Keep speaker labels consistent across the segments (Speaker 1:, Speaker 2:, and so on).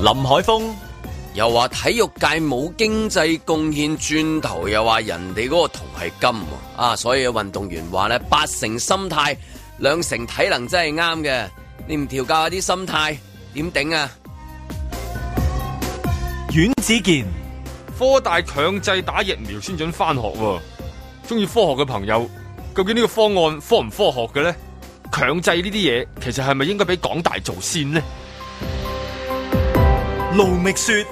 Speaker 1: 林海峰
Speaker 2: 又話體育界冇經濟貢獻，轉頭又話人哋嗰個銅係金喎啊！所以運動員話咧，八成心態，兩成體能真係啱嘅。你唔調教下啲心態，點頂啊？
Speaker 1: 阮子健
Speaker 3: 科大強制打疫苗先准翻學喎。中意科學嘅朋友，究竟呢個方案科唔科學嘅呢？強制呢啲嘢，其實係咪應該俾港大做先呢？
Speaker 1: 盧覓雪。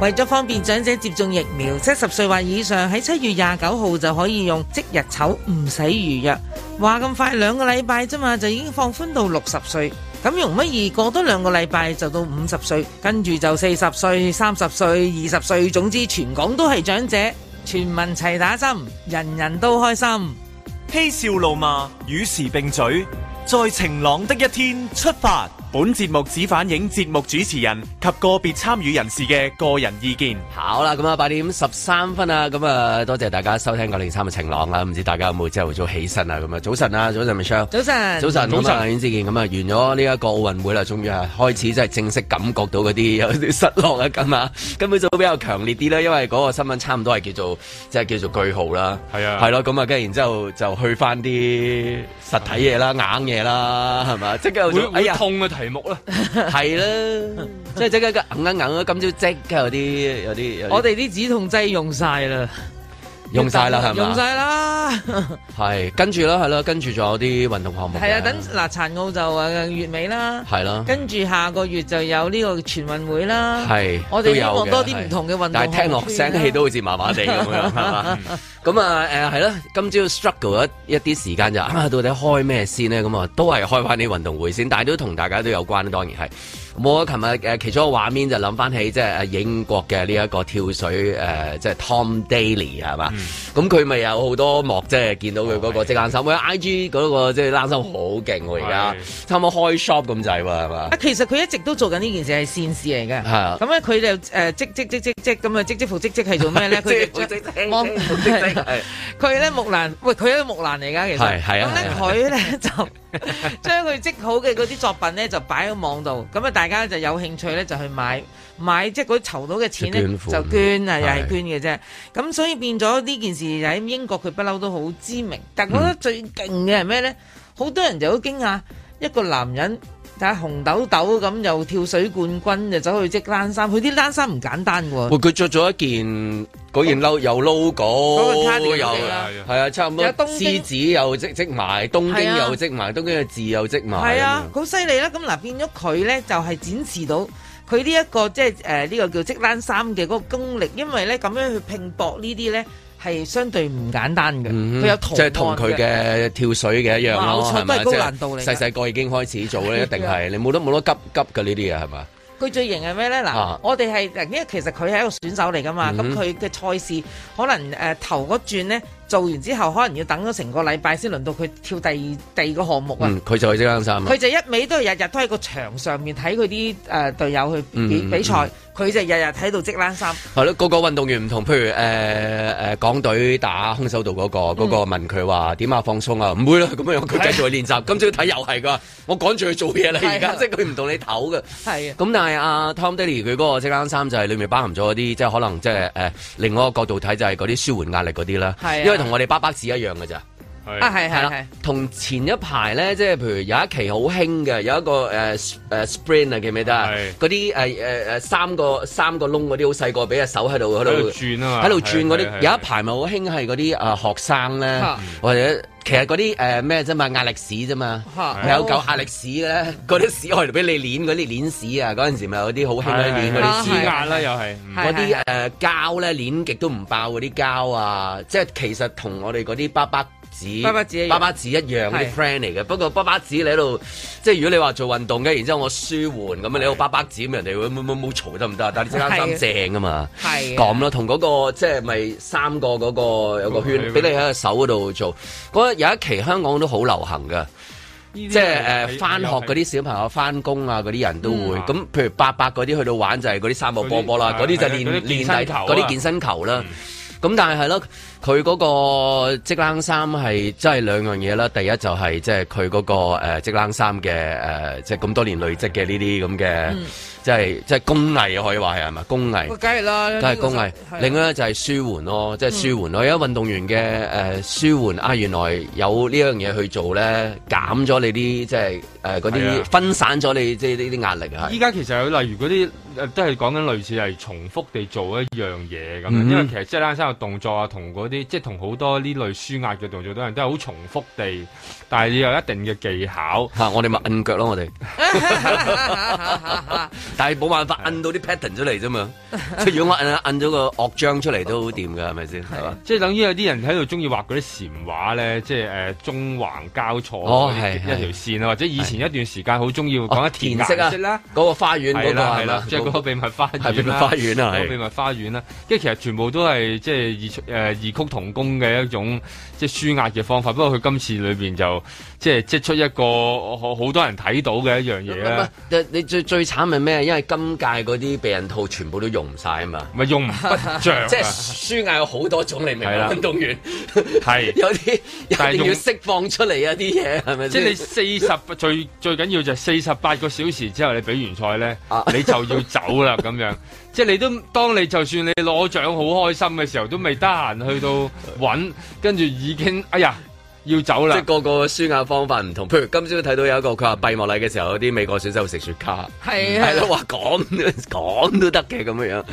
Speaker 4: 為咗方便長者接種疫苗，七十歲或以上喺七月廿九號就可以用即日籌，唔使預約。話咁快兩個禮拜啫嘛，就已經放寬到六十歲。咁容乜易過多兩個禮拜就到五十歲，跟住就四十歲、三十歲、二十歲，總之全港都係長者，全民齊打針，人人都開心。
Speaker 1: 嬉笑怒罵，與時並舉，在晴朗的一天出發。本節目只反映節目主持人及個別參與人士嘅個人意見。
Speaker 2: 好啦，咁啊八點十三分啊，咁啊多謝大家收聽九零三嘅晴朗啦，唔知大家有冇朝頭早起身啊？咁啊早晨啊，早晨 Michelle，
Speaker 4: 早晨，
Speaker 2: 早晨，早晨，阮志健咁啊，完咗呢一個奧運會啦，終於係開始真係正式感覺到嗰啲有啲失落啊咁啊，根本就比較強烈啲啦，因為嗰個新聞差唔多係叫做即係叫做句號啦，
Speaker 3: 係啊
Speaker 2: 係咯，咁啊，跟住然之後就去翻啲實體嘢啦、硬嘢啦，係嘛，即刻有
Speaker 3: 會
Speaker 2: 種哎
Speaker 3: 會
Speaker 2: 呀，
Speaker 3: 痛嘅題目啦，
Speaker 2: 係啦，即係即刻硬硬硬啊，今朝即刻有啲有啲有啲
Speaker 4: 我哋啲止痛劑用晒啦，
Speaker 2: 用晒啦，係
Speaker 4: 用
Speaker 2: 嘛，
Speaker 4: 晒啦。
Speaker 2: 係跟住啦，係啦，跟住仲有啲運動項目嘅，
Speaker 4: 係啊，等嗱殘奧就誒月尾啦，
Speaker 2: 係啦。
Speaker 4: 跟住下個月就有呢個全運會啦。
Speaker 2: 係，
Speaker 4: 我
Speaker 2: 都
Speaker 4: 哋希
Speaker 2: 有
Speaker 4: 望
Speaker 2: 嘅
Speaker 4: 多啲
Speaker 2: 係
Speaker 4: 唔同嘅運動
Speaker 2: 但係聽落聲氣都好似麻麻地咁 樣，係嘛？咁啊誒係啦，今朝 struggle 一一啲時間就啊，到底開咩先呢？咁啊，都係開翻啲運動會先，但係都同大家都有關，當然係。冇啊！琴日誒其中一個畫面就諗翻起即係誒英國嘅呢一個跳水誒、呃即係 Tom Daley 係嘛？咁佢咪有好多幕即係見到佢嗰個即冷衫，喂 IG 嗰個即係冷衫好勁喎！而家差唔多開 shop 咁滯喎係嘛
Speaker 4: 啊，？其實佢一直都做緊呢件事係善事嚟嘅。
Speaker 2: 係啊
Speaker 4: 咁咧，佢就誒積積積積積咁啊，積積扶積積係做咩咧？佢就
Speaker 2: 即係
Speaker 4: 望
Speaker 2: 係
Speaker 4: 佢咧木蘭，喂，佢係木蘭嚟㗎，其實。
Speaker 2: 係係啊係啊
Speaker 4: 咁咧，佢咧就 將佢織好嘅嗰啲作品咧，就擺喺網度。咁啊，大家就有興趣咧，就去買買，即係嗰啲籌到嘅錢咧，
Speaker 2: 就捐
Speaker 4: 就
Speaker 2: 款
Speaker 4: 捐啊，又
Speaker 2: 係
Speaker 4: 係捐嘅啫。咁所以變咗呢件事喺英國，佢不嬲都好知名。但
Speaker 2: 嗯
Speaker 4: 我覺得最勁嘅係咩咧？好多人就好驚訝，一個男人。睇下紅豆豆咁又跳水冠軍，就走去織冷衫。佢啲冷衫唔簡單喎，
Speaker 2: 喂，佢着咗一件嗰件褸有 logo，
Speaker 4: 嗰個卡
Speaker 2: 有
Speaker 4: 地
Speaker 2: 係
Speaker 4: 嗰啲
Speaker 3: 啦
Speaker 2: 啊，差唔多
Speaker 4: 有東京
Speaker 2: 獅子又織織埋，東
Speaker 4: 係
Speaker 2: 京
Speaker 4: 啊
Speaker 2: 又織埋，東京嘅字又織埋。
Speaker 4: 係啊，好犀利啦！咁嗱，變咗佢咧就係、展示到佢呢一個即係誒呢個叫織冷衫嘅嗰個功力，因為咧咁樣去拼搏呢啲咧係相對唔簡單嘅，佢、
Speaker 2: 咁樣，
Speaker 4: 有
Speaker 2: 嗯即
Speaker 4: 圖
Speaker 2: 係同佢
Speaker 4: 案
Speaker 2: 嘅跳水嘅一樣
Speaker 4: 冇
Speaker 2: 咯，
Speaker 4: 錯
Speaker 2: 係咪？
Speaker 4: 都係高
Speaker 2: 即係
Speaker 4: 難度嚟㗎
Speaker 2: 細細個已經開始做 咧，一定係你冇得冇得急急㗎呢啲嘢係嘛？
Speaker 4: 佢最型係咩咧？嗱、
Speaker 2: 啊
Speaker 4: 我哋係因為其實佢係一個選手嚟噶嘛，咁
Speaker 2: 嗯
Speaker 4: 佢嘅賽事可能誒、呃、頭嗰轉咧做完之後，可能要等咗成個禮拜先輪到佢跳第二第二個項目啊。
Speaker 2: 嗯，佢就去織冷衫啊
Speaker 4: 佢。就一味都係日日都喺個場上面睇佢啲誒隊友去
Speaker 2: 嗯
Speaker 4: 比
Speaker 2: 嗯
Speaker 4: 比賽，佢、就日日睇到織冷衫。
Speaker 2: 係咯，個個運動員唔同，譬如誒誒港隊打空手道嗰個，
Speaker 4: 嗯
Speaker 2: 嗰個問佢話點啊放鬆啊，唔會啦咁樣，佢繼續去練習。今朝睇又係㗎，我趕住去做嘢啦，而
Speaker 4: 係
Speaker 2: 家
Speaker 4: 啊
Speaker 2: 即係佢唔同你唞㗎。
Speaker 4: 係啊。
Speaker 2: 咁但係阿 Tom Daley 佢嗰個即冷衫就係裏面包含咗嗰啲即係可能即係誒另外一個角度睇就係嗰啲舒緩壓力嗰啲啦，
Speaker 4: 係啊
Speaker 2: 因為同我哋巴巴士一樣嘅咋。
Speaker 4: 啊，
Speaker 3: 係
Speaker 4: 係係
Speaker 2: 啦
Speaker 4: 係，
Speaker 2: 同前一排咧，即係譬如有一期好興嘅，有一個誒誒、呃 sprint 啊，記唔記得啊
Speaker 3: 係？
Speaker 2: 嗰啲誒誒誒三個三個窿嗰啲好細個，俾隻手喺度喺
Speaker 3: 喺
Speaker 2: 度
Speaker 3: 度轉啊嘛
Speaker 2: 喺度轉嗰
Speaker 3: 係係
Speaker 2: 啲。
Speaker 3: 係
Speaker 2: 有一排咪好興係嗰啲誒學生咧
Speaker 4: 嚇，
Speaker 2: 或者其實嗰啲誒咩啫嘛，壓力屎啫嘛。
Speaker 4: 嚇
Speaker 2: 咪有嚿壓力屎嘅咧，嗰啲屎我嚟俾你攣嗰啲攣屎啊！嗰陣時咪有啲好興嗰啲攣嗰啲
Speaker 4: 係係
Speaker 2: 屎
Speaker 3: 施壓啦，又係。嗯
Speaker 4: 係
Speaker 2: 嗰啲誒膠咧攣極都唔爆嗰啲膠啊，即係其實同我哋嗰啲巴巴紙、
Speaker 4: 巴巴紙一樣
Speaker 2: 巴巴紙一樣嗰啲
Speaker 4: 係
Speaker 2: friend 嚟嘅。不過巴巴紙你喺度，即係如果你話做運動嘅，然之後我舒緩咁樣，啊你個巴巴紙咁人哋會冇冇冇嘈得唔得啊？但係你張衫
Speaker 4: 係啊
Speaker 2: 正啊嘛。
Speaker 4: 係啊
Speaker 2: 咁咯，同嗰、個即係咪三個嗰、個有個圈，
Speaker 3: 嗯
Speaker 2: 俾你喺個手嗰度做。嗰有一期香港都好流行㗎。
Speaker 3: 即
Speaker 2: 即係誒翻學嗰啲小朋友翻工啊，嗰啲人都會咁，譬如八百嗰啲去到玩就係嗰啲三個波波啦，嗰
Speaker 3: 嗯嗰
Speaker 2: 啲
Speaker 3: 啲
Speaker 2: 就
Speaker 3: 係
Speaker 2: 練
Speaker 3: 嗰啲
Speaker 2: 練
Speaker 3: 健身
Speaker 2: 底
Speaker 3: 球啊嗯
Speaker 2: 嗰啲健身球啦。咁但係係咯，佢嗰個織冷衫係真係兩樣嘢啦。第一就呃
Speaker 3: 嗯
Speaker 2: 係即係佢嗰個誒織冷衫嘅誒，即係咁多年累積嘅呢啲咁嘅即係即係工藝可以話係係咪工藝？
Speaker 4: 梗係啊啦，
Speaker 2: 都係工藝。另外咧就係舒緩咯，即係舒緩咯。而家運動員嘅誒舒緩啊，原來有呢樣嘢去做咧，減咗你啲即係誒嗰
Speaker 3: 係
Speaker 2: 啲
Speaker 3: 啊
Speaker 2: 分散咗你即係呢啲壓力啊。
Speaker 3: 依家其實有例如嗰啲呃都係講緊類似係重複地做一樣嘢咁樣，
Speaker 2: 嗯
Speaker 3: 因為其實即係單身嘅動作啊，同嗰啲即係同好多呢類舒壓嘅動作都係都係好重複地，但係你有一定嘅技巧。
Speaker 2: 嚇！我哋咪摁腳咯，我哋，
Speaker 4: 啊啦。
Speaker 2: 但係冇辦法摁到啲 pattern 出嚟啫嘛。即係如果我摁摁咗個樂章出嚟都好掂㗎，係咪先？係嘛？
Speaker 3: 即係等於有啲人喺度中意畫嗰啲禪畫咧，即係誒、呃中橫交錯
Speaker 2: 哦
Speaker 3: 嗰啲
Speaker 2: 係
Speaker 3: 一
Speaker 2: 係
Speaker 3: 條線啊，或者以前一段時間好中意講
Speaker 2: 哦
Speaker 3: 一填
Speaker 2: 填色啊
Speaker 3: 顏色啦，
Speaker 2: 嗰個花園嗰
Speaker 3: 係
Speaker 2: 個
Speaker 3: 啦
Speaker 2: 係
Speaker 3: 係
Speaker 2: 嘛
Speaker 3: 啦？，即係嗰個秘密花園啦
Speaker 2: 係秘密花園啊，
Speaker 3: 嗰個秘
Speaker 2: 係。
Speaker 3: 密花園啦，跟住其實全部都係即係異曲誒異曲同工嘅一種即係舒壓嘅方法。不過佢今次裏邊就即係即出一個好好多人睇到嘅一樣嘢啊啦，
Speaker 2: 唔係你最最慘係咩？因為今屆嗰啲避孕套全部都用唔晒啊嘛。
Speaker 3: 咪用唔着啊，
Speaker 2: 即係舒壓有好多種，你明唔明
Speaker 3: 係
Speaker 2: 啊？
Speaker 3: 啦
Speaker 2: 運動員
Speaker 3: 係。
Speaker 2: 有啲一
Speaker 3: 但係
Speaker 2: 定
Speaker 3: 用
Speaker 2: 要釋放出嚟啊啲嘢，係咪
Speaker 3: 即係你
Speaker 2: 先？
Speaker 3: 四十 最最緊要就係四十八個小時之後你比完賽咧
Speaker 2: 啊，
Speaker 3: 你就要走啦咁 樣。即係你都當你就算你攞獎好開心嘅時候，都未得閒去到揾，跟住已經哎呀要走
Speaker 2: 即
Speaker 3: 啦
Speaker 2: 係。個個舒壓方法唔同，譬如今朝睇到有一個佢話閉幕禮嘅時候，有啲美國選手食雪茄，
Speaker 4: 係
Speaker 2: 嗯係
Speaker 4: 啊
Speaker 2: 咯，話講講都得嘅咁樣樣，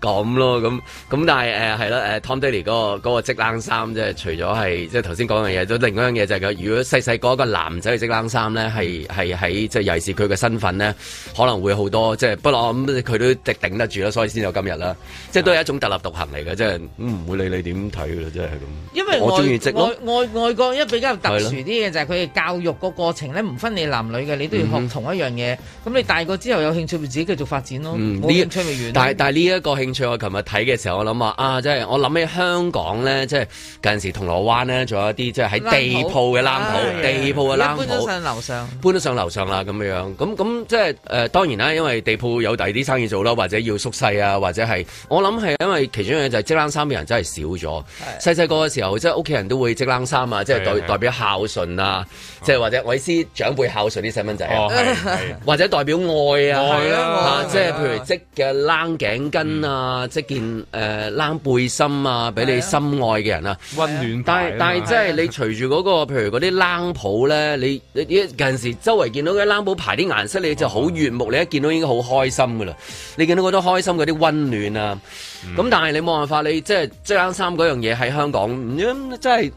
Speaker 2: 咁咯咁咁，但係誒係啦誒 Tom Daley 嗰、個嗰、個織冷衫，即係除咗係即係頭先講嘅嘢，都另一樣嘢就係、佢如果細細個一個男仔去織冷衫咧，係係喺即係尤其是佢嘅身份咧，可能會好多即係不過我諗佢都頂得住啦，所以先有今日啦，即係都係一種特立獨行嚟嘅，即係嗯唔會理你點睇嘅啦，即係咁。
Speaker 4: 因為
Speaker 2: 我中意
Speaker 4: 外
Speaker 2: 織咯
Speaker 4: 外外外國一比較特殊啲嘅就係佢哋教育個過程咧，唔分你男女嘅，你都
Speaker 2: 嗯
Speaker 4: 要學同一樣嘢。咁你大個之後有興趣咪自己繼續發展咯，
Speaker 2: 嗯
Speaker 4: 冇
Speaker 2: 呢
Speaker 4: 興趣咪完咯。
Speaker 2: 但係但係呢一個興趣，我琴日睇嘅時候，我諗話啊，即係我諗起香港咧，即係近時銅鑼灣咧，仲有一啲即係喺地鋪嘅冷鋪，
Speaker 4: 唉
Speaker 2: 地鋪嘅冷
Speaker 4: 一般都
Speaker 2: 鋪。
Speaker 4: 上樓上。
Speaker 2: 搬得上樓上啦，咁樣咁咁即係誒、呃，當然啦，因為地鋪有第二啲生意做啦，或者要縮細啊，或者係我諗係因為其中一樣嘢就係織冷衫嘅人真係少咗。細細個嘅時候，即係屋企人都會織冷衫啊，即係
Speaker 3: 係
Speaker 2: 代
Speaker 3: 係
Speaker 2: 代表孝順啊，即
Speaker 4: 哦
Speaker 2: 係或者我意思長輩孝順啲細蚊仔啊。
Speaker 3: 哦，係係。
Speaker 2: 或者代表愛啊，
Speaker 3: 愛啊
Speaker 2: 啊
Speaker 4: 愛啊嗯
Speaker 2: 即係譬如織嘅冷頸巾啊，織件誒冷背心啊，俾你
Speaker 4: 係啊
Speaker 2: 心愛嘅人啊。
Speaker 3: 温暖
Speaker 2: 但
Speaker 3: 牌
Speaker 2: 係
Speaker 3: 啊
Speaker 2: 但
Speaker 3: 嘛
Speaker 2: 係即係你隨住嗰個譬如嗰啲冷鋪咧，你你你近時周圍見到嘅冷鋪排啲顏色，你就
Speaker 3: 哦
Speaker 2: 好悅目，你一見到已經好開心噶啦。你見到嗰啲開心嗰啲温暖啊，
Speaker 3: 嗯
Speaker 2: 咁但係你冇辦法，你即係即係冷衫嗰樣嘢喺香港，嗯真係。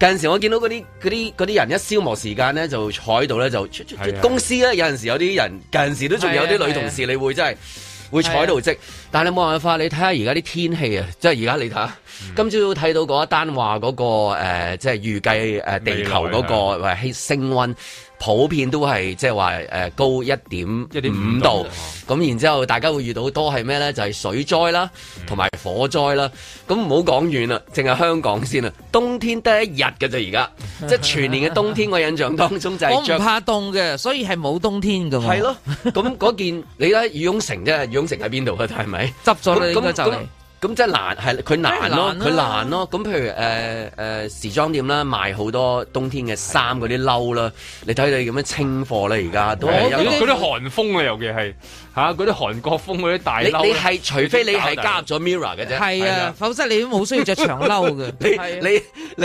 Speaker 2: 近陣時我見到嗰啲嗰啲嗰啲人一消磨時間咧，就坐喺度咧就出出
Speaker 3: 係啊啊
Speaker 2: 公司咧，有陣時有啲人近陣時都仲有啲女同事，你會真係會坐喺度積。但係你冇辦法，你睇下而家啲天氣啊，即係而家你睇下，今朝睇到嗰一單話嗰個誒，即係預計誒地球嗰個話氣升温。普遍都係即係話誒高一點五
Speaker 3: 1.5
Speaker 2: 度哦
Speaker 3: 度，
Speaker 2: 咁然之後大家會遇到多係咩咧？就係、水災啦，同埋火災啦。咁唔好講遠啦，淨係香港 先啦。啊冬天得一日嘅啫，而 家即係全年嘅冬天，我印象當中就
Speaker 4: 我
Speaker 2: 哦係
Speaker 4: 唔
Speaker 2: 着。
Speaker 4: 怕凍嘅，所以係冇冬天噶。
Speaker 2: 係，咯，咁嗰件你咧羽絨城啫，羽絨城喺邊度啊？係咪？
Speaker 4: 執咗啦，應該就
Speaker 2: 咁
Speaker 4: 嚟。
Speaker 2: 咁即係難係佢難咯，
Speaker 4: 梗係難啦
Speaker 2: 佢難咯。咁譬如誒誒、呃時裝店啦，賣好多冬天嘅衫嗰啲褸啦，你睇你咁樣清貨啦，而家都係
Speaker 3: 係
Speaker 2: 有
Speaker 3: 有
Speaker 2: 一個
Speaker 3: 嗰啲韓風啊，尤其係嚇嗰啲韓國風嗰啲大褸
Speaker 2: 你你
Speaker 3: 咧
Speaker 2: 係除非你係加入咗 Mirror 嘅啫，
Speaker 4: 係
Speaker 3: 係
Speaker 4: 啊
Speaker 3: 啊，
Speaker 4: 否則你都冇需要着長褸嘅。係啊
Speaker 2: 你你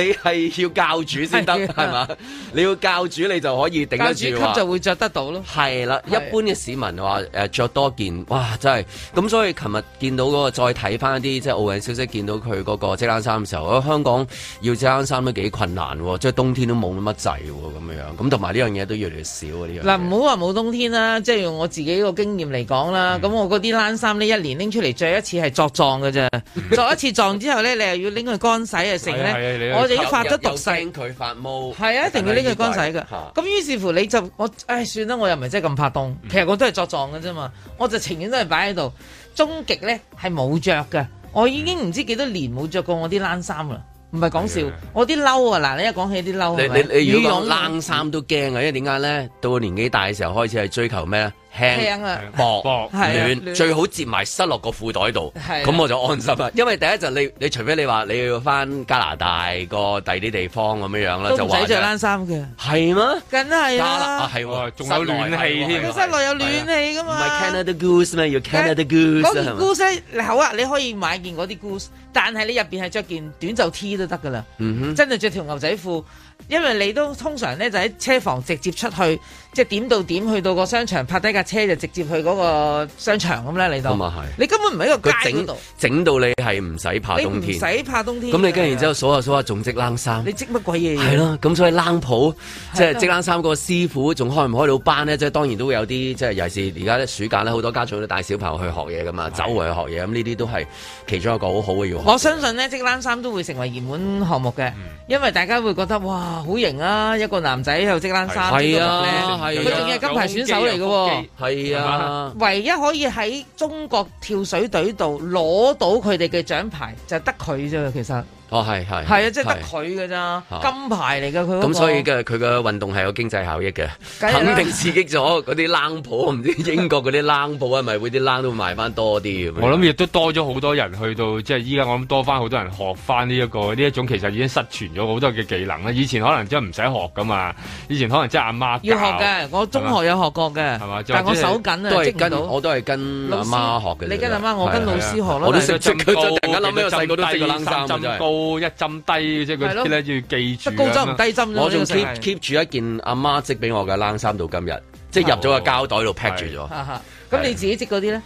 Speaker 2: 你係要教主先得
Speaker 4: 係啊
Speaker 2: 係嘛？你要教主你就可以頂
Speaker 4: 教
Speaker 2: 得
Speaker 4: 主級
Speaker 2: 住話
Speaker 4: 就會着得到咯。
Speaker 2: 係啦，一
Speaker 4: 係
Speaker 2: 般嘅市民話誒著多件，哇！真係咁，所以琴日見到嗰、個再睇翻啲即係奧運消息，見到佢嗰個織冷衫嘅時候，香港要織冷衫都幾困難喎，即係冬天都冇乜滯喎咁樣，咁同埋呢樣嘢都越嚟越少啊呢樣嘢。
Speaker 4: 嗱，唔好話冇冬天啦，即係用我自己個經驗嚟講啦。
Speaker 2: 嗯
Speaker 4: 咁、我嗰啲冷衫呢，一年拎出嚟着一次係作狀嘅啫，
Speaker 2: 嗯
Speaker 4: 作一次狀之後呢，你又要拎去乾洗啊成
Speaker 3: 係啊係啊你
Speaker 4: 呢，
Speaker 3: 又
Speaker 4: 我就已
Speaker 2: 又
Speaker 4: 經發咗
Speaker 2: 又
Speaker 4: 毒誓。
Speaker 2: 驚佢發毛，
Speaker 4: 係啊，一定要拎佢乾洗㗎。
Speaker 2: 嚇嗯
Speaker 4: 咁於是乎你就我，唉，算啦，我又唔係真係咁怕凍。其實我都係作狀嘅啫嘛，我就情願都係擺喺度。終極咧係冇着嘅，我已經唔知幾多年冇着過我啲冷衫啦。唔係講笑
Speaker 3: 係啊，
Speaker 4: 我啲褸啊，嗱，你一講起啲褸
Speaker 2: 你
Speaker 4: 係咪
Speaker 2: 你你如果講
Speaker 4: 羽絨啊
Speaker 2: 冷衫都驚啊，因為點解咧？到年紀大嘅時候開始係追求咩咧？輕
Speaker 4: 輕啊
Speaker 2: 薄
Speaker 3: 薄
Speaker 4: 係啊
Speaker 2: 暖，
Speaker 4: 暖
Speaker 2: 最好摺埋塞落個褲袋度，
Speaker 4: 係啊
Speaker 2: 咁我就安心啦。因為第一就你你除非你話你要翻加拿大個第啲地方咁樣樣啦，
Speaker 4: 都
Speaker 2: 就
Speaker 4: 唔
Speaker 2: 話
Speaker 4: 使着
Speaker 2: 啫
Speaker 4: 冷衫嘅，
Speaker 2: 係嗎？
Speaker 4: 梗係
Speaker 2: 加
Speaker 4: 啊哦
Speaker 2: 拿
Speaker 4: 啦
Speaker 2: 啊，。係喎，
Speaker 3: 仲有暖氣添
Speaker 2: 室內係喎係
Speaker 4: 佢
Speaker 2: 喎
Speaker 4: 室內有暖啊氣㗎
Speaker 2: 唔
Speaker 4: 嘛。
Speaker 2: 係 Canada Goose 咩？要 Canada Goose
Speaker 4: 嗰
Speaker 2: 啊
Speaker 4: 件
Speaker 2: 係咪？
Speaker 4: goose 咧，好啊，你可以買件嗰啲 goose，但係你入邊係着件短袖 T 都得噶啦，
Speaker 2: 嗯
Speaker 4: 真係着條牛仔褲，因為你都通常咧就喺車房直接出去，即係點到點去到個商場，泊低架車就直接去嗰個商場咁啦，你
Speaker 2: 咁
Speaker 4: 當
Speaker 2: 啊係
Speaker 4: 你根本唔喺個街
Speaker 2: 佢
Speaker 4: 嗰
Speaker 2: 整
Speaker 4: 度，
Speaker 2: 整到你係唔使怕
Speaker 4: 你
Speaker 2: 啊冬
Speaker 4: 唔
Speaker 2: 天，
Speaker 4: 使怕冬天。
Speaker 2: 咁你跟然之後
Speaker 4: 係啊，
Speaker 2: 數下數下，仲積冷衫
Speaker 4: 你。織乜鬼嘢？
Speaker 2: 係，咯，咁所以冷鋪即係
Speaker 4: 係咯
Speaker 2: 即冷衫嗰個師傅仲開唔開到班咧？即係當然都會有啲即係尤其是而家咧暑假咧，好多家長都帶小朋友去學嘢噶嘛，周圍去學嘢，咁呢啲都係其中一個好好嘅要學。
Speaker 4: 我相信呢，織冷衫都會成為熱門項目嘅，因為大家會覺得哇好型啊，一個男仔喺度織冷衫，
Speaker 2: 係啊
Speaker 4: 呢
Speaker 2: 係
Speaker 4: 個
Speaker 2: 啊
Speaker 4: 佢仲要係金牌選手嚟嘅喎。
Speaker 2: 係啊，
Speaker 4: 唯一可以喺中國跳水隊度攞到佢哋嘅獎牌，就得佢啫。其實
Speaker 2: 哦係係
Speaker 4: 係啊，即係得佢嘅咋，
Speaker 2: 係
Speaker 4: 金牌嚟嘅佢嗰個。
Speaker 2: 咁所以嘅佢嘅運動係有經濟效益嘅，
Speaker 4: 梗係啦
Speaker 2: 肯定刺激咗嗰啲冷鋪。我唔知英國嗰啲冷鋪係咪會啲冷都會賣翻多啲咁樣
Speaker 3: 我諗亦都多咗好多人去到，即係依家我諗多翻好多人學翻呢一個呢一種其實已經失傳咗好多嘅技能啦。以前可能真係唔使學噶嘛，以前可能真係阿媽
Speaker 4: 要學
Speaker 3: 教
Speaker 4: 嘅，我中學有學過嘅
Speaker 3: 係嘛，
Speaker 4: 但我手緊啊，
Speaker 2: 都係
Speaker 4: 積唔
Speaker 2: 跟
Speaker 4: 到。
Speaker 2: 我都係跟
Speaker 4: 老
Speaker 2: 阿
Speaker 4: 師
Speaker 2: 媽學嘅啫。
Speaker 4: 你跟阿媽我
Speaker 2: 係啊
Speaker 4: 跟老師學咯
Speaker 2: 我都
Speaker 4: 係啊
Speaker 2: 識
Speaker 3: 針
Speaker 2: 佢就突然間
Speaker 3: 高
Speaker 2: 諗起我細個都識個冷衫啊
Speaker 3: 針
Speaker 2: 真係
Speaker 3: 高一針低，即係嗰啲咧要記住咁
Speaker 4: 得
Speaker 3: 樣。
Speaker 4: 高針唔低針啫
Speaker 2: 我仲
Speaker 4: 呢個世界
Speaker 2: keep keep 住一件阿媽織俾我嘅冷衫到今日，即係入咗個膠袋度
Speaker 3: 係
Speaker 2: 劈住咗，
Speaker 4: 哈哈咁你自己織嗰啲咧？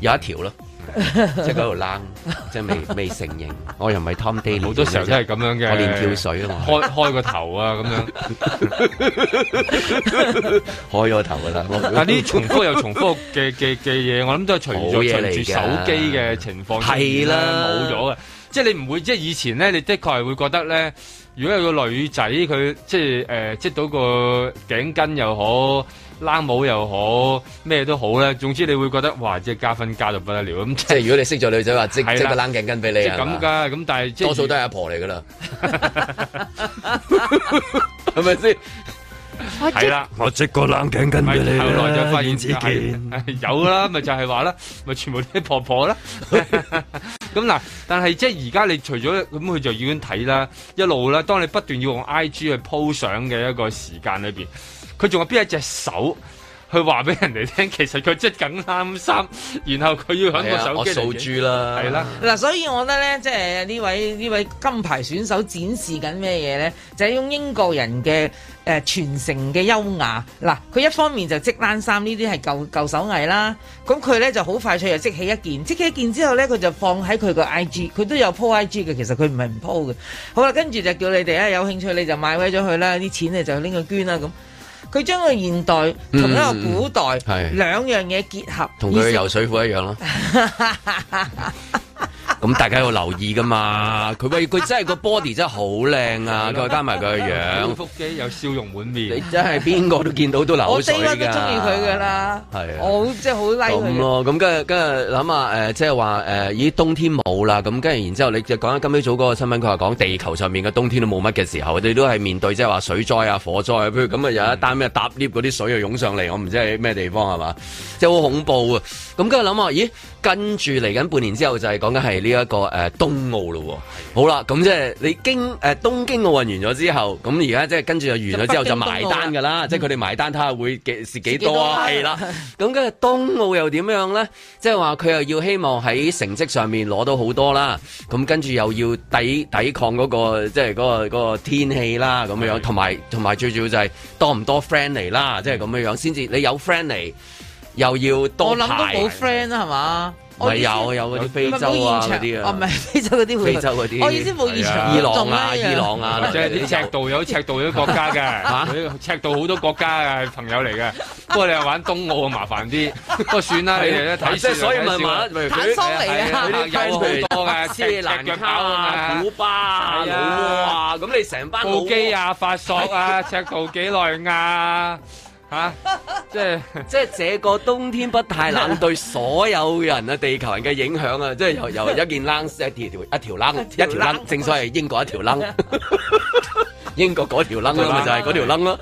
Speaker 2: 有一 條咯，即係嗰度冷，即係未未承認，我又唔係 Tom Daly，
Speaker 3: 好多時候都係咁樣嘅。
Speaker 2: 我練跳水啊嘛，
Speaker 3: 開開個頭啊咁樣，
Speaker 2: 開咗頭噶啦，我
Speaker 3: 但係呢啲重複又重複嘅嘅嘅嘢，我諗都係隨
Speaker 2: 冇
Speaker 3: 住
Speaker 2: 嘢嚟
Speaker 3: 隨住
Speaker 2: 㗎
Speaker 3: 手機嘅情況出現
Speaker 2: 係啦
Speaker 3: 冇咗嘅，即係你唔會即係以前咧，你的確係會覺得咧，如果有個女仔佢即係誒織到個頸巾又好。冷帽又好，咩都好咧。總之你會覺得哇，即係加分加到不得了咁，
Speaker 2: 即係如果你識咗女仔話，即
Speaker 3: 係啦
Speaker 2: 即個冷頸巾俾你
Speaker 3: 即係
Speaker 2: 係嘛
Speaker 3: 咁噶。咁但係即係
Speaker 2: 多數都係阿婆嚟噶 啦，係咪先？
Speaker 3: 係啦，
Speaker 5: 我即個冷頸巾
Speaker 3: 咪
Speaker 5: 俾你
Speaker 3: 啊後
Speaker 5: 啦，
Speaker 3: 來就發現
Speaker 5: 燕子健。
Speaker 3: 有啦，咪就係話啦，咪全部都係婆婆啦。 咁嗱，但係即係而家你除咗咁，佢就已經睇啦，一路啦。當你不斷要用 I G 去 po 相嘅一個時間裏邊，佢仲有邊一隻手去話俾人哋聽？其實佢即係緊啱衫，然後佢要喺
Speaker 2: 係
Speaker 3: 個
Speaker 2: 啊，
Speaker 3: 手
Speaker 2: 我
Speaker 3: 機
Speaker 2: 掃
Speaker 3: 嚟影
Speaker 2: 珠啦，
Speaker 3: 係啦，
Speaker 4: 嗱，所以我覺得咧，即係呢位呢位金牌選手展示緊咩嘢咧？就係、用英國人嘅誒、呃、傳承嘅優雅。嗱，佢一方面就織冷衫呢啲係舊舊手藝啦，咁佢咧就好快脆就織起一件，織起一件之後咧，佢就放喺佢個 IG，佢都有 po IG 嘅，其實佢唔係唔 po 嘅。好啦，跟住就叫你哋啊，有興趣你就買位咗佢啦，啲錢你就拎去捐啦咁。佢將個現代同一個古代、
Speaker 2: 嗯係
Speaker 4: 兩樣嘢結合，
Speaker 2: 同佢嘅游水褲一樣 咯。咁大家要留意噶嘛，佢喂佢真係個 body 真係好靚啊，佢加埋佢嘅
Speaker 3: 有
Speaker 2: 樣，
Speaker 3: 腹肌，有笑容滿
Speaker 2: 你
Speaker 3: 面。
Speaker 2: 真係邊個都見到都流
Speaker 4: 我 d
Speaker 2: 水
Speaker 4: a
Speaker 2: 㗎。
Speaker 4: 都中意佢噶啦，
Speaker 2: 係啊
Speaker 4: 我即係好 like
Speaker 2: 咁
Speaker 4: 佢。
Speaker 2: 咯，咁跟住跟住諗下誒，即係話誒，咦冬天冇啦，咁跟住然之後你就講緊今朝早嗰個新聞，佢話講地球上面嘅冬天都冇乜嘅時候，我哋都係面對即係話水災啊、火災啊，譬如咁啊有一單咩搭 lift 嗰啲水啊又湧上嚟，我唔知係咩地方係嘛，即係好恐怖啊！咁跟住諗下，咦，跟住嚟緊半年之後就係講緊係呢一個誒、呃、冬奧咯喎，好啦，咁即係你經誒、呃、東京奧運完咗之後，咁而家即係跟住就完咗之後就埋單㗎啦，即係佢哋埋單睇下會幾是啊幾多啊，係啦。 咁跟住東奧又點樣呢？即係話佢又要希望喺成績上面攞到好多啦，咁跟住又要抵抵抗嗰、個即係嗰個嗰、個天氣啦，咁樣
Speaker 3: 係
Speaker 2: 同埋同埋最主要就係多唔多 friend 嚟啦，即係咁樣樣先至你有 friend 嚟，又要多
Speaker 4: 我諗都
Speaker 2: 排
Speaker 4: 冇 friend 啊啦，係嘛？我
Speaker 2: 咪
Speaker 4: 意思
Speaker 2: 有有嗰啲非
Speaker 4: 咪冇
Speaker 2: 洲啊
Speaker 4: 現
Speaker 2: 嗰
Speaker 4: 場
Speaker 2: 啲
Speaker 4: 哦唔係
Speaker 2: 啊，
Speaker 4: 非洲嗰啲會
Speaker 2: 非洲嗰啲
Speaker 4: 我意思冇
Speaker 3: 係
Speaker 4: 現場
Speaker 3: 啊
Speaker 2: 伊朗
Speaker 4: 仲
Speaker 2: 啊、
Speaker 4: 啦
Speaker 2: 伊朗啊，
Speaker 3: 即係啲赤道有赤道啲國 家嘅，赤道好多國家嘅朋友嚟嘅。不過你又玩東奧啊，麻煩 啲。不過算啦，你哋咧睇
Speaker 2: 即係
Speaker 3: 笑
Speaker 2: 所以
Speaker 3: 就睇啊
Speaker 2: 咪
Speaker 3: 笑
Speaker 2: 話，
Speaker 3: 啦
Speaker 2: 咪
Speaker 4: 坦桑尼
Speaker 2: 係啊
Speaker 4: 啊
Speaker 2: 佢，啲
Speaker 3: 有好多嘅
Speaker 2: 斯里蘭卡啊、古巴啊、
Speaker 3: 係
Speaker 2: 老
Speaker 3: 啊
Speaker 2: 啊，咁你成班老
Speaker 3: 布基，啊、法索 啊、赤道幾內亞嚇，即係
Speaker 2: 即係這個冬天不太冷對所有人啊、地球人嘅影響啊，即係由由一件冷一條一條冷一條 冷，正所謂英國一條冷。英國嗰條楞咯，咪就係嗰條楞咯，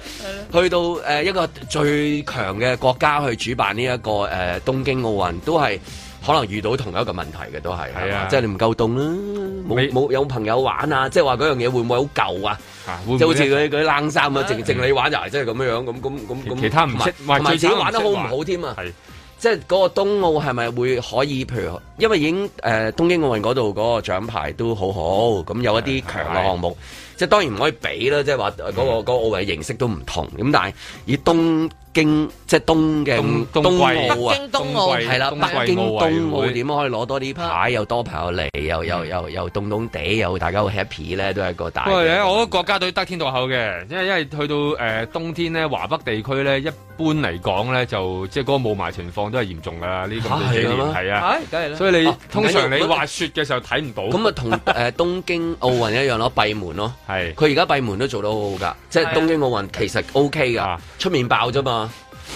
Speaker 2: 去到誒、呃一個最強嘅國家去主辦呢、一個誒、呃、東京奧運，都係可能遇到同一個問題嘅，都係
Speaker 3: 係啊
Speaker 2: 係嘛即係你唔夠凍啦，冇
Speaker 3: 你
Speaker 2: 冇有朋友玩啊，即係話嗰樣嘢會唔會好舊啊？
Speaker 3: 嚇會唔
Speaker 2: 即係
Speaker 3: 會
Speaker 2: 好似
Speaker 3: 咧
Speaker 2: 嗰啲嗰啲冷衫啊，淨淨你玩就係真係咁樣樣，咁咁咁咁，
Speaker 3: 其他唔識
Speaker 2: 同埋
Speaker 3: 哇
Speaker 2: 同埋
Speaker 3: 最
Speaker 2: 自己
Speaker 3: 慘
Speaker 2: 玩得好唔
Speaker 3: 唔識玩
Speaker 2: 好添啊？
Speaker 3: 係
Speaker 2: 即係嗰個東奧係咪會可以，譬如因為已經誒、呃、東京奧運嗰度嗰個獎牌都好好，咁有一啲強嘅項目，即係當然唔可以比啦，即係話嗰
Speaker 3: 嗯
Speaker 2: 個嗰、個奧運嘅形式都唔同，咁但係以東京即係東嘅
Speaker 3: 東東季
Speaker 2: 奧啊
Speaker 4: 北。京冬奧
Speaker 3: 冬季
Speaker 2: 係啦，北京
Speaker 3: 冬季奧
Speaker 2: 冬
Speaker 3: 運會嗯
Speaker 2: 奧點可以攞多啲牌？又多朋友嚟，又又又又凍凍地，又大家好 happy 咧，都係一個大
Speaker 3: 不過咧，
Speaker 2: 嘅。
Speaker 3: 我覺得國家隊得天獨厚嘅，因為因為去到誒、呃、冬天咧，華北地區咧，一般嚟講咧，就即係嗰個霧霾情況都係嚴重噶啦，呢咁
Speaker 2: 嚇
Speaker 3: 多幾
Speaker 2: 係
Speaker 3: 年
Speaker 2: 嘅咩
Speaker 3: 係啊，
Speaker 4: 係，梗係啦。
Speaker 3: 所以你、
Speaker 2: 啊
Speaker 3: 通常
Speaker 2: 唔緊
Speaker 3: 你
Speaker 2: 要
Speaker 3: 滑雪嘅時候睇唔到，
Speaker 2: 咁啊， 同誒東京奧運一樣咯，閉門咯。
Speaker 3: 係
Speaker 2: 佢而家閉門都做到好好㗎，即係
Speaker 4: 係啊
Speaker 2: 東京奧運其實 O K 㗎
Speaker 3: 啊，
Speaker 2: 出面爆啫嘛。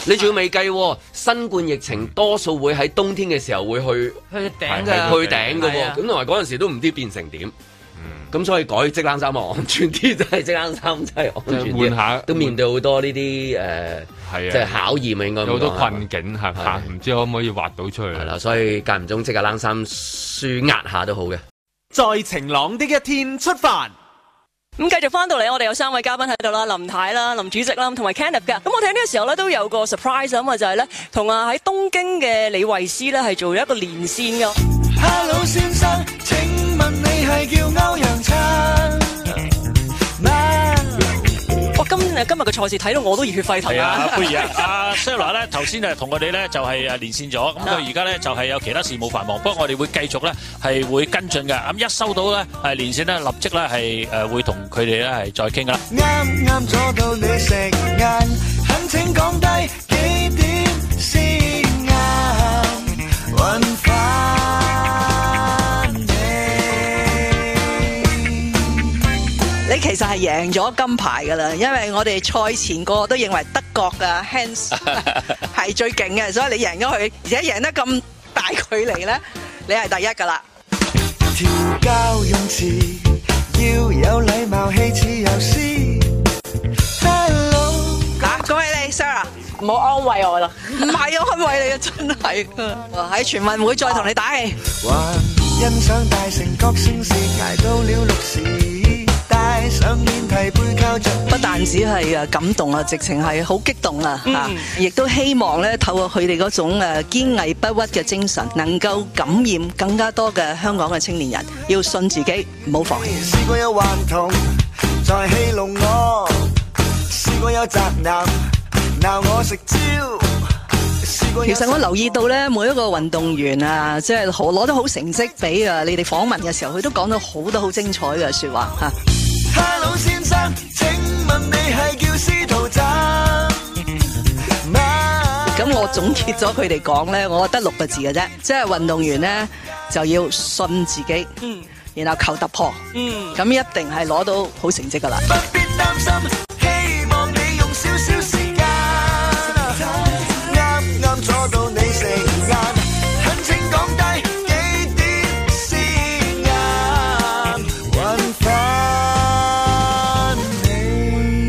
Speaker 2: 你仲要未計喎新冠疫情，多數會喺冬天嘅時候會去
Speaker 4: 去頂
Speaker 2: 去
Speaker 3: 係嗯
Speaker 4: 㗎，
Speaker 2: 頂㗎
Speaker 4: 係
Speaker 2: 喎。
Speaker 4: 啊
Speaker 2: 咁同埋嗰陣時都唔知變成點。咁所以改織冷衫啊，安全啲就係織冷衫，真係安全
Speaker 3: 換
Speaker 2: 啲。
Speaker 3: 下
Speaker 2: 都面對好多呢啲誒，即
Speaker 3: 係
Speaker 2: 係
Speaker 3: 啊，
Speaker 2: 考驗啊，應該咁
Speaker 3: 有好多
Speaker 2: 講係嘛
Speaker 3: 困境係嚇，
Speaker 2: 係
Speaker 3: 唔知可唔可以滑到出去
Speaker 2: 係？啦，所以間唔中織下冷衫舒壓下都好嘅。
Speaker 1: 在晴朗的一天出發。
Speaker 6: 咁繼續翻到嚟，我哋有三位嘉賓喺度啦，林太啦、林主席啦，同埋 Kenneth 嘅。咁我睇呢個時候咧都有個 surprise 咁啊，就係咧同啊喺東京嘅李慧詩咧係做咗一個連線嘅。
Speaker 7: Hello 先生，請問你係叫歐陽親咩？
Speaker 6: 哇！哦今日今日嘅賽事睇到我都熱血沸騰
Speaker 8: 係
Speaker 6: 啊！
Speaker 8: 啊，貝兒啊，阿 Sarah 咧頭先誒同我哋咧就係誒連線咗，咁佢而家咧就係有其他事務繁忙，不過我哋會繼續咧係會跟進嘅。咁一收到咧係連線咧，立即咧係誒會同佢哋咧係再傾噶啦。
Speaker 7: 啱啱阻到你食晏，懇請講低幾點先啱揾翻你。
Speaker 9: 你其實係贏咗金牌㗎啦，因為我哋賽前個個都認為德國嘅 Hans 係最勁嘅，所以你贏咗佢，而且贏得咁大距離呢，你係第一㗎啦。
Speaker 7: 調教用詞要有禮貌，氣似有詩。Hello。
Speaker 9: 嚇，恭喜你 Sarah！
Speaker 6: 唔好安慰我啦。
Speaker 9: 唔係我安慰你啊，真係哇喺全運會再同你打氣。
Speaker 7: 還欣賞大成角聲線，捱到了六時，戴上面提背靠着。
Speaker 9: 不但止係誒感動啊，直情係好激動啊嚇！亦都希望咧透過佢哋嗰種誒堅毅不屈嘅精神，能夠感染更加多嘅香港嘅青年人，要信自己，唔好放棄。
Speaker 7: 試過有頑童在戲弄我，試過有宅男鬧我食蕉，試過有
Speaker 9: 其實我留意到咧，每一個運動員啊，即係好攞得好成績俾啊你哋訪問嘅時候，佢都講到好多好精彩嘅説話嚇。
Speaker 7: Hello 先生，請問你係叫司徒震嗎？
Speaker 9: 咁我總結咗佢哋講咧，我覺得六個字嘅啫，即係運動員咧就要信自己，
Speaker 6: 嗯
Speaker 9: 然後求突破，
Speaker 6: 嗯，
Speaker 9: 咁一定係攞到好成績噶啦。
Speaker 7: 不必擔心，希望你用少少時間。啱啱阻到你食晏，懇請講低幾點先啱揾翻你。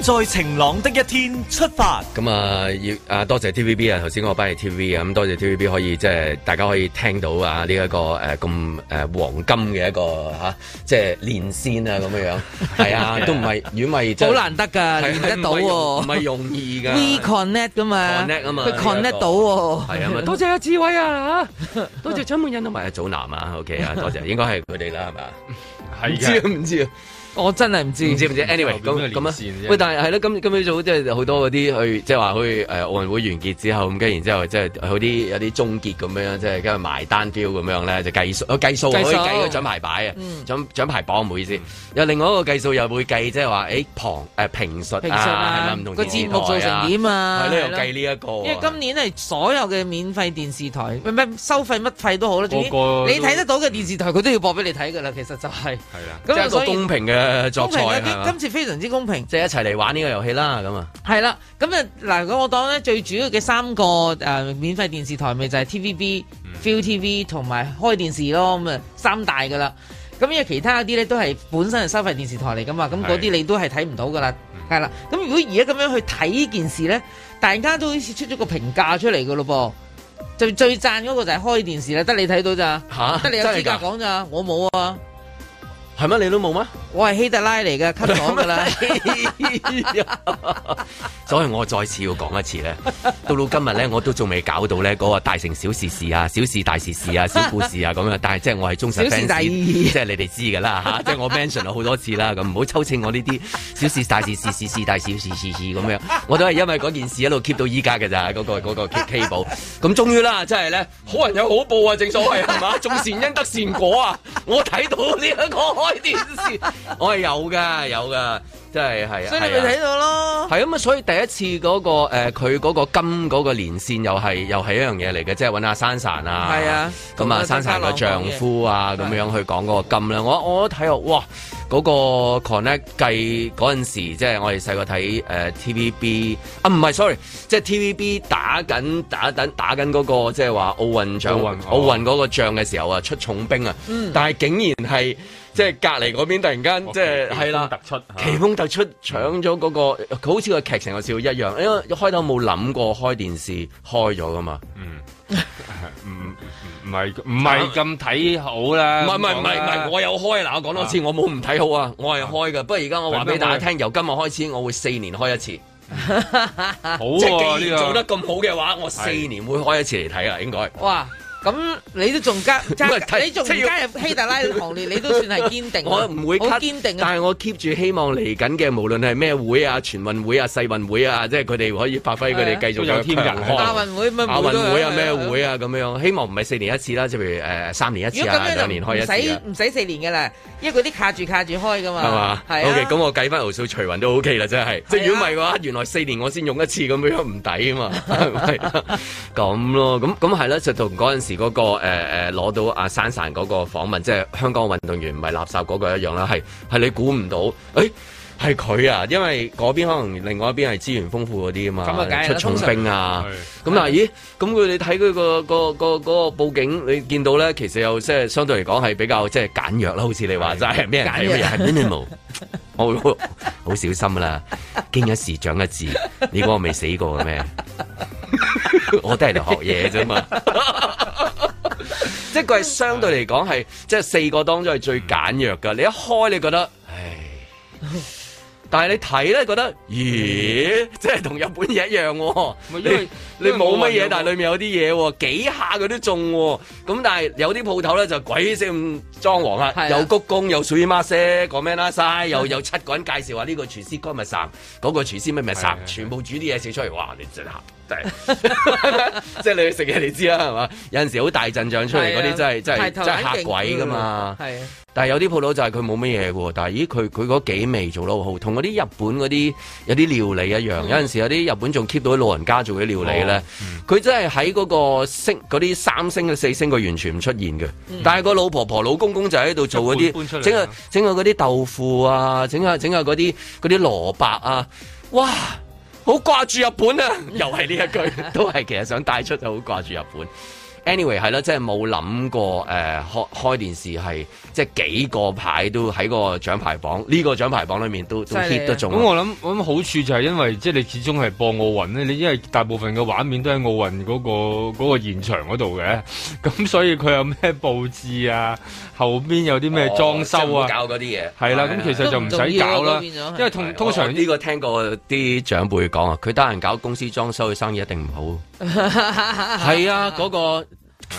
Speaker 1: 在晴朗的一天出发。
Speaker 2: 咁啊，要啊多謝 TVB 啊，頭先我班係 TVB 啊，咁多謝 TVB 可以即係大家可以聽到啊呢一個誒咁誒黃金嘅一個嚇，即係連線啊咁樣樣， 係啊，都唔係，如果唔係真
Speaker 4: 好
Speaker 2: 係
Speaker 4: 難得㗎，
Speaker 2: 係
Speaker 4: 連得到
Speaker 2: 唔係容唔
Speaker 4: 喎。
Speaker 2: 係容易
Speaker 4: We
Speaker 2: 㗎。
Speaker 4: connect 㗎嘛
Speaker 2: connect 啊嘛
Speaker 4: 佢 connect 到喎。
Speaker 2: 係啊嘛，多謝阿志偉啊 嚇，多謝張滿欣同埋阿祖藍啊，OK 啊，多謝，應該係佢哋啦，係嘛？
Speaker 3: 係
Speaker 2: 唔知啊
Speaker 3: 嘅，
Speaker 2: 唔知啊，
Speaker 4: 我真嗯係唔知。
Speaker 2: 唔知唔知，anyway
Speaker 3: 後
Speaker 2: 咁
Speaker 3: 面嗰個
Speaker 2: 咁
Speaker 3: 連
Speaker 2: 啊
Speaker 3: 線啫，
Speaker 2: 喂，但係係咯，今今朝早即係好多嗰啲去，即係話去誒奧運會完結之後，咁跟住然之後即係呃有啲有啲終結咁樣，即係跟住埋單標咁樣咧，就計數，哦計數可以
Speaker 4: 計數嗯
Speaker 2: 計個獎牌擺啊，獎獎牌榜唔好意思，有另外一個計數又會計，即係話誒旁誒評述
Speaker 4: 平常
Speaker 2: 啊，係咪
Speaker 4: 啊
Speaker 2: 唔，同
Speaker 4: 個
Speaker 2: 電視
Speaker 4: 節目做
Speaker 2: 台啊
Speaker 4: 成點啊？
Speaker 2: 係咯，又
Speaker 4: 係咯
Speaker 2: 計呢一個啊，
Speaker 4: 因為今年係所有嘅免費電視台，唔係收費乜費都好啦，總之
Speaker 3: 個個
Speaker 4: 你睇得到嘅電視台，佢都要播俾你睇噶啦。其實就係
Speaker 3: 係啦，
Speaker 2: 即係
Speaker 4: 咁啊，
Speaker 2: 一個
Speaker 4: 所以
Speaker 2: 公平嘅作
Speaker 4: 公
Speaker 2: 賽啊
Speaker 4: 平
Speaker 2: 係
Speaker 4: 嘅
Speaker 2: 嘛
Speaker 4: 今今次非常之公平。
Speaker 2: 即係一齊嚟玩呢個遊戲啦，咁啊，
Speaker 4: 係啦，咁啊嗱，咁我當咧最主要嘅三個誒、呃免費電視台咪就係 TVB、ViuTV
Speaker 2: 嗯
Speaker 4: 同埋開電視咯，咁啊三大噶啦。咁因為其他嗰啲咧都係本身係收費電視台嚟噶嘛，咁嗰啲你都係睇唔到噶啦，
Speaker 2: 嗯
Speaker 4: 係啦。咁如果而家咁樣去睇呢件事咧，大家都好似出咗個評價出嚟噶咯噃，就最讚嗰個就係開電視啦，得你睇到咋，
Speaker 2: 嚇
Speaker 4: 得你有
Speaker 2: 啊真係
Speaker 4: 資格
Speaker 2: 㗎
Speaker 4: 講咋，我冇啊，
Speaker 2: 係咩？你都冇咩？
Speaker 4: 我係希特拉嚟嘅，吸咗噶 啦。
Speaker 2: 啊
Speaker 4: 哎
Speaker 2: 所以我再次要講一次咧，到到今日咧，我都仲未搞到咧嗰個大城小事事啊、小事大事事啊、小故事啊咁樣，但係即係我係忠實
Speaker 4: 小事
Speaker 2: fans，
Speaker 4: 大
Speaker 2: 即
Speaker 4: 意
Speaker 2: 係你哋知㗎啦嚇，即係我 mention 咗好多次啦，咁唔好抽清我呢啲小事大事事事事大事事事事咁樣，我都係因為嗰件事一路 keep 到依家㗎咋，嗰、個嗰、個 K K 寶，咁終於啦，真係咧，好人有好報啊，正所謂係嘛，種善因得善果啊，我睇到呢一個開電視，我係有㗎有㗎，真係係啊，
Speaker 4: 所以你咪
Speaker 2: 係啊
Speaker 4: 睇到咯。
Speaker 2: 係咁啊，所以第一次嗰、個誒佢嗰個金嗰個連線又係又係一樣嘢嚟嘅，即係揾阿珊珊啊，
Speaker 4: 係啊
Speaker 2: 咁啊
Speaker 4: 同阿
Speaker 2: 珊珊個
Speaker 4: 曾家
Speaker 2: 丈
Speaker 4: 朗講嘢
Speaker 2: 夫啊咁樣去講嗰個金啦。我我睇落哇，嗰、個 connect 計嗰陣時，即係我哋細個睇呃誒 TVB 啊，唔係 sorry，即係 TVB 打緊打緊打緊嗰、個即係話奧運獎
Speaker 3: 奧運哦
Speaker 2: 奧運嗰個仗嘅時候啊，出重兵啊，
Speaker 4: 嗯
Speaker 2: 但係竟然係即係隔離嗰邊突然
Speaker 3: 哦
Speaker 2: 間即係係啦。
Speaker 3: 突出嚇
Speaker 2: 奇峰突出搶咗嗰、個，佢好似個劇情個笑一樣，因為一開頭冇諗過開電視開咗噶嘛，
Speaker 3: 唔係唔係咁睇好啦，
Speaker 2: 啊唔係唔係唔係唔係，我有開嗱，我講多次，我冇唔睇好啊，我係開噶，不過而家我話俾大家聽，由今日開始我會四年開一次，
Speaker 3: 好啊
Speaker 2: 即
Speaker 3: 喎
Speaker 2: 係既
Speaker 3: 呢
Speaker 2: 然做得
Speaker 3: 個。
Speaker 2: 咁好嘅話，我四年會開一次嚟睇啦，應該。
Speaker 4: 哇！咁你都仲 加
Speaker 2: 唔係
Speaker 4: 加，
Speaker 2: 睇
Speaker 4: 你仲
Speaker 2: 即係要
Speaker 4: 加入希特拉嘅行列，你都算係堅 定啊。
Speaker 2: 我唔會
Speaker 4: 好
Speaker 2: cut，
Speaker 4: 堅定啊！
Speaker 2: 但係我 keep 住希望嚟緊嘅，無論係咩會啊、全運會啊、世運會啊，即係佢哋可以發揮佢哋繼續
Speaker 3: 都有
Speaker 2: 嘅
Speaker 3: 添人
Speaker 2: 強項
Speaker 3: 我
Speaker 4: 亞運會咪
Speaker 2: 亞運會啊、咩
Speaker 4: 啊？
Speaker 2: 會啊咁樣，希望唔係四年一次啦，即係譬如誒三年一
Speaker 4: 如
Speaker 2: 次
Speaker 4: 果咁
Speaker 2: 啊，
Speaker 4: 樣
Speaker 2: 兩年開一次
Speaker 4: 就
Speaker 2: 啊
Speaker 4: 唔使唔使四年噶啦，因為嗰啲卡住卡住開噶嘛。
Speaker 2: 係嘛
Speaker 4: 係啊。
Speaker 2: ？OK，咁我計翻條數，除雲都 OK 啦，真係。即係
Speaker 4: 係啊
Speaker 2: 如果唔係嘅話，原來四年我先用一次咁樣唔抵啊 嘛，係咪咁咯，咁咁係啦，就同嗰陣時嗰個誒誒攞到阿珊珊嗰個訪問，即係香港運動員唔係垃圾嗰個一樣啦，係係你估唔到，誒係佢啊，因為嗰邊可能另外一邊係資源豐富嗰啲啊嘛，
Speaker 4: 咁啊梗係啦
Speaker 2: 出重兵啊。咁嗱，咦？咁佢你睇佢個個個嗰個報警，你見到咧，其實又即係相對嚟講係比較即係簡約啦，好似你話齋，咩人睇咩人係 minimal，我 會好小心啦，經一事長一智，你估我未死過嘅咩？ 我都係嚟學嘢啫嘛。 即係佢係相對嚟講係，即係四個當中係最簡約噶。你一開你覺得，唉，但係你睇咧覺得，咦，即係同日本嘢一樣喎。
Speaker 3: 咪因為
Speaker 2: 你你冇乜
Speaker 3: 因為冇運
Speaker 2: 嘢
Speaker 3: 動，
Speaker 2: 但係裡面有啲嘢喎，幾下佢都中喎。咁但係有啲鋪頭咧就鬼死咁裝潢啊，
Speaker 4: 係啊
Speaker 2: 有鞠躬，有水媽啡，講咩啦晒，又有七個人介紹話呢個廚師乾咪神，嗰個廚師乜咪神
Speaker 3: 係啊，係啊
Speaker 2: 全部煮啲嘢食出嚟，哇！你真係真係， 即係你去食嘢你知啦，係嘛？有陣時好大陣仗出嚟嗰啲真係真係
Speaker 4: 啊排頭
Speaker 2: 真
Speaker 4: 位
Speaker 2: 係嚇鬼噶嘛。
Speaker 4: 勁嗯係啊，
Speaker 2: 但係有啲鋪頭就係佢冇乜嘢嘅喎，但係咦佢佢嗰幾味做得好好，同嗰啲日本嗰啲有啲料理一
Speaker 3: 嗯
Speaker 2: 樣。有陣時有啲日本仲 keep 到啲老人家做嘅料理
Speaker 3: 哦
Speaker 2: 咧，佢、真係喺嗰個星嗰啲三星四星，佢完全唔出現嘅。但係個老婆婆老公公就喺度做嗰
Speaker 3: 一嗯半搬出
Speaker 2: 啲
Speaker 3: 嚟啊
Speaker 2: 整下整下嗰啲豆腐啊，整下整下嗰啲嗰啲蘿蔔啊，哇！好掛住日本啊！ 又係呢一句， 都係其實想帶出就好掛住日本。anyway 係啦，即係冇諗過誒、呃、開開電視係即係幾個牌都喺個獎牌榜呢、個獎牌榜裏面都都
Speaker 4: 犀利啊
Speaker 2: hit 得中
Speaker 3: 咁
Speaker 2: 啊。
Speaker 3: 我諗，我諗好處就係因為即係你始終係播奧運咧，你因為大部分嘅畫面都喺奧運嗰、個嗰、個現場嗰度嘅， 咁所以佢有咩佈置啊，後邊有啲咩裝修
Speaker 2: 哦
Speaker 3: 啊
Speaker 2: 即係，冇搞嗰啲嘢
Speaker 3: 係啦，咁其實就唔使搞
Speaker 4: 都唔重要啊
Speaker 3: 啦，
Speaker 4: 都變咗係
Speaker 3: 因為通通
Speaker 2: 我
Speaker 3: 常
Speaker 2: 呢個聽過啲長輩啊
Speaker 4: 啊
Speaker 2: 講啊，佢得閒搞公司裝修，佢生意一定唔好。係啊，嗰、個。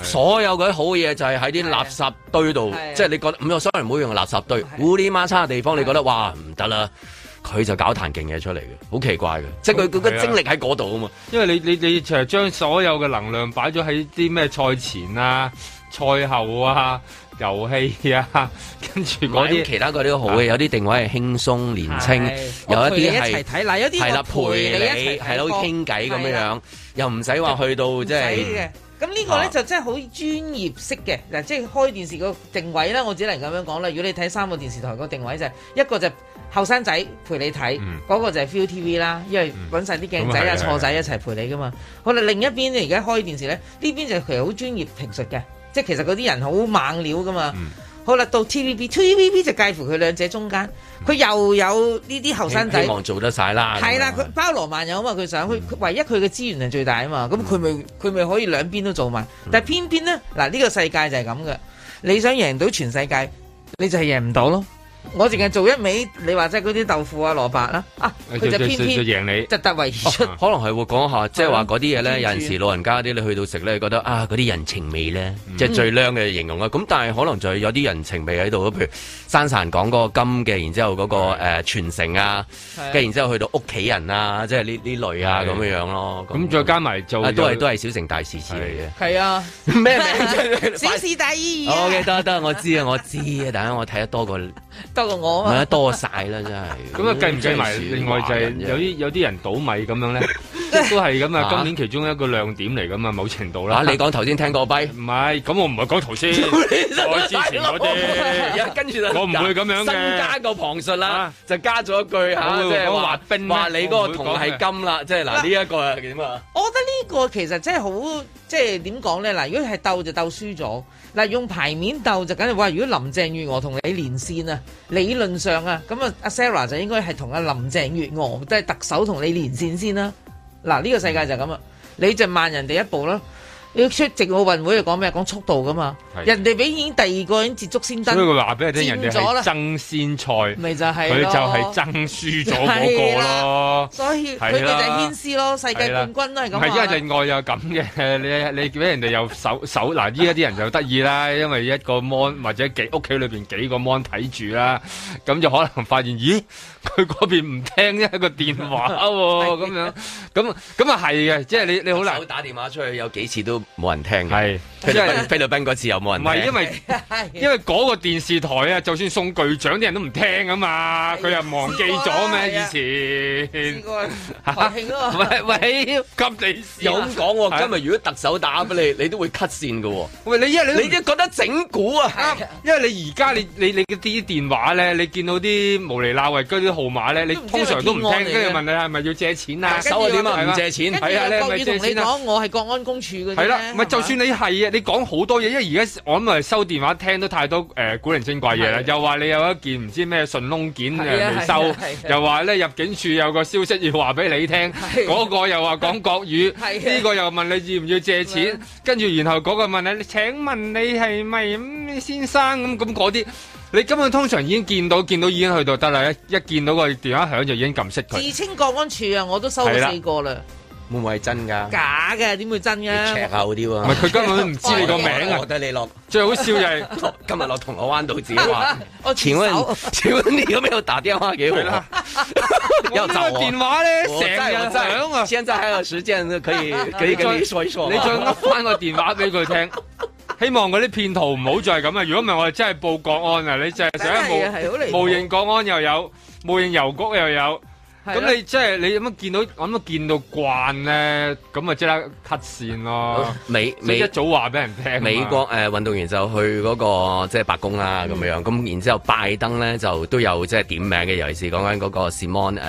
Speaker 2: 所有嗰啲好嘢就係喺啲垃圾堆度
Speaker 4: 係啊，
Speaker 2: 即係你覺得唔好，sorry 唔好用垃圾堆，
Speaker 4: 係啊
Speaker 2: 烏哩孖叉嘅地方，你覺得哇唔得啦，佢就搞彈勁嘢出嚟嘅，好奇怪嘅，即係佢佢個
Speaker 3: 係啊
Speaker 2: 精力喺嗰度啊嘛，
Speaker 3: 因為你你你就係將所有嘅能量擺咗喺啲咩賽前啊、賽後啊、遊戲啊， 跟住
Speaker 2: 嗰
Speaker 3: 嗰
Speaker 2: 啲
Speaker 3: 啲
Speaker 2: 其他嗰啲都好嘅，有啲定位係輕鬆年青
Speaker 4: 係，
Speaker 2: 有
Speaker 4: 我陪
Speaker 2: 一
Speaker 4: 你
Speaker 2: 啲
Speaker 4: 一
Speaker 2: 係
Speaker 4: 齊。睇，嗱有啲
Speaker 2: 係啦，陪
Speaker 4: 我陪你
Speaker 2: 你
Speaker 4: 一齊睇
Speaker 2: 係啦，
Speaker 4: 波
Speaker 2: 好似傾偈咁
Speaker 4: 係
Speaker 2: 樣
Speaker 4: 啦
Speaker 2: 樣，又唔使話去到即
Speaker 4: 使
Speaker 2: 係
Speaker 4: 嘅。咁呢個
Speaker 2: 啊
Speaker 4: 咧就真係好專業式嘅嗱，即係開電視個定位啦，我只能咁樣講啦。如果你睇三個電視台個定位就係一個就後生仔陪你睇，嗰、
Speaker 3: 嗯
Speaker 4: 個就係 Feel TV 啦，因為揾晒啲鏡仔啊、
Speaker 3: 咁啊係
Speaker 4: 錯仔一齊陪你噶嘛。好啦，另一邊而家開電視咧，呢邊就其實好專業評述嘅，即係其實嗰啲人好猛料噶嘛。好啦，到 TVB，TVB 就介乎佢兩者中間，佢又有呢啲後生仔
Speaker 2: 希。望做得晒啦。
Speaker 4: 係啦，
Speaker 2: 啊咁
Speaker 4: 佢
Speaker 2: 樣
Speaker 4: 包羅萬有啊嘛，佢想佢佢唯一佢嘅資源係最大啊嘛，咁佢咪佢咪可以兩邊都做埋。但係偏偏呢，嗱呢個世界就係咁嘅，你想贏到全世界，你就係贏唔到咯。我淨係做一味，你話即係嗰啲豆腐啊、蘿蔔啦，啊佢就
Speaker 3: 哎就
Speaker 4: 偏
Speaker 3: 就
Speaker 4: 偏
Speaker 3: 贏你。
Speaker 4: 就突圍而出。
Speaker 3: 啊
Speaker 2: 可能係會講下，即係話嗰啲嘢
Speaker 4: 係啊
Speaker 2: 咧，有陣時老人家啲你去到食咧，覺得啊嗰啲人情味咧，
Speaker 3: 嗯
Speaker 2: 即係最靚嘅形容啦。咁但係可能就係有啲人情味喺度，譬如山神講嗰個金嘅，然之後嗰個誒傳承啊，跟住然之後去到屋企人啊，即係呢呢類啊
Speaker 3: 係
Speaker 2: 咁樣樣咯。
Speaker 3: 咁再加埋就
Speaker 2: 啊都係都
Speaker 3: 係
Speaker 2: 係小城大事之嚟
Speaker 4: 係啊，
Speaker 2: 嘅。 咩 哦名？
Speaker 4: 小事大 意義啊
Speaker 2: O K，得得，我知啊，我知啊，但係我睇得多 過，唔
Speaker 4: 多過我啊
Speaker 2: 係
Speaker 4: 嘛。
Speaker 2: 多晒啦，真係。
Speaker 3: 咁啊，計唔計埋？
Speaker 2: 真係
Speaker 3: 另外就
Speaker 2: 少
Speaker 3: 係
Speaker 2: 人啫
Speaker 3: 有啲有啲人倒米咁樣咧，都係咁啊。
Speaker 2: 啊
Speaker 3: 今年其中一個亮點嚟咁啊，某程度
Speaker 2: 嗱，
Speaker 3: 啦。
Speaker 2: 你講頭先聽過跛。
Speaker 3: 唔係，咁我唔係講頭先， 我哦之前嗰啲。
Speaker 2: 跟住就
Speaker 3: 我唔會咁樣嘅
Speaker 2: 新加個旁述啦
Speaker 3: 啊，
Speaker 2: 就加咗一句嚇，
Speaker 3: 我會
Speaker 2: 即係
Speaker 3: 講
Speaker 2: 話
Speaker 3: 滑冰咩
Speaker 2: 話你嗰
Speaker 3: 我唔
Speaker 2: 個
Speaker 3: 會
Speaker 2: 銅係
Speaker 3: 講
Speaker 2: 金啦，即係嗱呢一個係點啊？
Speaker 4: 我覺得呢個其實真係好，即係點講咧？嗱，如果係鬥就鬥輸咗，嗱用牌面鬥就梗係話，如果林鄭月娥同你連線啊，理論上啊，咁啊阿 Sarah 就應該係同阿林鄭月娥即係特首同你連線先啦。嗱，呢個世界就係咁啊，你就慢人哋一步啦。要出席奧運會就講咩？啊講速度噶嘛，
Speaker 3: 係
Speaker 4: 人哋俾已經第二個人捷足先
Speaker 3: 所以
Speaker 4: 登，
Speaker 3: 佢話俾你聽，人哋
Speaker 4: 佔咗啦
Speaker 3: 係爭先賽，佢
Speaker 4: 咪就係
Speaker 3: 就
Speaker 4: 咯
Speaker 3: 係爭輸咗嗰
Speaker 4: 係
Speaker 3: 個
Speaker 4: 啦
Speaker 3: 咯。
Speaker 4: 所以佢
Speaker 3: 係
Speaker 4: 哋就
Speaker 3: 啦
Speaker 4: 係牽絲咯，世界冠軍都係咁
Speaker 3: 唔係，因為
Speaker 4: 啊。
Speaker 3: 另外又咁嘅，你你俾人哋又手手嗱，依家啲人就得意啦，因為一個 mon 或者幾屋企裏邊幾個 mon 睇住啦，咁就可能發現，咦，佢嗰邊唔聽一個電話喎，咁樣，咁咁啊係嘅，即係你你好難
Speaker 2: 手打電話出去有幾次都冇人聽嘅，
Speaker 3: 係，
Speaker 2: 菲律
Speaker 3: 因為
Speaker 2: 賓菲律賓嗰次又冇人
Speaker 3: 唔係
Speaker 2: 聽。
Speaker 3: 因為 因為嗰個電視台啊，就算送巨獎啲人都唔聽啊嘛，佢又忘記咗咩
Speaker 4: 係啊
Speaker 3: 以前
Speaker 4: 試。過台 慶啊嘛。
Speaker 3: 喂喂，急你事
Speaker 2: 有
Speaker 3: 啊
Speaker 2: 咁講
Speaker 3: 係啊
Speaker 2: 喎，今日如果特首打俾你，你都會 cut 線嘅喎，
Speaker 3: 喂你因為你都唔
Speaker 2: 你都覺得整蠱啊？
Speaker 3: 啱，因為你而家你你你嗰啲電話咧，你見到啲無厘鬧為嗰啲號碼咧，你
Speaker 4: 都唔知
Speaker 3: 通常都唔
Speaker 4: 係騙案
Speaker 3: 聽，
Speaker 4: 嚟嘅
Speaker 3: 跟住問你係咪要借錢啊
Speaker 2: 特？首啊點
Speaker 3: 係嘛
Speaker 2: 啊？唔借錢
Speaker 4: 跟
Speaker 3: 係
Speaker 4: 住
Speaker 3: 啊你係
Speaker 4: 有國
Speaker 3: 咪
Speaker 4: 語
Speaker 3: 借
Speaker 4: 同你
Speaker 3: 先啊
Speaker 4: 講，我係國安公署嘅啫。
Speaker 3: 係啦，咪
Speaker 4: 係
Speaker 3: 就算你係啊，你講好多嘢，因為而家我諗係收電話聽到太多誒古靈精怪嘢啦，又話你有一件唔知咩順窿件誒
Speaker 4: 係啊
Speaker 3: 未
Speaker 4: 係啊係啊
Speaker 3: 收，又話咧入境處有個消息要話俾你聽，
Speaker 4: 係
Speaker 3: 嗰個又話講國
Speaker 4: 係啊
Speaker 3: 語，呢個又問你要唔要借
Speaker 4: 係啊
Speaker 3: 錢，跟住然後嗰個問你，請問你係咪咁先生咁咁嗰啲，你根本通常已經見到見到已經去到得啦，一一見到個電話響就已經撳熄佢，
Speaker 4: 自稱國安處啊，我都收過
Speaker 3: 係啦
Speaker 4: 四個啦，
Speaker 2: 會唔會係真㗎？
Speaker 4: 假嘅點會真
Speaker 2: 你 check
Speaker 4: 嘅？
Speaker 2: 下好啲
Speaker 3: 唔係
Speaker 2: 喎。
Speaker 3: 佢根本唔知你個名 啊
Speaker 2: 我，覺得你落
Speaker 3: 最好笑就係。
Speaker 2: 今日落銅鑼灣度自己 話。
Speaker 4: 我自
Speaker 2: 請
Speaker 4: 首
Speaker 2: 問，請問你有沒有打電話給我？要找
Speaker 3: 我呢個
Speaker 2: 我。
Speaker 3: 電話咧
Speaker 2: 我
Speaker 3: 成
Speaker 2: 在
Speaker 3: 日
Speaker 2: 我在
Speaker 3: 響啊！
Speaker 2: 現在還有時間可以 可以跟你說一啊說嗎。
Speaker 3: 你再呃翻個電話俾佢聽，希望嗰啲騙徒唔好再咁啊！如果唔係，我哋真係報國安啊！你就係
Speaker 4: 真
Speaker 3: 想
Speaker 4: 係啊
Speaker 3: 冒
Speaker 4: 係好離
Speaker 3: 冒
Speaker 4: 譜
Speaker 3: 認國安又有，冒認郵局又有，
Speaker 4: 係
Speaker 3: 咁
Speaker 4: 啦
Speaker 3: 你即係你咁樣見到咁樣見到慣咧，咁啊即刻 cut 線咯！
Speaker 2: 美
Speaker 3: 啊即係一
Speaker 2: 美
Speaker 3: 早話俾人聽啊嘛。
Speaker 2: 美國誒、呃、運動員就去嗰、個即係白宮啦咁
Speaker 3: 嗯
Speaker 2: 樣，咁然之後拜登咧就都有即係點名嘅，尤其是講緊嗰個 Simon 誒、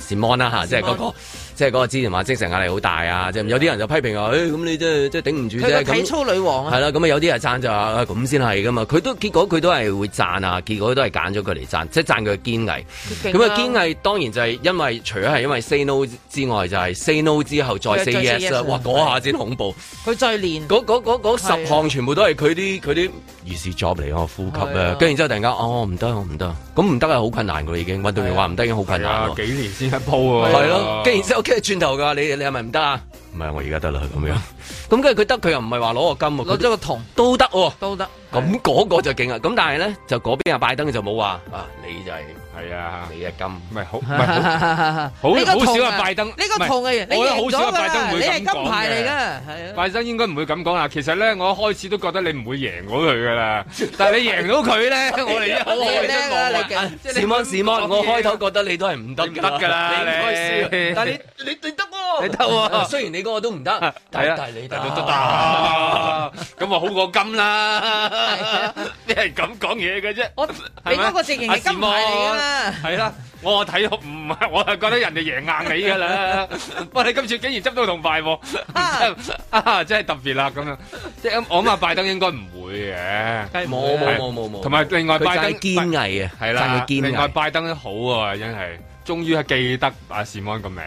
Speaker 2: Simon
Speaker 3: 嗯
Speaker 2: 啦嚇，即係嗰、個。即係嗰個之前話精神壓力好大啊！即係有
Speaker 3: 嗯
Speaker 2: 啲人就批評話，誒、咁你真係真係頂唔住
Speaker 4: 佢
Speaker 2: 啫。
Speaker 4: 個體
Speaker 2: 咁
Speaker 4: 操女王
Speaker 2: 係
Speaker 4: 啊，
Speaker 2: 啦，咁啊有啲係讚就話啊咁先係噶嘛，佢都結果佢都係會讚啊，結果都係揀咗佢嚟讚，即係讚佢嘅堅毅。咁啊堅毅當然就係因為除咗係因為 say no 之外，就係、say no 之後再
Speaker 4: 再
Speaker 2: say
Speaker 4: say
Speaker 2: yes 啦
Speaker 4: yes，
Speaker 2: 哇嗰下先恐怖，
Speaker 4: 佢再練，
Speaker 2: 嗰嗰嗰嗰
Speaker 4: 係啊
Speaker 2: 十項全部都係佢啲佢啲如是 job 嚟我呼吸
Speaker 4: 係啊
Speaker 2: 啊，跟住然之後突然間哦我唔得我唔得，咁唔得係好困難噶啦已經，運動員話唔得已經好困
Speaker 3: 係
Speaker 2: 難
Speaker 3: 啊
Speaker 2: 喎，
Speaker 3: 幾年先一鋪啊！
Speaker 2: 係咯，跟住然之後跟住轉頭㗎，你你係咪唔得啊？唔係我而家得啦咁樣。咁跟住佢得佢又唔係話攞個金喎，
Speaker 4: 攞
Speaker 2: 佢
Speaker 4: 咗個銅
Speaker 2: 都得喎。
Speaker 4: 都得。
Speaker 2: 咁嗰個就勁啊！咁但係咧就嗰邊阿拜登就冇話啊，你就係
Speaker 3: 係啊，
Speaker 2: 你嘅金。
Speaker 3: 唔係好，唔係好。
Speaker 4: 呢
Speaker 3: 好
Speaker 4: 個
Speaker 3: 好少
Speaker 4: 銅
Speaker 3: 啊
Speaker 4: 啊
Speaker 3: 拜登
Speaker 4: 呢個
Speaker 3: 唔係
Speaker 4: 銅嘅，你
Speaker 3: 我覺得
Speaker 4: 贏
Speaker 3: 好
Speaker 4: 咗
Speaker 3: 少啊
Speaker 4: 㗎
Speaker 3: 拜登
Speaker 4: 啦，
Speaker 3: 會
Speaker 4: 你係
Speaker 3: 咁
Speaker 4: 金牌嚟㗎，係啊。
Speaker 3: 拜登應該唔會咁講啦。其實咧，我一開始都覺得你唔會贏到佢 噶啦。但係你贏到佢咧，我哋一好開
Speaker 4: 你叻
Speaker 3: 心
Speaker 4: 啊
Speaker 3: 望
Speaker 4: 你
Speaker 3: 啊
Speaker 4: 勁
Speaker 2: 啊史芒史芒，我開頭覺得你都係唔得
Speaker 3: 你唔得㗎啦
Speaker 2: 你唔該
Speaker 3: 你
Speaker 2: 輸，但係你你你得喎，
Speaker 3: 你得喎
Speaker 2: 雖然你嗰個都唔 得，但
Speaker 3: 係
Speaker 2: 係
Speaker 3: 啊
Speaker 2: 但係你得，
Speaker 3: 都得啊，咁啊好過金啦。你係咁講嘢嘅啫。
Speaker 4: 我
Speaker 3: 咪
Speaker 4: 你嗰個直型係金牌嚟㗎啦。
Speaker 3: 係啦，我睇到唔係，我係覺得人哋贏硬你㗎 啦。不過你今次竟然執到銅牌喎，真係 啊真係特別啦咁樣。即係我諗啊，拜登應該唔會嘅。
Speaker 2: 冇冇冇冇冇，
Speaker 3: 同埋另外
Speaker 2: 佢
Speaker 3: 拜
Speaker 2: 真
Speaker 3: 登
Speaker 2: 係堅毅啊，
Speaker 3: 係
Speaker 2: 真
Speaker 3: 啦
Speaker 2: 係，堅毅
Speaker 3: 另外拜登都好喎，真係。終於係記得阿士安個名，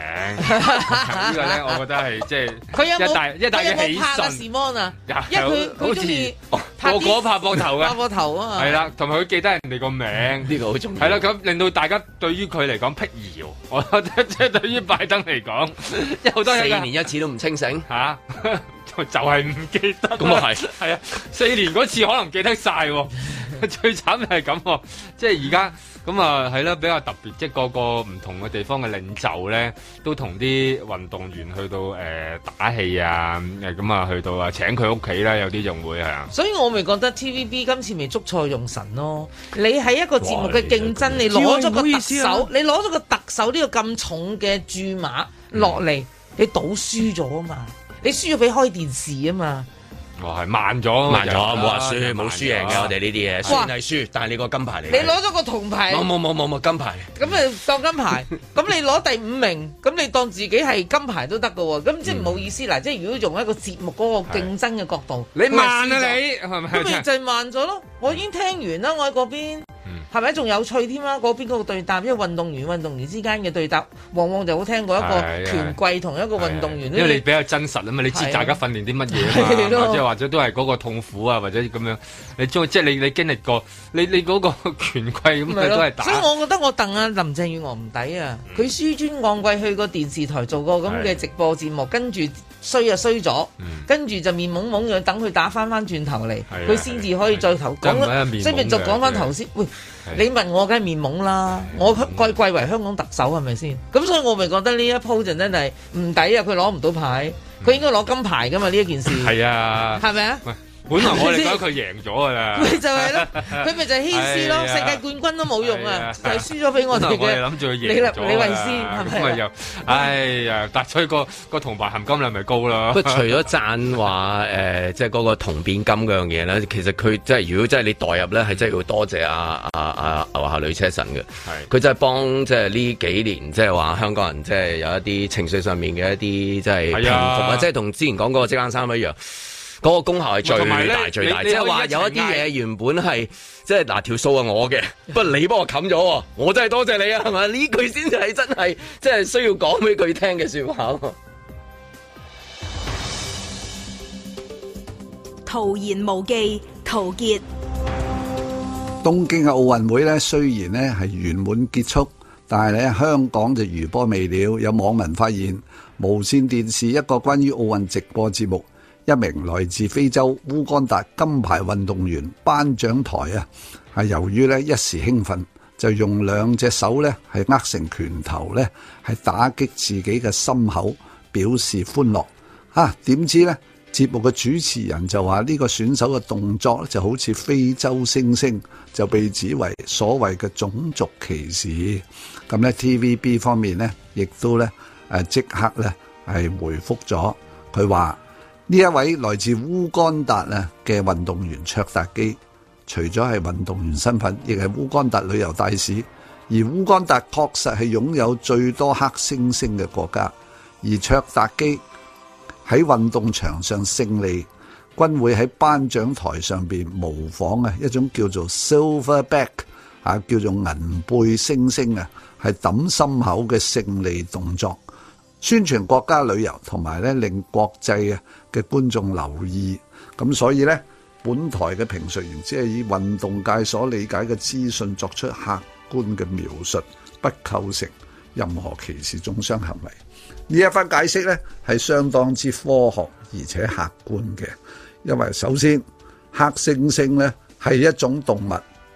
Speaker 3: 呢個咧我覺得係即係
Speaker 4: 佢有冇
Speaker 3: 一大一大
Speaker 4: 佢有
Speaker 3: 嘅
Speaker 4: 冇拍啊
Speaker 3: 喜訊，
Speaker 4: 時芒啊？因
Speaker 3: 有
Speaker 4: 為佢
Speaker 3: 好
Speaker 4: 佢中意拍
Speaker 3: 個
Speaker 4: 啲
Speaker 3: 個拍膊頭
Speaker 4: 拍
Speaker 3: 嘅，
Speaker 4: 個頭啊嘛。
Speaker 3: 係啦，同埋佢記得人哋個名。
Speaker 2: 呢個好重要。
Speaker 3: 係啦，咁令到大家對於佢嚟講辟謠，我覺得即係對於拜登嚟講，有好多
Speaker 2: 四
Speaker 3: 人
Speaker 2: 年一次都唔清醒，
Speaker 3: 嚇， 就就係唔記得啦。
Speaker 2: 咁啊係
Speaker 3: 係啊，四年嗰次可能記得晒喎， 最慘係咁喎，即係而家咁啊係啦，比較特別，即係個個唔同嘅地方嘅領袖咧，都同啲運動員去到誒、呃打氣啊，誒咁啊去到啊請佢屋企啦，有啲仲會係啊。
Speaker 4: 所以我咪覺得 TVB 今次咪捉錯用神咯。你喺一個節目嘅競爭，你攞咗個特
Speaker 2: 啊
Speaker 4: 首，你攞咗個特首呢個咁重嘅注碼落
Speaker 2: 嗯
Speaker 4: 嚟，你賭輸咗啊嘛，你輸咗俾開電視啊嘛。
Speaker 3: 哇，係啊慢咗，
Speaker 2: 慢咗，
Speaker 3: 就
Speaker 2: 冇話輸，冇
Speaker 3: 慢
Speaker 2: 輸贏
Speaker 3: 咗
Speaker 2: 嘅，我哋呢啲嘢，雖然係輸，但係你個金牌嚟
Speaker 4: 你
Speaker 2: 嘅。
Speaker 4: 攞咗個銅牌，
Speaker 2: 冇冇冇冇冇金牌，
Speaker 4: 咁咪當金 牌。咁你攞第五名，咁你當自己係金牌都得㗎喎。咁即係冇意思
Speaker 2: 嗯
Speaker 4: 嗱。即係如果用一個節目嗰個競爭嘅角度，
Speaker 3: 你慢
Speaker 4: 我係輸咗
Speaker 3: 啊你，係咪？
Speaker 4: 咁咪就係慢咗咯。我已經聽完啦，我喺嗰邊
Speaker 3: 嗯，
Speaker 4: 係咪仲有趣添啦？啊嗰邊嗰個對答，因為運動員運動員之間嘅對答，往往就好聽過一
Speaker 3: 係
Speaker 4: 個權貴同一個運動員。
Speaker 3: 因為你比較真實啊嘛，你知
Speaker 4: 係啊
Speaker 3: 大家訓練啲乜嘢
Speaker 4: 係
Speaker 3: 啊嘛，
Speaker 4: 咯
Speaker 3: 或者或者都係嗰個痛苦啊，或者咁樣，你中即係你你經歷過，你你嗰個 權貴咁
Speaker 4: 咪
Speaker 3: 你
Speaker 4: 咯
Speaker 3: 都係打嗯
Speaker 4: 所以。我覺得我鄧啊林鄭月娥唔抵啊！佢輸尊昂貴去個電視台做個咁嘅
Speaker 3: 係
Speaker 4: 直播節目，跟住衰啊衰咗
Speaker 3: 嗯，
Speaker 4: 跟住就面懵懵樣等佢打翻翻轉頭嚟
Speaker 3: 係啊，
Speaker 4: 佢先至可以再頭
Speaker 3: 係啊真係唔係一
Speaker 4: 講，
Speaker 3: 面
Speaker 4: 所以咪
Speaker 3: 懵
Speaker 4: 就
Speaker 3: 嘅
Speaker 4: 講翻頭先。喂，
Speaker 3: 係
Speaker 4: 你問我梗係面懵啦，我貴貴為香港特首係咪先？咁所以我咪覺得呢一鋪就真係唔抵啊！佢攞唔到牌，佢應該攞金牌噶嘛呢一件事，
Speaker 3: 嗯係啊，
Speaker 4: 係咪啊？
Speaker 3: 喂本來我哋覺得佢贏咗㗎 啦
Speaker 4: 咪，就係咯，佢咪就係唏噓
Speaker 3: 哎
Speaker 4: 咯，
Speaker 3: 呀
Speaker 4: 世界冠軍都冇用啊，就
Speaker 3: 哎呀
Speaker 4: 係輸咗俾我
Speaker 3: 本
Speaker 4: 哋
Speaker 3: 來我哋
Speaker 4: 嘅。
Speaker 3: 諗住佢
Speaker 4: 李立
Speaker 3: 贏咗
Speaker 4: 李
Speaker 3: 㗎
Speaker 4: 慧詩係
Speaker 3: 啦，
Speaker 4: 咪
Speaker 3: 咁咪
Speaker 4: 啊
Speaker 3: 又，哎呀，但所以個個銅牌含金量咪高啦
Speaker 2: 不。過除咗讚話誒，即係嗰個銅變金嗰樣嘢咧，其實佢即係如果真係你代入咧，係真係要多謝啊阿阿阿牛下啊女車神嘅。
Speaker 3: 係
Speaker 2: 佢真係幫即係呢幾年，即係話香港人即係有一啲情緒上面嘅一啲即係平
Speaker 3: 係
Speaker 2: 復
Speaker 3: 啊
Speaker 2: 啊，即係同之前講嗰個即冷衫一樣。嗰個功效係最
Speaker 3: 同埋呢
Speaker 2: 大最大，
Speaker 3: 你
Speaker 2: 即係
Speaker 3: 你可以
Speaker 2: 話
Speaker 3: 一齊
Speaker 2: 有一啲
Speaker 3: 嗌
Speaker 2: 嘢原本係即係嗱條數係我嘅， 不過你幫我冚咗喎，我真係多謝你啊，係咪？呢句先至係真係即係需要講俾佢聽嘅説話喎。
Speaker 10: 徒言無忌，陶傑。
Speaker 11: 東京嘅奧運會咧，雖然咧係圓滿結束，但係咧香港就餘波未了。有網民發現無線電視一個關於奧運直播節目，一名來自非洲烏干達金牌運動員頒獎台啊，係由於咧一時興奮，就用兩隻手咧係握成拳頭咧，係打擊自己嘅心口，表示歡樂。啊，點知呢？節目嘅主持人就話呢個選手嘅動作咧就好似非洲猩猩，就被指為所謂嘅種族歧視。咁呢 TVB 方面呢，亦都呢誒即刻呢係回覆咗，佢話呢一位來自烏干達啊嘅運動員卓達基，除咗係運動員身份，亦係烏干達旅遊大使。而烏干達確實係擁有最多黑猩猩嘅國家，而卓達基。喺運動場上勝利，均會喺頒獎台上邊模仿啊一種叫做 silverback 啊叫做銀背猩猩啊，係揼心口嘅勝利動作，宣傳國家旅遊同埋咧令國際啊嘅觀眾留意。咁所以呢，本台嘅評述員只係以運動界所理解嘅資訊作出客觀嘅描述，不構成任何歧視中傷行為。呢一番解釋呢係相當之科學而且客觀嘅，因為首先黑猩猩呢係一種動物，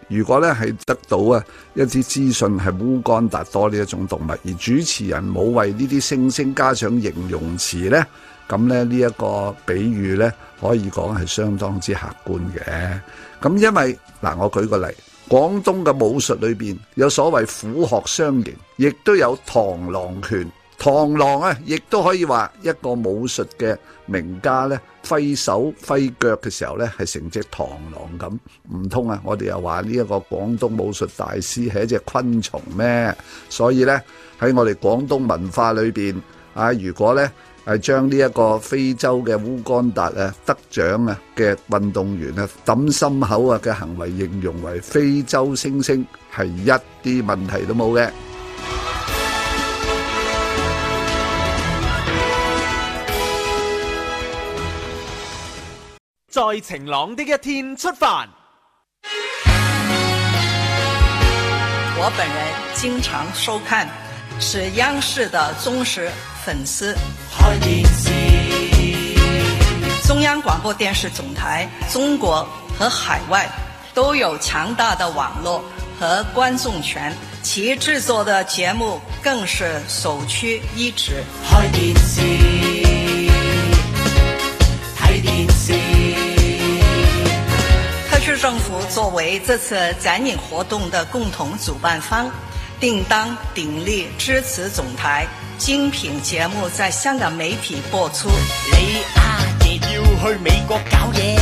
Speaker 11: 如果呢係得到啊一啲資訊係烏干達多呢一種動物，而主持人冇為呢啲猩猩加上形容詞呢，咁咧呢一個比喻呢可以講係相當之客觀嘅。咁因為嗱，我舉個例。廣東嘅武術裏邊有所謂虎鶴雙形，亦都有螳螂拳。螳螂啊，亦都可以話一個武術嘅名家咧，揮手揮腳嘅時候咧，係成隻螳螂咁。唔通啊，我哋又話呢一個廣東武術大師係一隻昆蟲咩？所以咧喺我哋廣東文化裏邊啊，如果咧係將呢一個非洲嘅烏干達啊得獎啊嘅運動員啊抌心口啊嘅行為形容為非洲猩猩，係一啲問題都冇嘅。
Speaker 1: 在晴朗的一天出發。
Speaker 7: 我本人经常收看，是央视的忠实粉丝。开电视，中央广播电视总台中国和海外都有强大的网络和观众权，其制作的节目更是首屈一指。开电视，睇电视。特区政府作为这次展演活动的共同主办方，定当鼎力支持总台精品节目在香港媒体播出。你阿
Speaker 1: 啊
Speaker 7: 爷要去美国搞嘢，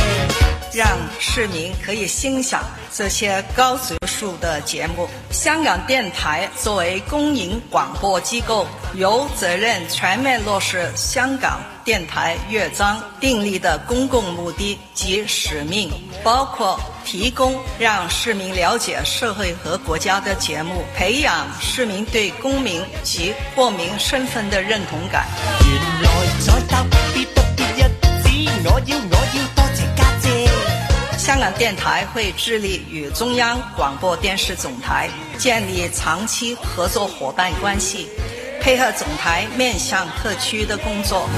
Speaker 7: 让市民可以欣赏这些高质素的节目。香港电台作为公营广播机构，有责任全面落实香港电台乐章订立的公共目的及使命，包括提供让市民了解社会和国家的节目，培养市民对公民及国民身份的认同感。香港电台会致力与中央广播电视总台建立长期合作伙伴关系，配合总台面向特区的工作。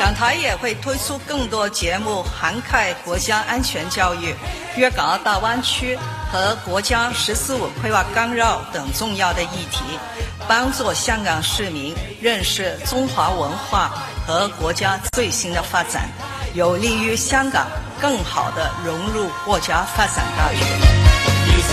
Speaker 7: 港台也会推出更多节目，涵盖国家安全教育、粤港澳大湾区和国家“十四五”规划纲要等重要的议题，帮助香港市民认识中华文化和国家最新的发展，有利于香港更好地融入国家发展大局。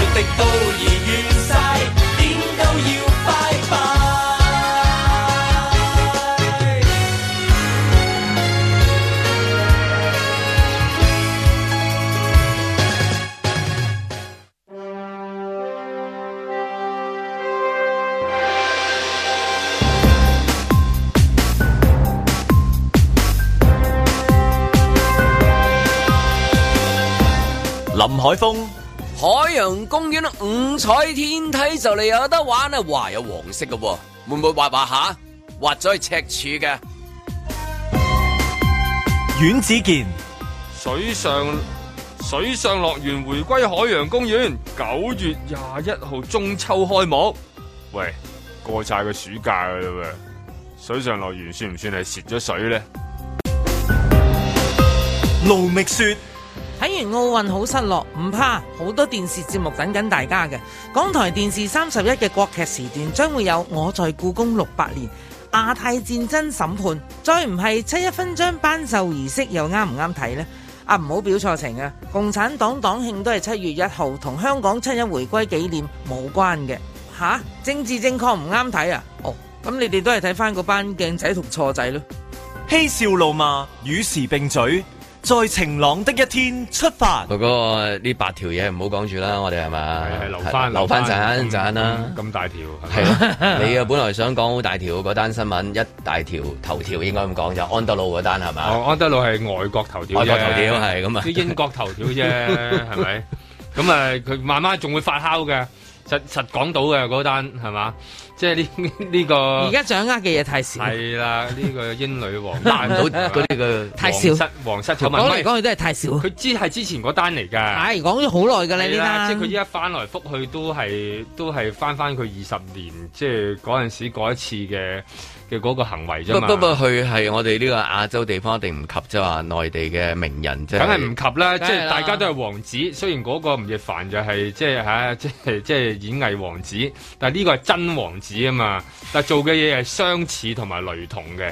Speaker 1: 林海峰、
Speaker 2: 海洋公園五彩天梯就嚟有得玩啊！哇，有黃色嘅喎，會唔會畫畫下？畫咗去赤柱嘅。
Speaker 1: 阮子健、
Speaker 3: 水上水上樂園回歸海洋公園，九月廿一號中秋開幕。喂，過晒個暑假噶啦喎，水上樂園算唔算係蝕咗水咧？
Speaker 1: 盧覓雪。
Speaker 4: 睇完奧運好失落，唔怕，好多電視節目等緊大家嘅。港台電視三十一嘅國劇時段將會有《我在故宮六百年》、《亞太戰爭審判》，再唔係七一勳章頒授儀式又啱唔啱睇呢？啊，唔好表錯情啊！共產黨黨慶都係七月一號，同香港七一回歸紀念冇關嘅。吓、政治正確唔啱睇啊？哦，咁你哋都係睇翻嗰班鏡仔同錯仔咯。
Speaker 1: 嬉笑怒罵，與時並嘴，在晴朗的一天出發。
Speaker 2: 嗰個呢八條嘢唔好講住啦，我哋係嘛？啊係留
Speaker 3: 返嗯
Speaker 2: 留翻
Speaker 3: 留返
Speaker 2: 陣陣啦。
Speaker 3: 咁大條
Speaker 2: 係 咯，你啊本來想講好大條嗰單新聞，一大條頭條應該咁講就安德魯嗰單係嘛？
Speaker 3: 哦，安德魯係外國頭條
Speaker 2: 外
Speaker 3: 啫，
Speaker 2: 國頭條係咁啊
Speaker 3: 啲英國頭條啫，係咪？咁啊，佢慢慢仲會發酵嘅。實實講到嘅嗰單係嘛？即係呢呢個
Speaker 4: 而家掌握嘅嘢太少，
Speaker 3: 啊係啦，呢個英女 王
Speaker 4: 拿唔到
Speaker 2: 嗰啲 嘅
Speaker 4: 太少
Speaker 3: 皇室皇室醜聞，
Speaker 4: 講嚟講去都係太少。
Speaker 3: 佢知係之前嗰單嚟㗎。
Speaker 4: 係講咗好耐㗎啦
Speaker 3: 啊係
Speaker 4: 呢
Speaker 3: 啦即係佢
Speaker 4: 單
Speaker 3: 依。家翻來覆去都係都係翻翻佢二十年，即係嗰陣時嗰一次嘅嘅嗰個行為啫
Speaker 2: 不
Speaker 3: 嘛。
Speaker 2: 不過佢係我哋呢個亞洲地方一定唔及即係話內地嘅名人，即係
Speaker 3: 梗係唔及啦，
Speaker 2: 梗係啦
Speaker 3: 即係大家都係王子。雖然嗰個吳亦凡就係即係嚇， 即係即係演藝王子，但係呢個係真王子啊嘛。但係做嘅嘢係相似同埋雷同 嘅，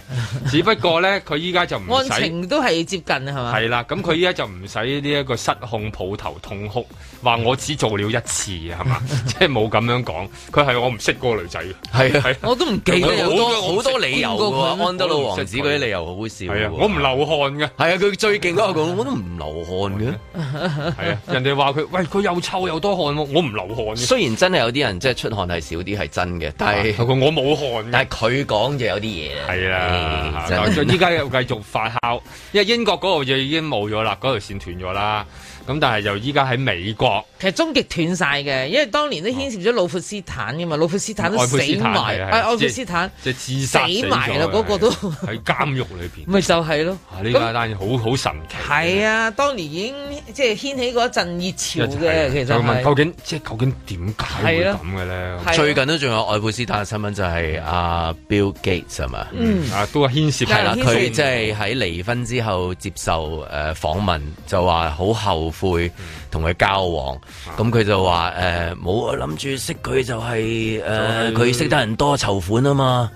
Speaker 3: 只不過咧佢依家就唔
Speaker 4: 案
Speaker 3: 使。
Speaker 4: 情都係接近係嘛？
Speaker 3: 係啦，咁佢依家就唔使呢一個失控抱頭痛哭，話我只做了一次啊係嘛，即係冇咁樣講。佢係我唔識嗰個女仔嘅，
Speaker 2: 係啊
Speaker 3: 係啊
Speaker 4: 我都唔記得有
Speaker 2: 好
Speaker 4: 多
Speaker 2: 多好多理由
Speaker 4: 邊個
Speaker 2: 㗎
Speaker 4: 佢
Speaker 2: 喎，安德魯王子嗰啲理由好好笑
Speaker 3: 係
Speaker 2: 㗎
Speaker 3: 啊，
Speaker 2: 喎。
Speaker 3: 我唔流汗嘅。
Speaker 2: 係啊，佢最勁嗰個講，我都唔流汗嘅。
Speaker 3: 係啊，人哋話佢喂佢又臭又多汗喎，我唔流汗嘅。啊
Speaker 2: 雖然真係有啲人即係出汗係少啲係真嘅，但 係
Speaker 3: 我冇汗。
Speaker 2: 但係佢講就有啲嘢。
Speaker 3: 係啊啦，
Speaker 2: 真係
Speaker 3: 就依家又繼續發酵，因為英國嗰度嘢已經冇咗啦，嗰條線斷咗啦。咁但係就依家喺美國，
Speaker 4: 其實終極斷晒嘅，因為當年都牽涉咗老闊斯坦噶嘛，老闊斯坦都死埋，
Speaker 3: 愛潑斯坦
Speaker 4: 啊
Speaker 3: 係係
Speaker 4: 愛潑斯坦
Speaker 3: 即係自殺
Speaker 4: 死埋啦
Speaker 3: 咗嘅
Speaker 4: 嗰個都
Speaker 3: 係喺監獄裏邊。
Speaker 4: 咪就係咯。
Speaker 3: 啊呢單單嘢好好神奇。
Speaker 4: 係啊，當年已經即係掀起嗰陣熱潮嘅，其實
Speaker 3: 就問究
Speaker 4: 係。
Speaker 3: 竟即係究竟點解會
Speaker 4: 係
Speaker 3: 咁
Speaker 4: 啊
Speaker 3: 嘅咧？
Speaker 4: 係啊
Speaker 2: 最近都仲有愛普斯坦嘅新聞，就係阿 Bill Gates 係嘛？
Speaker 4: 嗯
Speaker 3: 啊，都係牽涉
Speaker 2: 係啦，
Speaker 4: 有人牽涉
Speaker 2: 佢即係喺離婚之後接受誒訪問，就話好後悔同佢交往。咁佢就話誒冇諗住識佢就係誒
Speaker 3: 就係
Speaker 2: 佢識得人多籌款啊嘛。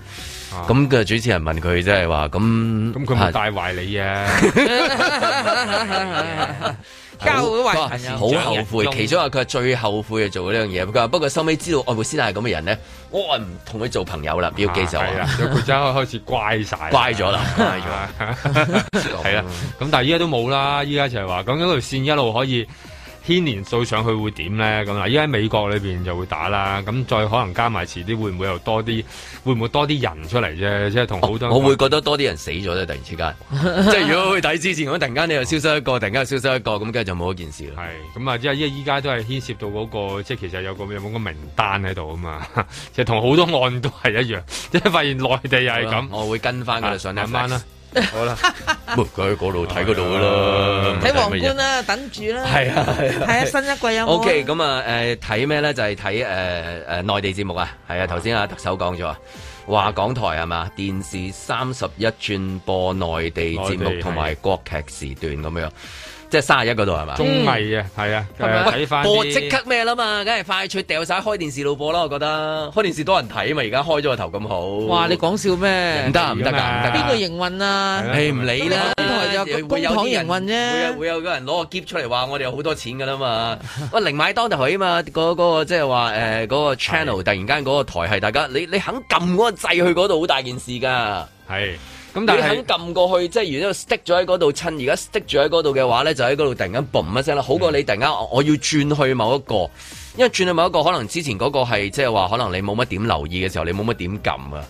Speaker 2: 咁嘅主持人問佢即係話咁
Speaker 3: 咁
Speaker 2: 咁
Speaker 3: 佢咪帶壞你啊？
Speaker 4: 啊交咗壞朋友
Speaker 2: 好後悔，其中一個佢係最後悔係做呢樣嘢。佢話不過收尾知道愛慕斯坦係咁嘅人咧，我唔同佢做朋友啦。要記就
Speaker 3: 啊係啦，佢真係開始乖晒，
Speaker 2: 乖咗啦乖
Speaker 3: 咗， 係啦。咁但係依家都冇啦，依家就係話咁嗰條線一路可以牽連到上去會點咧？咁嗱，啊依家喺美國裏邊就會打啦，咁再可能加埋遲啲會唔會又多啲？會唔會多啲人出嚟啫？即係同
Speaker 4: 哦
Speaker 3: 好多
Speaker 2: 哦我會覺得多啲人死咗咧，突然之 間，即係如果去睇之前，咁突然間你又消失一個，突然間又消失一個，咁梗係就冇一件事啦。
Speaker 3: 係咁啊！即係依依家都係牽涉到嗰、個，即係其實有個有冇個名單喺度啊嘛， 即係同好多案都係一樣，即係發現內地又係
Speaker 2: 好啦
Speaker 3: 咁。啊
Speaker 2: 我會跟翻㗎啦，上
Speaker 3: 慢慢啦，好啦，
Speaker 2: 喂佢喺嗰度睇嗰度㗎啦，
Speaker 4: 睇皇
Speaker 2: 乜嘢
Speaker 4: 冠啦，等住啦。
Speaker 2: 係啊係啊
Speaker 4: 係啊，新一季有冇啊
Speaker 2: O K，咁啊誒睇咩咧？就係睇誒誒內地節目啊，係啊，頭先阿特首講咗啊，話港台係嘛電視三十一轉播內地節
Speaker 3: 內
Speaker 2: 目
Speaker 3: 地
Speaker 2: 同埋國劇時段咁樣，即係三十一嗰度係嘛？
Speaker 3: 綜藝啊，係啊，
Speaker 2: 係咪
Speaker 3: 誒睇翻
Speaker 2: 播即刻咩啦嘛，梗係快脆掉晒開電視路播啦，我覺 得開電視多人睇嘛，而家開咗個頭咁好。
Speaker 4: 哇！你講笑咩？
Speaker 2: 唔得唔得㗎唔得㗎
Speaker 4: 邊個營運啊？
Speaker 2: 誒唔理啦，
Speaker 4: 咁你港台就有個
Speaker 2: 會有
Speaker 4: 公帑
Speaker 2: 啲人
Speaker 4: 營運啫
Speaker 2: 會有會有個人攞個夾出嚟話我哋有好多錢㗎啦嘛， 喂零買當 頭起嘛，嗰嗰個即係話誒嗰個 channel 突然間嗰個台係大家你你肯撳嗰個掣去嗰度好大件事㗎。
Speaker 3: 係咁，
Speaker 2: 你
Speaker 3: 但係
Speaker 2: 肯撳過去，即係如果 stick 咗喺嗰度，趁而家 stick 住喺嗰度嘅話咧，就喺嗰度突然間嘣一聲啦，好過你突然間我我要轉去某一個，因為轉去某一個可能之前嗰個係即係話可能你冇乜點留意嘅時候，你冇乜點撳啊。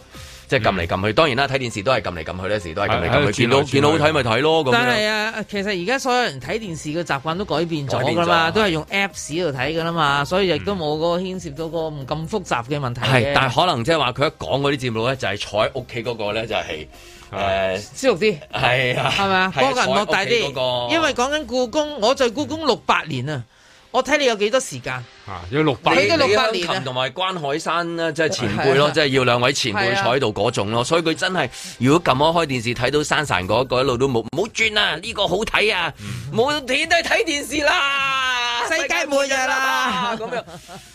Speaker 2: 即係撳嚟撳去，當然啦，睇電視都係撳嚟撳去咧，時都係撳嚟撳
Speaker 3: 係係
Speaker 2: 去，見到
Speaker 3: 轉來轉去
Speaker 2: 見到好睇咪睇咯咁
Speaker 4: 但係
Speaker 2: 樣。
Speaker 4: 啊，其實而家所有人睇電視嘅習慣都改變咗㗎
Speaker 2: 改變
Speaker 4: 嘛，
Speaker 2: 咗
Speaker 4: 都係用 Apps 度睇㗎啦嘛，所以亦都冇嗰個牽涉到個唔咁複雜嘅問題
Speaker 2: 係，
Speaker 4: 嘅。
Speaker 2: 但係可能即係話佢一講嗰啲節目咧，就係坐喺屋企嗰個咧就係誒
Speaker 4: 舒服啲。
Speaker 2: 係啊，
Speaker 4: 係咪啊？嗰個
Speaker 2: 坐
Speaker 4: 人
Speaker 2: 喺
Speaker 4: 莫
Speaker 2: 屋企
Speaker 4: 大啲，
Speaker 2: 嗰個
Speaker 4: 因為講緊故宮，我在故宮六百年啊，我睇你有幾多時間。
Speaker 3: 啊要六百
Speaker 4: 你
Speaker 3: 年
Speaker 4: 嘅六百
Speaker 2: 李
Speaker 4: 年
Speaker 2: 香
Speaker 4: 啊
Speaker 2: 琴同埋關海山咧，即係前輩咯
Speaker 4: 係啊，
Speaker 2: 即係要兩位前輩
Speaker 4: 係啊
Speaker 2: 坐喺度嗰種咯，所以佢真係如果撳開開電視睇到山神嗰個一路都冇，唔好轉啊！呢個好睇啊，冇錢都係睇電視啦，
Speaker 4: 嗯世界末日啦
Speaker 2: 咁樣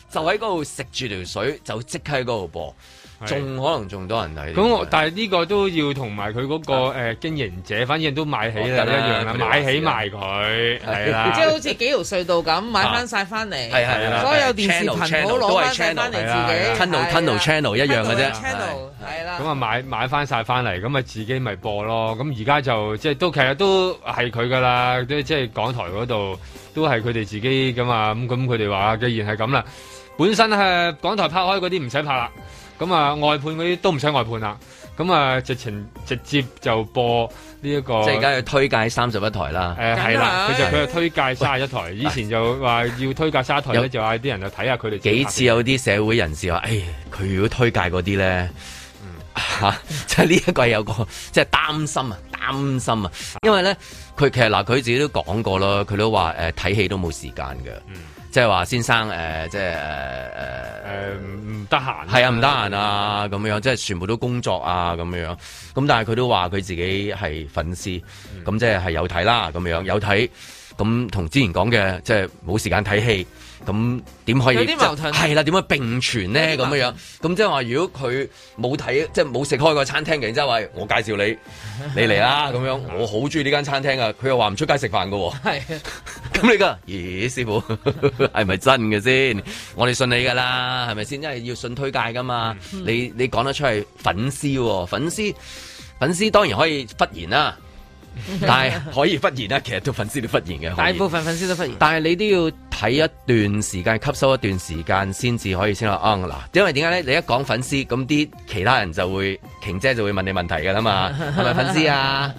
Speaker 2: 就喺嗰度食住條水，就即刻喺嗰度播，
Speaker 3: 係
Speaker 2: 仲可能仲多人睇。
Speaker 3: 咁我但係呢個都要同埋佢嗰個誒經營者，反正都買起啦
Speaker 2: 啊哦得
Speaker 3: 一
Speaker 2: 啦
Speaker 3: 樣啦，
Speaker 2: 佢哋
Speaker 3: 買起
Speaker 2: 話
Speaker 3: 埋佢 係
Speaker 4: 即係
Speaker 3: 啦
Speaker 4: 好。似幾條隧道咁買翻晒翻嚟，
Speaker 2: 啊係係係
Speaker 4: 所有電視
Speaker 2: channel-
Speaker 4: 頻
Speaker 2: channel，
Speaker 4: 道
Speaker 2: 都
Speaker 4: 攞
Speaker 2: 係
Speaker 4: 翻晒
Speaker 2: channel，啊
Speaker 4: 翻嚟自
Speaker 3: 係啦係啦
Speaker 4: 己
Speaker 2: Tunnel- tunnel channel 一樣嘅啫
Speaker 4: channel 係啦
Speaker 3: 咁。啊買買翻晒翻嚟，咁啊自己咪播咯。咁而家就即係都其實都係佢噶啦，都即係港台嗰度都係佢哋自己噶嘛。咁咁佢哋話，既然係咁啦，本身係港台拍開嗰啲唔使拍啦，咁啊外判嗰啲都唔使外判啦。咁啊直情直接就播呢一個。
Speaker 2: 即係而家要推介三十一台啦。
Speaker 3: 誒係啦，佢就佢就推介
Speaker 2: 喂
Speaker 3: 卅一台，以前就話要推介卅一台
Speaker 2: 有
Speaker 3: 咧，就嗌啲人就睇下佢哋
Speaker 2: 幾次啊有啲社會人士話：，誒、哎佢如果推介嗰啲咧，嚇、 即係呢一個係有個即係擔心啊，擔心啊，因為咧，佢其實嗱，佢自己都講過啦，佢都話誒睇戲都冇時間嘅。即係話先生誒、即係誒誒
Speaker 3: 呃唔得閒，
Speaker 2: 係啊唔得閒啊咁樣，即係全部都工作啊咁樣。咁但係佢都話佢自己係粉絲，咁、即係係有睇啦咁樣，有睇。咁同之前講嘅即係冇時間睇戲，咁點可以
Speaker 4: 有啲矛盾
Speaker 2: 即係係啦，點樣並存呢？咁樣樣，咁即係話，如果佢冇睇，即係冇食開個餐廳嘅，然之後話我介紹你，你嚟啦咁樣，我好中意呢間餐廳啊，佢又話唔出街食飯嘅喎。
Speaker 4: 係
Speaker 2: 咁你噶，咦，師傅 係咪真嘅先？我哋信你噶啦，係咪先？因為要信推介噶嘛。
Speaker 4: 嗯
Speaker 2: 你你講得出係粉絲喎，粉絲粉絲當然可以忽然 啦，但係可以忽然啦，其實都粉絲都忽然嘅。可以
Speaker 4: 大部分粉絲都忽然。
Speaker 2: 但係你都要睇一段時間，吸收一段時間先至可以先話啊嗱。因為點解咧？你一講粉絲，咁啲其他人就會瓊姐就會問你問題㗎啦 嘛，係咪粉絲啊？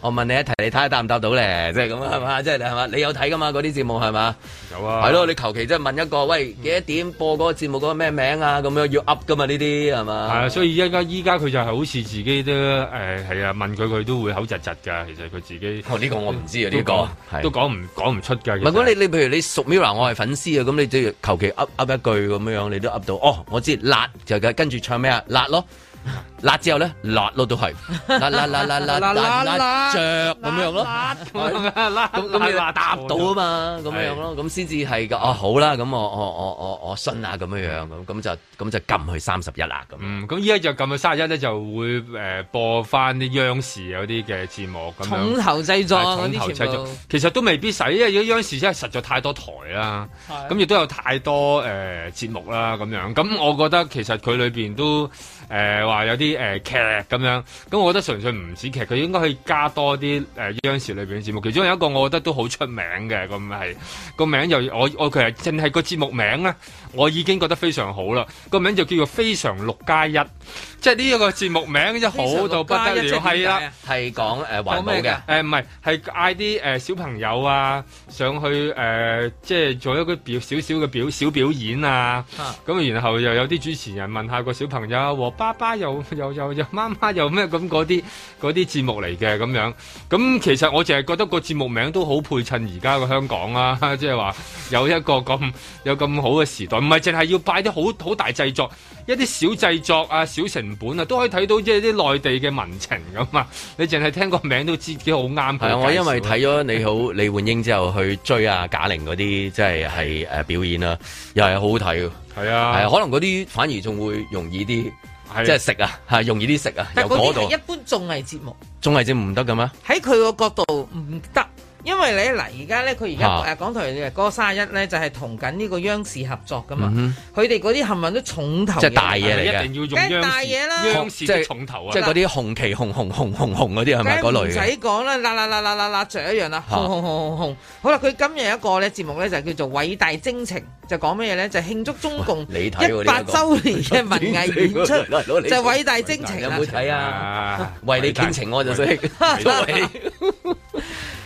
Speaker 2: 我問你一題，你睇下答唔答到咧？即係咁啊，係嘛？即係你係嘛？你有睇㗎嘛？嗰啲節目係嘛？
Speaker 3: 有啊，
Speaker 2: 係咯，你求其即係問一個，喂幾多點播嗰個節目嗰個咩名啊？咁樣要 up 㗎嘛？呢啲係
Speaker 3: 係
Speaker 2: 嘛？
Speaker 3: 啊，所以依家依家佢就係好似自己都誒係啊，問佢佢都會口窒窒㗎。其實佢自己
Speaker 2: 哦呢個我唔知啊
Speaker 3: 都
Speaker 2: 呢個
Speaker 3: 講
Speaker 2: 係
Speaker 3: 都講唔講唔出㗎。
Speaker 2: 唔
Speaker 3: 其
Speaker 2: 係
Speaker 3: 實
Speaker 2: 咁你你譬如你熟 Mira，我係粉絲啊，咁你就要求其噏噏一句咁樣，你都噏到哦，我知辣就跟住唱咩啊，辣咯。辣之後咧，辣咯都係，辣辣辣辣辣辣辣着咁樣咯，
Speaker 3: 咁咁
Speaker 2: 咁你答到啊嘛，咁樣咯，咁先至係噶。哦，好啦，咁我我我我我信啊，咁樣樣咁，咁就咁就撳去三十一啦，咁。
Speaker 3: 嗯，咁依家就撳去三十一咧，就會誒、呃播翻啲央視有啲嘅節目咁樣
Speaker 4: 重頭製作
Speaker 3: 係
Speaker 4: 嗰啲
Speaker 3: 重頭
Speaker 4: 全
Speaker 3: 製
Speaker 4: 部
Speaker 3: 作其實都未必使，因為央視真係實在太多台啦，
Speaker 4: 係
Speaker 3: 咁亦都有太多誒、呃、節目啦咁樣。咁我覺得其實佢裏邊都誒話、有啲誒、呃、劇咁樣，咁我覺得純粹唔止劇，佢應該可以加多啲誒、呃央視裏邊嘅節目。其中有一個我覺得都好出名嘅，咁係個名又我我其實淨係個節目名咧，我已經覺得非常好啦。個名就叫做《非常六加一》，即係呢一個節目名真係好到不得
Speaker 2: 非常六加一即
Speaker 3: 了，
Speaker 2: 係點
Speaker 3: 係啦
Speaker 2: 解啊。係講誒環保
Speaker 3: 講咩
Speaker 2: 嘅
Speaker 3: 㗎。誒唔係，係嗌啲誒小朋友啊上去誒、呃即係做一個表少少嘅表小表演啊。咁然後又有啲主持人問下個小朋友，和爸爸又又又又媽媽又咩咁嗰啲嗰啲節目嚟嘅咁樣。咁其實我淨係覺得個節目名都好配襯而家嘅香港啊， 即係話有一個咁有咁好嘅時代，唔係淨係要擺啲好好大製作，一啲小製作啊、小成本啊，都可以睇到即係啲內地嘅民情咁嘛。你淨係聽個名都知幾好啱
Speaker 2: 係
Speaker 3: 佢。
Speaker 2: 啊，我因為睇咗你好 李焕英之後去追啊賈玲嗰啲，即係係誒表演啦，又係好好睇喎。
Speaker 3: 係
Speaker 2: 係
Speaker 3: 啊，
Speaker 2: 啊，可能嗰啲反而仲會容易啲，即係食啊，係容易啲食啊，由
Speaker 4: 但嗰
Speaker 2: 嗰
Speaker 4: 啲係一
Speaker 2: 度。
Speaker 4: 般綜藝節目。
Speaker 2: 綜藝節目唔得嘅咩？
Speaker 4: 喺佢個角度唔得，因為咧嗱，而家咧佢而
Speaker 2: 啊
Speaker 4: 家誒港台嘅歌三一咧就係同緊呢個央視合作噶嘛
Speaker 2: 嗯，
Speaker 4: 佢哋嗰啲冚唪唥都重頭，
Speaker 2: 即係大嘢嚟嘅
Speaker 3: 一定要
Speaker 4: 梗係
Speaker 3: 用央
Speaker 4: 大
Speaker 3: 視
Speaker 4: 嘢啦
Speaker 3: 央視
Speaker 2: 係
Speaker 3: 嘅重頭啊，
Speaker 2: 即係嗰啲紅旗紅紅紅紅紅嗰啲係咪嗰
Speaker 4: 梗係唔
Speaker 2: 類
Speaker 4: 使
Speaker 2: 嘅？
Speaker 4: 講啦，啦啦啦啦啦啦，著一樣啦，
Speaker 2: 嚇
Speaker 4: 紅紅紅紅紅。好啦，佢今日有一個咧節目咧就叫做偉大征程，就講咩嘢咧？就慶祝中共
Speaker 2: 你
Speaker 4: 一
Speaker 2: 睇喎呢一個
Speaker 4: 百週年嘅文藝演出，
Speaker 2: 嚟嚟 攞嚟
Speaker 4: 就偉大征程
Speaker 2: 有
Speaker 4: 啦
Speaker 2: 冇。睇啊？為你傾情我就識，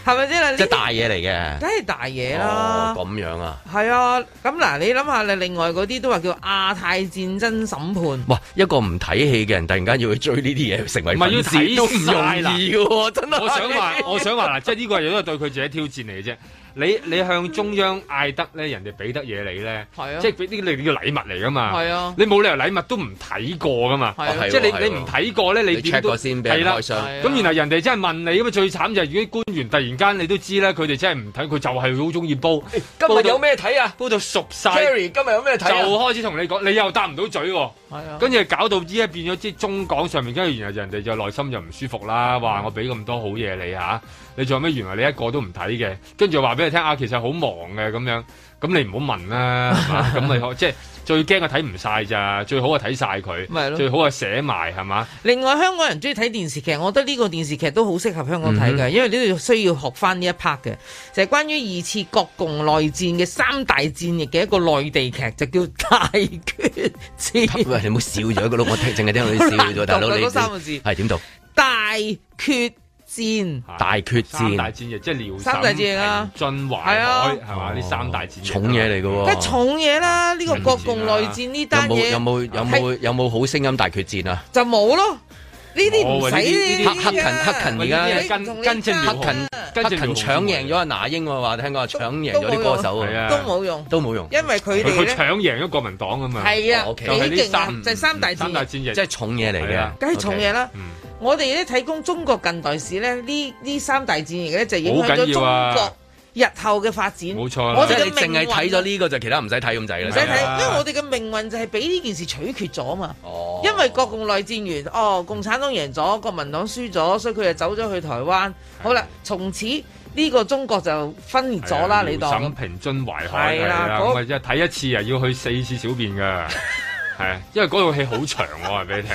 Speaker 4: 係咪先啦？呢
Speaker 2: 即係大嘢嚟嘅
Speaker 4: 梗。係大嘢
Speaker 2: 哦
Speaker 4: 啦，。
Speaker 2: 咁樣啊！
Speaker 4: 係啊，咁嗱，你諗下，你另外嗰啲都話叫亞太戰爭審判，
Speaker 2: 哇！一個唔睇戲嘅人，突然間要去追呢啲嘢，成為
Speaker 3: 唔係要
Speaker 2: 粉絲
Speaker 3: 睇
Speaker 2: 都唔
Speaker 3: 晒啦
Speaker 2: 容易嘅喎，真係。
Speaker 3: 我想話， 我想話嗱，即係呢個亦都係對佢自己挑戰嚟嘅啫。你你向中央嗌得咧，人哋俾得嘢你咧，
Speaker 4: 係啊
Speaker 3: 即係俾啲你叫禮物嚟噶嘛。
Speaker 4: 係啊
Speaker 3: 你冇理由禮物都唔睇過噶嘛。
Speaker 4: 係啊
Speaker 3: 即係
Speaker 2: 係喎
Speaker 3: 你你唔睇過咧，
Speaker 2: 你
Speaker 3: 你點
Speaker 2: check
Speaker 3: 都
Speaker 2: 過先俾人
Speaker 3: 係啦
Speaker 2: 開箱
Speaker 4: 係啊
Speaker 3: 咁然後人哋真係問你咁啊，最慘就係如果官員突然間你都知咧，佢哋真係唔睇，佢就係好中意煲。
Speaker 2: 今日有咩睇啊
Speaker 3: 煲到熟晒，
Speaker 2: ？Jerry 今日有咩
Speaker 3: 就
Speaker 2: 睇啊？
Speaker 3: 開始同你講，你又答唔到嘴喎。
Speaker 4: 係啊，
Speaker 3: 跟住搞到依家變咗即係中港上面，跟住然後人哋就內心就唔舒服
Speaker 4: 嗯
Speaker 3: 啦。話我俾咁多好嘢你嚇、你做咩？原來你一個都唔睇 嘅，跟住話俾你聽啊，其實好忙嘅咁樣。咁你唔好問啦，係嘛咁咪可即係最驚啊睇唔晒咋，最好啊睇晒佢，
Speaker 4: 咪係咯
Speaker 3: 最好啊寫埋係嘛。
Speaker 4: 另外，香港人中意睇電視劇，我覺得呢個電視劇都好適合香港睇嘅，
Speaker 3: 嗯
Speaker 4: 因為呢度需要學翻呢一 part 嘅，就係、關於二次國共內戰嘅三大戰役嘅一個內地劇，就叫《大決 戰》。
Speaker 2: 喂，你唔好笑咗個碌，我聽淨係聽到你笑咗，大佬
Speaker 4: 好難讀啊
Speaker 2: 你
Speaker 4: 嗰三個字
Speaker 2: 係點讀？
Speaker 4: 大決戰
Speaker 2: 大決
Speaker 3: 三大
Speaker 2: 戰，
Speaker 3: 戰役即係遼
Speaker 4: 三大戰役啊
Speaker 3: 進淮
Speaker 4: 係啊
Speaker 3: 海係嘛？呢三大戰役
Speaker 2: 哦
Speaker 3: 啊
Speaker 2: 重嘢嚟嘅喎。
Speaker 4: 梗係重嘢啦！呢、個國共內戰呢單嘢
Speaker 2: 嗯有冇有冇有冇有冇好聲音大決戰啊？
Speaker 4: 就冇咯？呢啲唔
Speaker 2: 冇
Speaker 4: 使
Speaker 2: 啊呢啲
Speaker 4: 呢啲
Speaker 2: 黑黑勤
Speaker 4: 啊
Speaker 2: 黑勤而家
Speaker 4: 呢啲唔同你
Speaker 3: 跟跟正
Speaker 4: 爭
Speaker 3: 苗
Speaker 2: 黑勤
Speaker 3: 跟
Speaker 2: 黑
Speaker 3: 住
Speaker 2: 勤
Speaker 3: 苗
Speaker 2: 搶
Speaker 3: 紅
Speaker 2: 贏咗阿那英喎，話聽講話搶贏咗
Speaker 4: 都
Speaker 2: 啲
Speaker 4: 冇用
Speaker 2: 歌手
Speaker 3: 係啊
Speaker 2: 啊，
Speaker 4: 都冇用，
Speaker 2: 都冇用。
Speaker 4: 因為佢哋
Speaker 3: 佢
Speaker 4: 咧
Speaker 3: 搶贏咗國民黨啊嘛。
Speaker 4: 係啊
Speaker 2: 哦
Speaker 4: 幾
Speaker 2: ，OK
Speaker 4: 勁啊！就係三大戰
Speaker 3: 三
Speaker 4: 役
Speaker 3: 大。戰役
Speaker 2: 即係重嘢嚟
Speaker 3: 係啊
Speaker 2: 嘅，
Speaker 4: 梗係重嘢啦
Speaker 2: OK。嗯
Speaker 4: 我哋咧睇供中國近代史咧，呢呢三大戰役咧就影響
Speaker 2: 好緊
Speaker 4: 咗
Speaker 2: 要
Speaker 4: 中
Speaker 2: 啊
Speaker 4: 國日後嘅發展。
Speaker 3: 冇錯啦
Speaker 4: 我
Speaker 2: 即係
Speaker 4: 哋嘅
Speaker 2: 你淨
Speaker 4: 命
Speaker 2: 係睇
Speaker 4: 運啊
Speaker 2: 咗呢個就其他唔使睇咁滯啦。
Speaker 4: 唔使睇，
Speaker 2: 係啊哦
Speaker 4: 因為我哋嘅命運就係俾呢件事取決咗嘛。因為國共內戰完，哦，共產黨贏咗，國民黨輸咗，所以佢就走咗去台灣。好啦，從此呢個中國就分
Speaker 3: 哎
Speaker 4: 裂咗
Speaker 2: 啊
Speaker 4: 啦，你當
Speaker 3: 沈平津淮海
Speaker 4: 係
Speaker 3: 係
Speaker 4: 啦
Speaker 3: 啦，
Speaker 4: 嗰
Speaker 3: 咁啊，即係睇一次啊，要去四次小便噶， 係因為嗰套戲好長，我話俾你聽，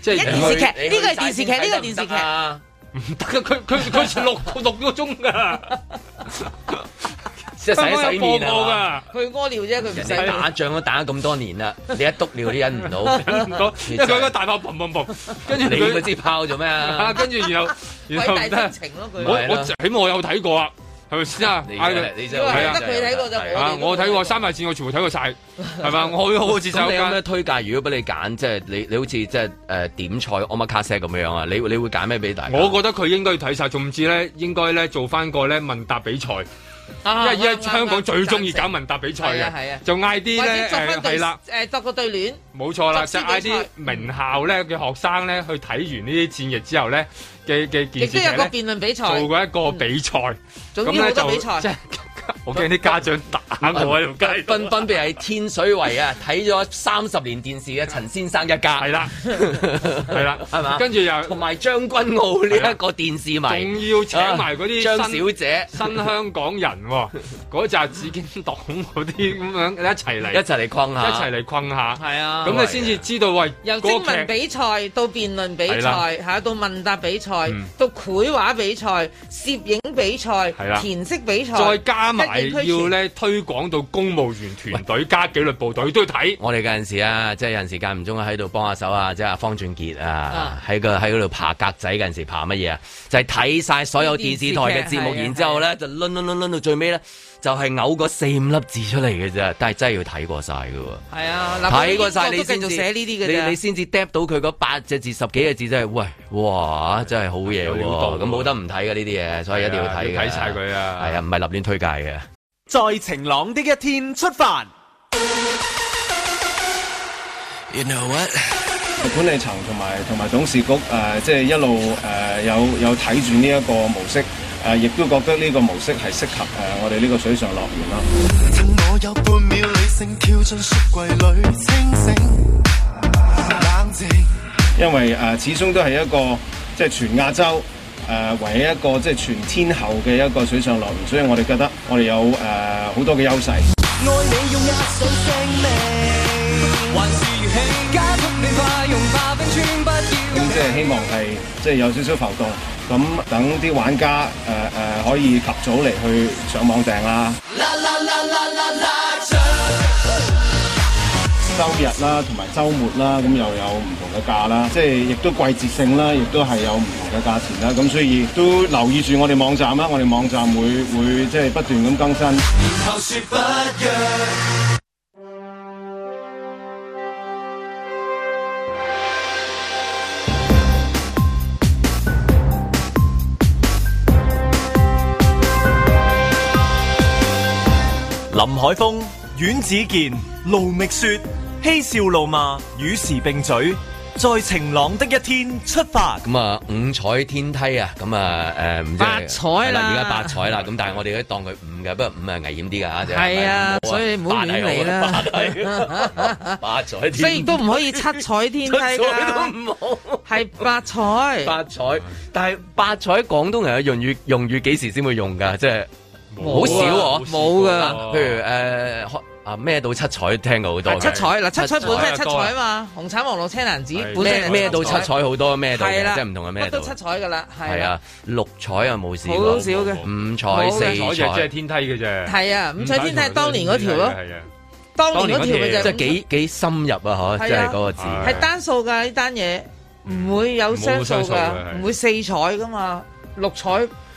Speaker 3: 即係
Speaker 4: 一電視劇，
Speaker 2: 你
Speaker 4: 呢個係
Speaker 2: 去晒
Speaker 4: 電視劇，
Speaker 2: 先睇
Speaker 4: 呢個
Speaker 2: 得
Speaker 4: 係
Speaker 2: 唔
Speaker 4: 電視劇
Speaker 2: 得。啊
Speaker 3: 佢佢佢佢六 六個鐘噶，
Speaker 2: 即係洗一洗面
Speaker 3: 我
Speaker 2: 啊嘛。
Speaker 3: 噶。
Speaker 4: 佢屙尿啫，佢唔
Speaker 2: 人
Speaker 4: 使
Speaker 2: 哋
Speaker 4: 面。
Speaker 2: 打仗都打咗咁多年 啦，你一督尿都忍唔到，
Speaker 3: 忍唔到，因為佢個大炮砰砰砰，跟住
Speaker 2: 你嗰
Speaker 3: 佢
Speaker 2: 支炮做咩
Speaker 3: 啊，
Speaker 2: 啊？
Speaker 3: 跟住然後然後
Speaker 4: 偉大真情咯，佢
Speaker 3: 我我起碼我有睇過啊，係咪先啊？
Speaker 2: 你真係你真
Speaker 4: 因為
Speaker 2: 係
Speaker 4: 得佢睇過就
Speaker 2: 係
Speaker 4: 我
Speaker 3: 啊
Speaker 4: 哋！都
Speaker 3: 我睇過三大戰，我全部睇 過晒，係嘛？我去好似就
Speaker 2: 咁你有咩
Speaker 3: 間
Speaker 2: 推介？如果俾你揀，即係你你好似即係誒點菜 o m a k a s e 咁樣啊？你你會揀咩俾大家？
Speaker 3: 我覺得佢應該要睇晒，仲唔知咧應該咧做翻個咧問答比賽。
Speaker 4: 啊
Speaker 3: 因為依家香港最中意搞問答比賽
Speaker 4: 係啊係啊
Speaker 3: 嘅，就嗌啲
Speaker 4: 或者
Speaker 3: 咧
Speaker 4: 作
Speaker 3: 誒
Speaker 4: 翻對
Speaker 3: 係啦，
Speaker 4: 誒作個對聯，
Speaker 3: 冇錯啦，
Speaker 4: 作
Speaker 3: 就
Speaker 4: 詩
Speaker 3: 嗌
Speaker 4: 比
Speaker 3: 啲
Speaker 4: 賽
Speaker 3: 名校咧嘅學生咧去睇完呢啲戰役之後咧嘅嘅
Speaker 4: 亦
Speaker 3: 件事
Speaker 4: 都有個嗯
Speaker 3: 咧，
Speaker 4: 辯論比賽
Speaker 3: 做，過一個比賽，
Speaker 4: 總
Speaker 3: 咁
Speaker 4: 之好
Speaker 3: 咧
Speaker 4: 多
Speaker 3: 就
Speaker 4: 比賽
Speaker 3: 即。係我驚啲家長打我
Speaker 4: 嗯
Speaker 3: 喺條街度，
Speaker 2: 分分別係天水圍啊，睇咗三十年電視嘅陳先生一家，
Speaker 3: 係啦係啦，
Speaker 2: 係嘛
Speaker 3: 跟住又
Speaker 2: 同埋將軍澳呢一個電視迷，
Speaker 3: 仲要請埋嗰
Speaker 4: 啊
Speaker 2: 張
Speaker 3: 啲新
Speaker 2: 小姐
Speaker 3: 新香港人喎，嗰扎紫荊黨嗰啲咁樣一齊 嚟
Speaker 2: 一齊嚟框下，
Speaker 3: 一齊嚟困下，
Speaker 4: 係啊
Speaker 3: 咁你先至知道喂
Speaker 4: 由
Speaker 3: 嗰
Speaker 4: 徵
Speaker 3: 個劇
Speaker 4: 文比賽到辯論比
Speaker 3: 係
Speaker 4: 賽，
Speaker 3: 啦
Speaker 4: 嚇到問答比賽
Speaker 3: 嗯，
Speaker 4: 到繪畫比賽、攝影比賽
Speaker 3: 係、啦
Speaker 4: 填色比賽，
Speaker 3: 再加埋
Speaker 4: 一應俱全
Speaker 3: 要咧推廣到公務員團隊加紀律部隊都要睇。
Speaker 2: 我哋嗰陣時啊，即係有陣時間唔中喺度幫下手啊，即係阿方俊傑啊
Speaker 4: 啊，
Speaker 2: 喺個喺嗰度爬格仔嗰陣時爬乜嘢啊？就係睇晒所有電視台嘅節目，
Speaker 4: 電視劇啊
Speaker 2: 然之後咧就攆攆攆攆到最尾咧，就係嘔嗰四五粒字出嚟嘅啫，但係真係要睇過晒嘅喎。
Speaker 4: 係啊，嗱
Speaker 2: 睇過晒你
Speaker 4: 英國都
Speaker 2: 先至
Speaker 4: 繼續寫呢啲嘅
Speaker 2: 你你
Speaker 4: 啫。
Speaker 2: 先至 d 到佢嗰八隻字十幾個字，真係喂哇，真係好嘢
Speaker 3: 有
Speaker 2: 喎！
Speaker 3: 料到喎
Speaker 2: 咁冇得唔睇嘅呢啲嘢，所以一定要睇嘅。
Speaker 3: 係啊要睇晒佢啊
Speaker 2: 係啊，唔係立亂推介嘅。
Speaker 1: 在晴朗的一天出發。
Speaker 8: 管理層同埋同埋董事局誒、呃即係一路誒、呃有有睇住呢一個模式，誒、亦都覺得呢個模式係適合誒、呃我哋呢個水上樂園啦。
Speaker 12: 趁我有半秒理性，跳進雪櫃裏清醒冷靜。
Speaker 8: 因為誒、呃始終都係一個即係全亞洲誒、呃唯一一個即係全天候嘅一個水上樂園，所以我哋覺得我哋有誒好、多嘅優勢。
Speaker 12: 愛你要握手聲明，還是如戲？街幅你怕融化冰川，不
Speaker 8: 咁
Speaker 12: 要
Speaker 8: 即係希望係即係有少少浮動，咁等啲玩家誒誒、呃可以及早嚟去上網訂啦。
Speaker 12: 啦啦啦啦啦啦唱。
Speaker 8: 周日啦，同埋周末啦，咁又有唔同嘅價啦，即係亦都季節性啦，亦都係有唔同嘅價錢啦，咁所以都留意住我哋網站啦，我哋網站會會即係不斷咁更新。
Speaker 12: 後説不約，
Speaker 1: 林海峰、阮子健、卢觅雪，嬉笑怒骂，与时并举，在晴朗的一天出发。
Speaker 2: 咁啊，五彩天梯啊，咁啊，誒唔知
Speaker 4: 八彩啦
Speaker 2: 係而家八彩啦，咁但係我哋都當佢五嘅，不過五係危險啲㗎嚇，
Speaker 4: 係啊
Speaker 2: 就係
Speaker 4: 所以唔好亂嚟啦
Speaker 2: 八係好 八係八彩天梯，
Speaker 4: 所以亦都唔可以七彩天梯
Speaker 2: 七彩都
Speaker 4: 㗎，
Speaker 2: 唔好。
Speaker 4: 係八彩。
Speaker 2: 八彩，但係八彩廣東人嘅用語用語幾時先會用㗎？即係好少喎
Speaker 4: 冇㗎
Speaker 2: 譬如誒開啊咩到七彩聽過好多嘅。
Speaker 4: 啊七彩嗱，七彩本身係七彩嘛，紅橙黃綠青藍紫本身
Speaker 2: 咩
Speaker 4: 係
Speaker 2: 咩到七彩好多咩到
Speaker 4: 係
Speaker 2: 嘅，
Speaker 4: 啦
Speaker 2: 即係唔同嘅咩
Speaker 4: 乜
Speaker 2: 到
Speaker 4: 都。七彩㗎啦，係
Speaker 2: 係
Speaker 4: 啦
Speaker 2: 啊，，六彩啊冇試過，
Speaker 4: 好少嘅
Speaker 2: 五
Speaker 4: 冇
Speaker 2: 彩
Speaker 4: 嘅
Speaker 2: 四
Speaker 3: 彩就即係
Speaker 2: 彩。
Speaker 3: 天梯嘅啫。
Speaker 4: 係啊五彩天梯係當年嗰條咯
Speaker 3: 係啊。
Speaker 4: 當年嗰條咪就
Speaker 2: 即
Speaker 4: 係
Speaker 2: 係幾幾深入啊！
Speaker 4: 係
Speaker 2: 嗬，
Speaker 4: 啊
Speaker 2: 即係嗰個字。
Speaker 4: 係單數㗎呢單嘢，唔會有雙數
Speaker 2: 冇雙數嘅
Speaker 4: 㗎，
Speaker 2: 係
Speaker 4: 唔會四彩㗎嘛，六彩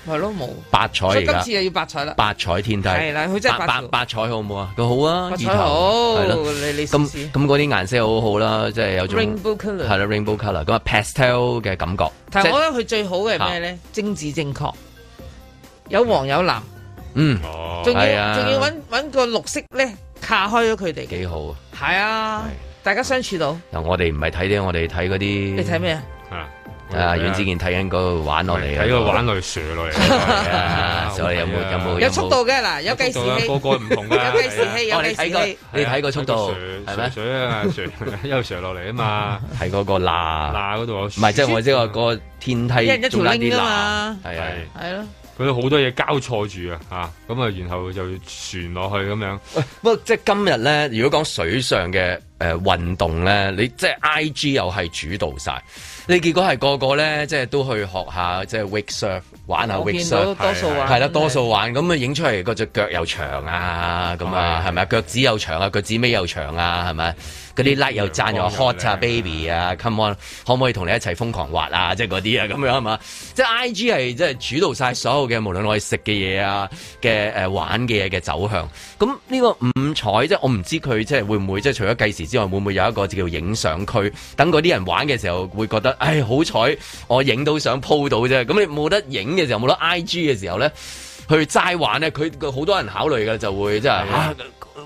Speaker 4: 係咯冇，
Speaker 2: 八彩
Speaker 4: 所
Speaker 2: 而
Speaker 4: 以今
Speaker 2: 家
Speaker 4: 次。又要八彩啦。
Speaker 2: 八彩天梯
Speaker 4: 係啦佢真係八
Speaker 2: 八八彩好唔好啊？佢好啊，
Speaker 4: 八彩
Speaker 2: 意頭
Speaker 4: 好
Speaker 2: 係咯
Speaker 4: 你你試
Speaker 2: 咁
Speaker 4: 試
Speaker 2: 咁嗰啲顏色好好啦，即係有種
Speaker 4: Rainbow colour
Speaker 2: 係啦，rainbow colour 咁啊 pastel 嘅感覺，
Speaker 4: 但
Speaker 2: 即
Speaker 4: 係
Speaker 2: 係
Speaker 4: 我覺得佢最好嘅係咩咧？政治正確，有黃有藍，
Speaker 2: 嗯，
Speaker 3: 哦
Speaker 4: 仲要
Speaker 2: 係啊
Speaker 4: 仲要揾揾個綠色咧，卡開咗佢哋。
Speaker 2: 幾好啊！
Speaker 4: 係啊，大家相處到。
Speaker 2: 嗱，我哋唔係睇啲，我哋睇嗰啲
Speaker 4: 你睇咩啊？
Speaker 2: 啊，阮子健睇緊嗰個玩啊落嚟，
Speaker 3: 睇個玩
Speaker 2: 落
Speaker 3: 嚟射落嚟，
Speaker 2: 係啊所以有冇有
Speaker 3: 嗯
Speaker 2: 冇
Speaker 4: 有速度嘅嗱，有計時器，
Speaker 3: 啊個個唔同啊㗎。
Speaker 4: 有計時器，有計時器。
Speaker 2: 哦你睇個速度
Speaker 3: 係咩？啊水啊，水一路上落嚟 啊嘛，
Speaker 2: 睇嗰個罅罅
Speaker 3: 嗰度有
Speaker 2: 唔係即係我知個個天
Speaker 4: 一人一
Speaker 2: 梯
Speaker 4: 條
Speaker 2: 中間啲
Speaker 4: link
Speaker 2: 罅
Speaker 4: 㗎，嘛，
Speaker 2: 係啊。
Speaker 4: 係咯。
Speaker 3: 佢好多嘢交錯住啊，嚇咁啊，然後就旋落去咁樣。
Speaker 2: 不過即係今日咧，如果講水上嘅誒、呃、運動咧，你即係 I G 又係主導晒，你結果係個個咧即係都去學下即係 wake surf 玩下
Speaker 4: 我
Speaker 2: wake
Speaker 4: 見到
Speaker 2: surf，
Speaker 4: 多數玩
Speaker 2: 係啦，
Speaker 4: 真係
Speaker 2: 多數玩咁啊，影出嚟個隻腳又長啊，咁啊係咪啊？腳趾又長啊，腳趾尾又長啊，係咪？嗰啲 like 又讚又 hot 啊，baby 啊，come on，可唔可以同你一齊瘋狂滑啊？即係嗰啲啊，咁樣係嘛？即係 I G 係即係主導晒所有嘅，無論我哋食嘅嘢啊，嘅誒玩嘅嘢嘅走向。咁呢個五彩即係我唔知佢即係會唔會即係除咗計時之外，會唔會有一個叫影相區？等嗰啲人玩嘅時候會覺得，唉，好彩我影到相 po 到啫。咁你冇得影嘅時候，冇得 I G 嘅時候咧，去齋玩咧，佢佢好多人考慮嘅就會即係啊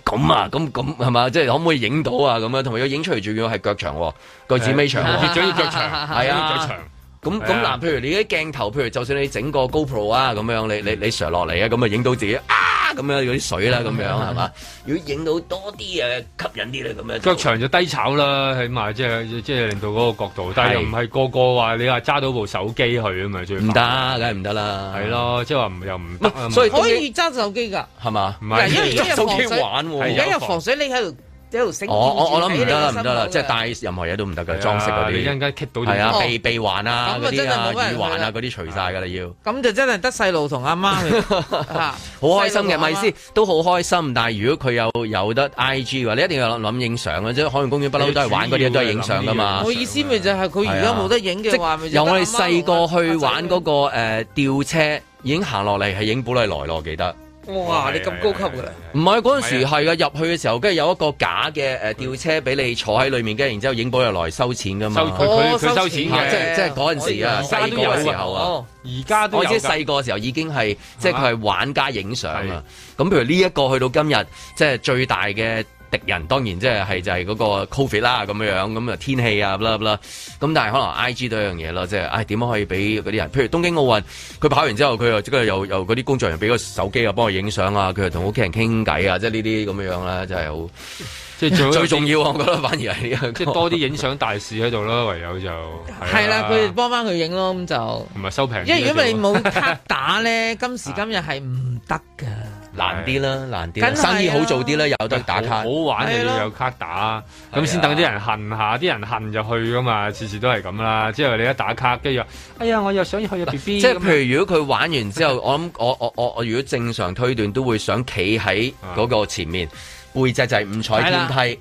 Speaker 2: 咁啊，咁咁係嘛？即係可唔可以影到啊？咁樣同埋佢影出嚟仲要係腳長喎，腳趾尾 長
Speaker 3: 跌
Speaker 2: 喎，
Speaker 3: 咗要腳長，
Speaker 2: 係
Speaker 3: 跌咗要
Speaker 2: 啊
Speaker 3: 腳長。
Speaker 2: 咁
Speaker 3: 啊係
Speaker 2: 咁
Speaker 3: 啊
Speaker 2: 嗱，譬如你啲鏡頭，譬如就算你整個 GoPro 啊，咁樣你你你 s 落嚟啊，咁啊影到自己啊咁樣嗰啲水啦，咁樣係嘛？如果影到多啲誒吸引啲咧，咁樣
Speaker 3: 啊腳長就低炒啦，起碼即係即係令到嗰個角度，但係又唔係個個話你話揸到部手機去啊嘛，最唔
Speaker 2: 得，梗係唔得啦。
Speaker 3: 係咯，即係話唔又唔得啊嘛
Speaker 2: 所以
Speaker 4: 可以揸手機㗎。
Speaker 2: 係嘛？
Speaker 3: 唔
Speaker 4: 嗱，
Speaker 3: 係
Speaker 4: 因為而家有
Speaker 2: 手
Speaker 4: 防
Speaker 2: 機
Speaker 4: 水，
Speaker 2: 玩喎
Speaker 3: 啊
Speaker 4: 而家有防水，你喺度喺度升。
Speaker 2: 我我我諗唔
Speaker 4: 吊住
Speaker 2: 得啦，
Speaker 4: 你
Speaker 2: 唔得啦，
Speaker 4: 個
Speaker 2: 即
Speaker 4: 心
Speaker 2: 係
Speaker 4: 口㗎
Speaker 2: 戴任何嘢都唔得
Speaker 3: 係
Speaker 2: 㗎，
Speaker 3: 啊
Speaker 2: 裝飾嗰啲。
Speaker 3: 你一陣間棘到啲
Speaker 2: 係啊，
Speaker 4: 哦
Speaker 2: 鼻鼻環啊，
Speaker 4: 咁
Speaker 2: 嗰
Speaker 4: 啊
Speaker 2: 啲啊，
Speaker 4: 真係冇乜
Speaker 2: 耳環
Speaker 4: 人去
Speaker 2: 啊
Speaker 4: 啦，
Speaker 2: 嗰啲除晒㗎啦要。
Speaker 4: 咁就真係得細路同阿媽 去嚇
Speaker 2: 好開心嘅，
Speaker 4: 細路同阿啊
Speaker 2: 咪
Speaker 4: 媽
Speaker 2: 先都好開心。但係如果佢有有得 I G 嘅話，你一定要諗影相啊！即係海洋公園不嬲都係玩嗰啲，都係影相噶嘛。
Speaker 4: 我意思咪就係佢而家冇得影嘅嗯話，咪就
Speaker 2: 啊由我哋
Speaker 4: 得阿媽
Speaker 2: 細個去玩嗰個誒吊車，已經行落嚟係影寶麗來咯，我記得。
Speaker 4: 同阿媽
Speaker 2: 啊
Speaker 4: 哇！你
Speaker 3: 啊
Speaker 4: 咁高級㗎啦，
Speaker 2: 唔係嗰陣時係啊，入去嘅時候，跟住有一個假嘅誒吊車俾你坐喺裏面，跟住然之後影寶麗來收錢噶嘛。
Speaker 3: 收佢
Speaker 4: 哦
Speaker 3: 佢佢收錢
Speaker 2: 啊即係
Speaker 3: 嘅，
Speaker 2: 即係嗰陣時啊，細個嘅時候啊。
Speaker 4: 哦
Speaker 3: 而家都
Speaker 2: 我
Speaker 3: 有
Speaker 2: 知
Speaker 3: 㗎啊
Speaker 2: 細個嘅時候已經係即係佢係玩家影相啊。咁譬如呢一個去到今日，即係最大嘅敵人，當然即係
Speaker 3: 嗯
Speaker 2: 係就係嗰個 Covid 啦咁樣樣，咁啊天氣啊啦啦。咁但係可能 I G 都一樣嘢咯，即係哎唉點樣可以俾嗰啲人？譬如東京奧運，佢跑完之後，佢又即係又又嗰啲工作人員俾個手機啊，幫佢影相啊，佢又同屋企人傾偈啊，即係呢啲咁樣樣啦，真係好。
Speaker 3: 即係最好
Speaker 2: 最重要啊，我覺得反而係呢一個
Speaker 3: 即係多啲影相大使喺度啦，唯有就
Speaker 4: 係
Speaker 2: 啊
Speaker 3: 係啊
Speaker 4: 啦，佢哋幫翻佢影咯，咁就。
Speaker 3: 唔係收平啲嘅啫
Speaker 4: 因
Speaker 3: 喎，
Speaker 4: 為如果你冇卡打
Speaker 2: 啊
Speaker 4: 咧，今時今日係唔得㗎。
Speaker 2: 難啲啦，難啲啦，
Speaker 4: 梗
Speaker 3: 啊
Speaker 4: 係啦
Speaker 2: 生意好做啲啦，有得打卡，啊
Speaker 3: 好玩就要有卡打，咁先等啲人恨下，啲人恨就去噶嘛，次次都係咁啦。之後你一打卡，跟住又哎呀，我又想去啊 B B，
Speaker 2: 即係譬如如果佢玩完之後，我諗我我我我如果正常推斷都會想企喺嗰個前面，背脊啊就係五彩天梯。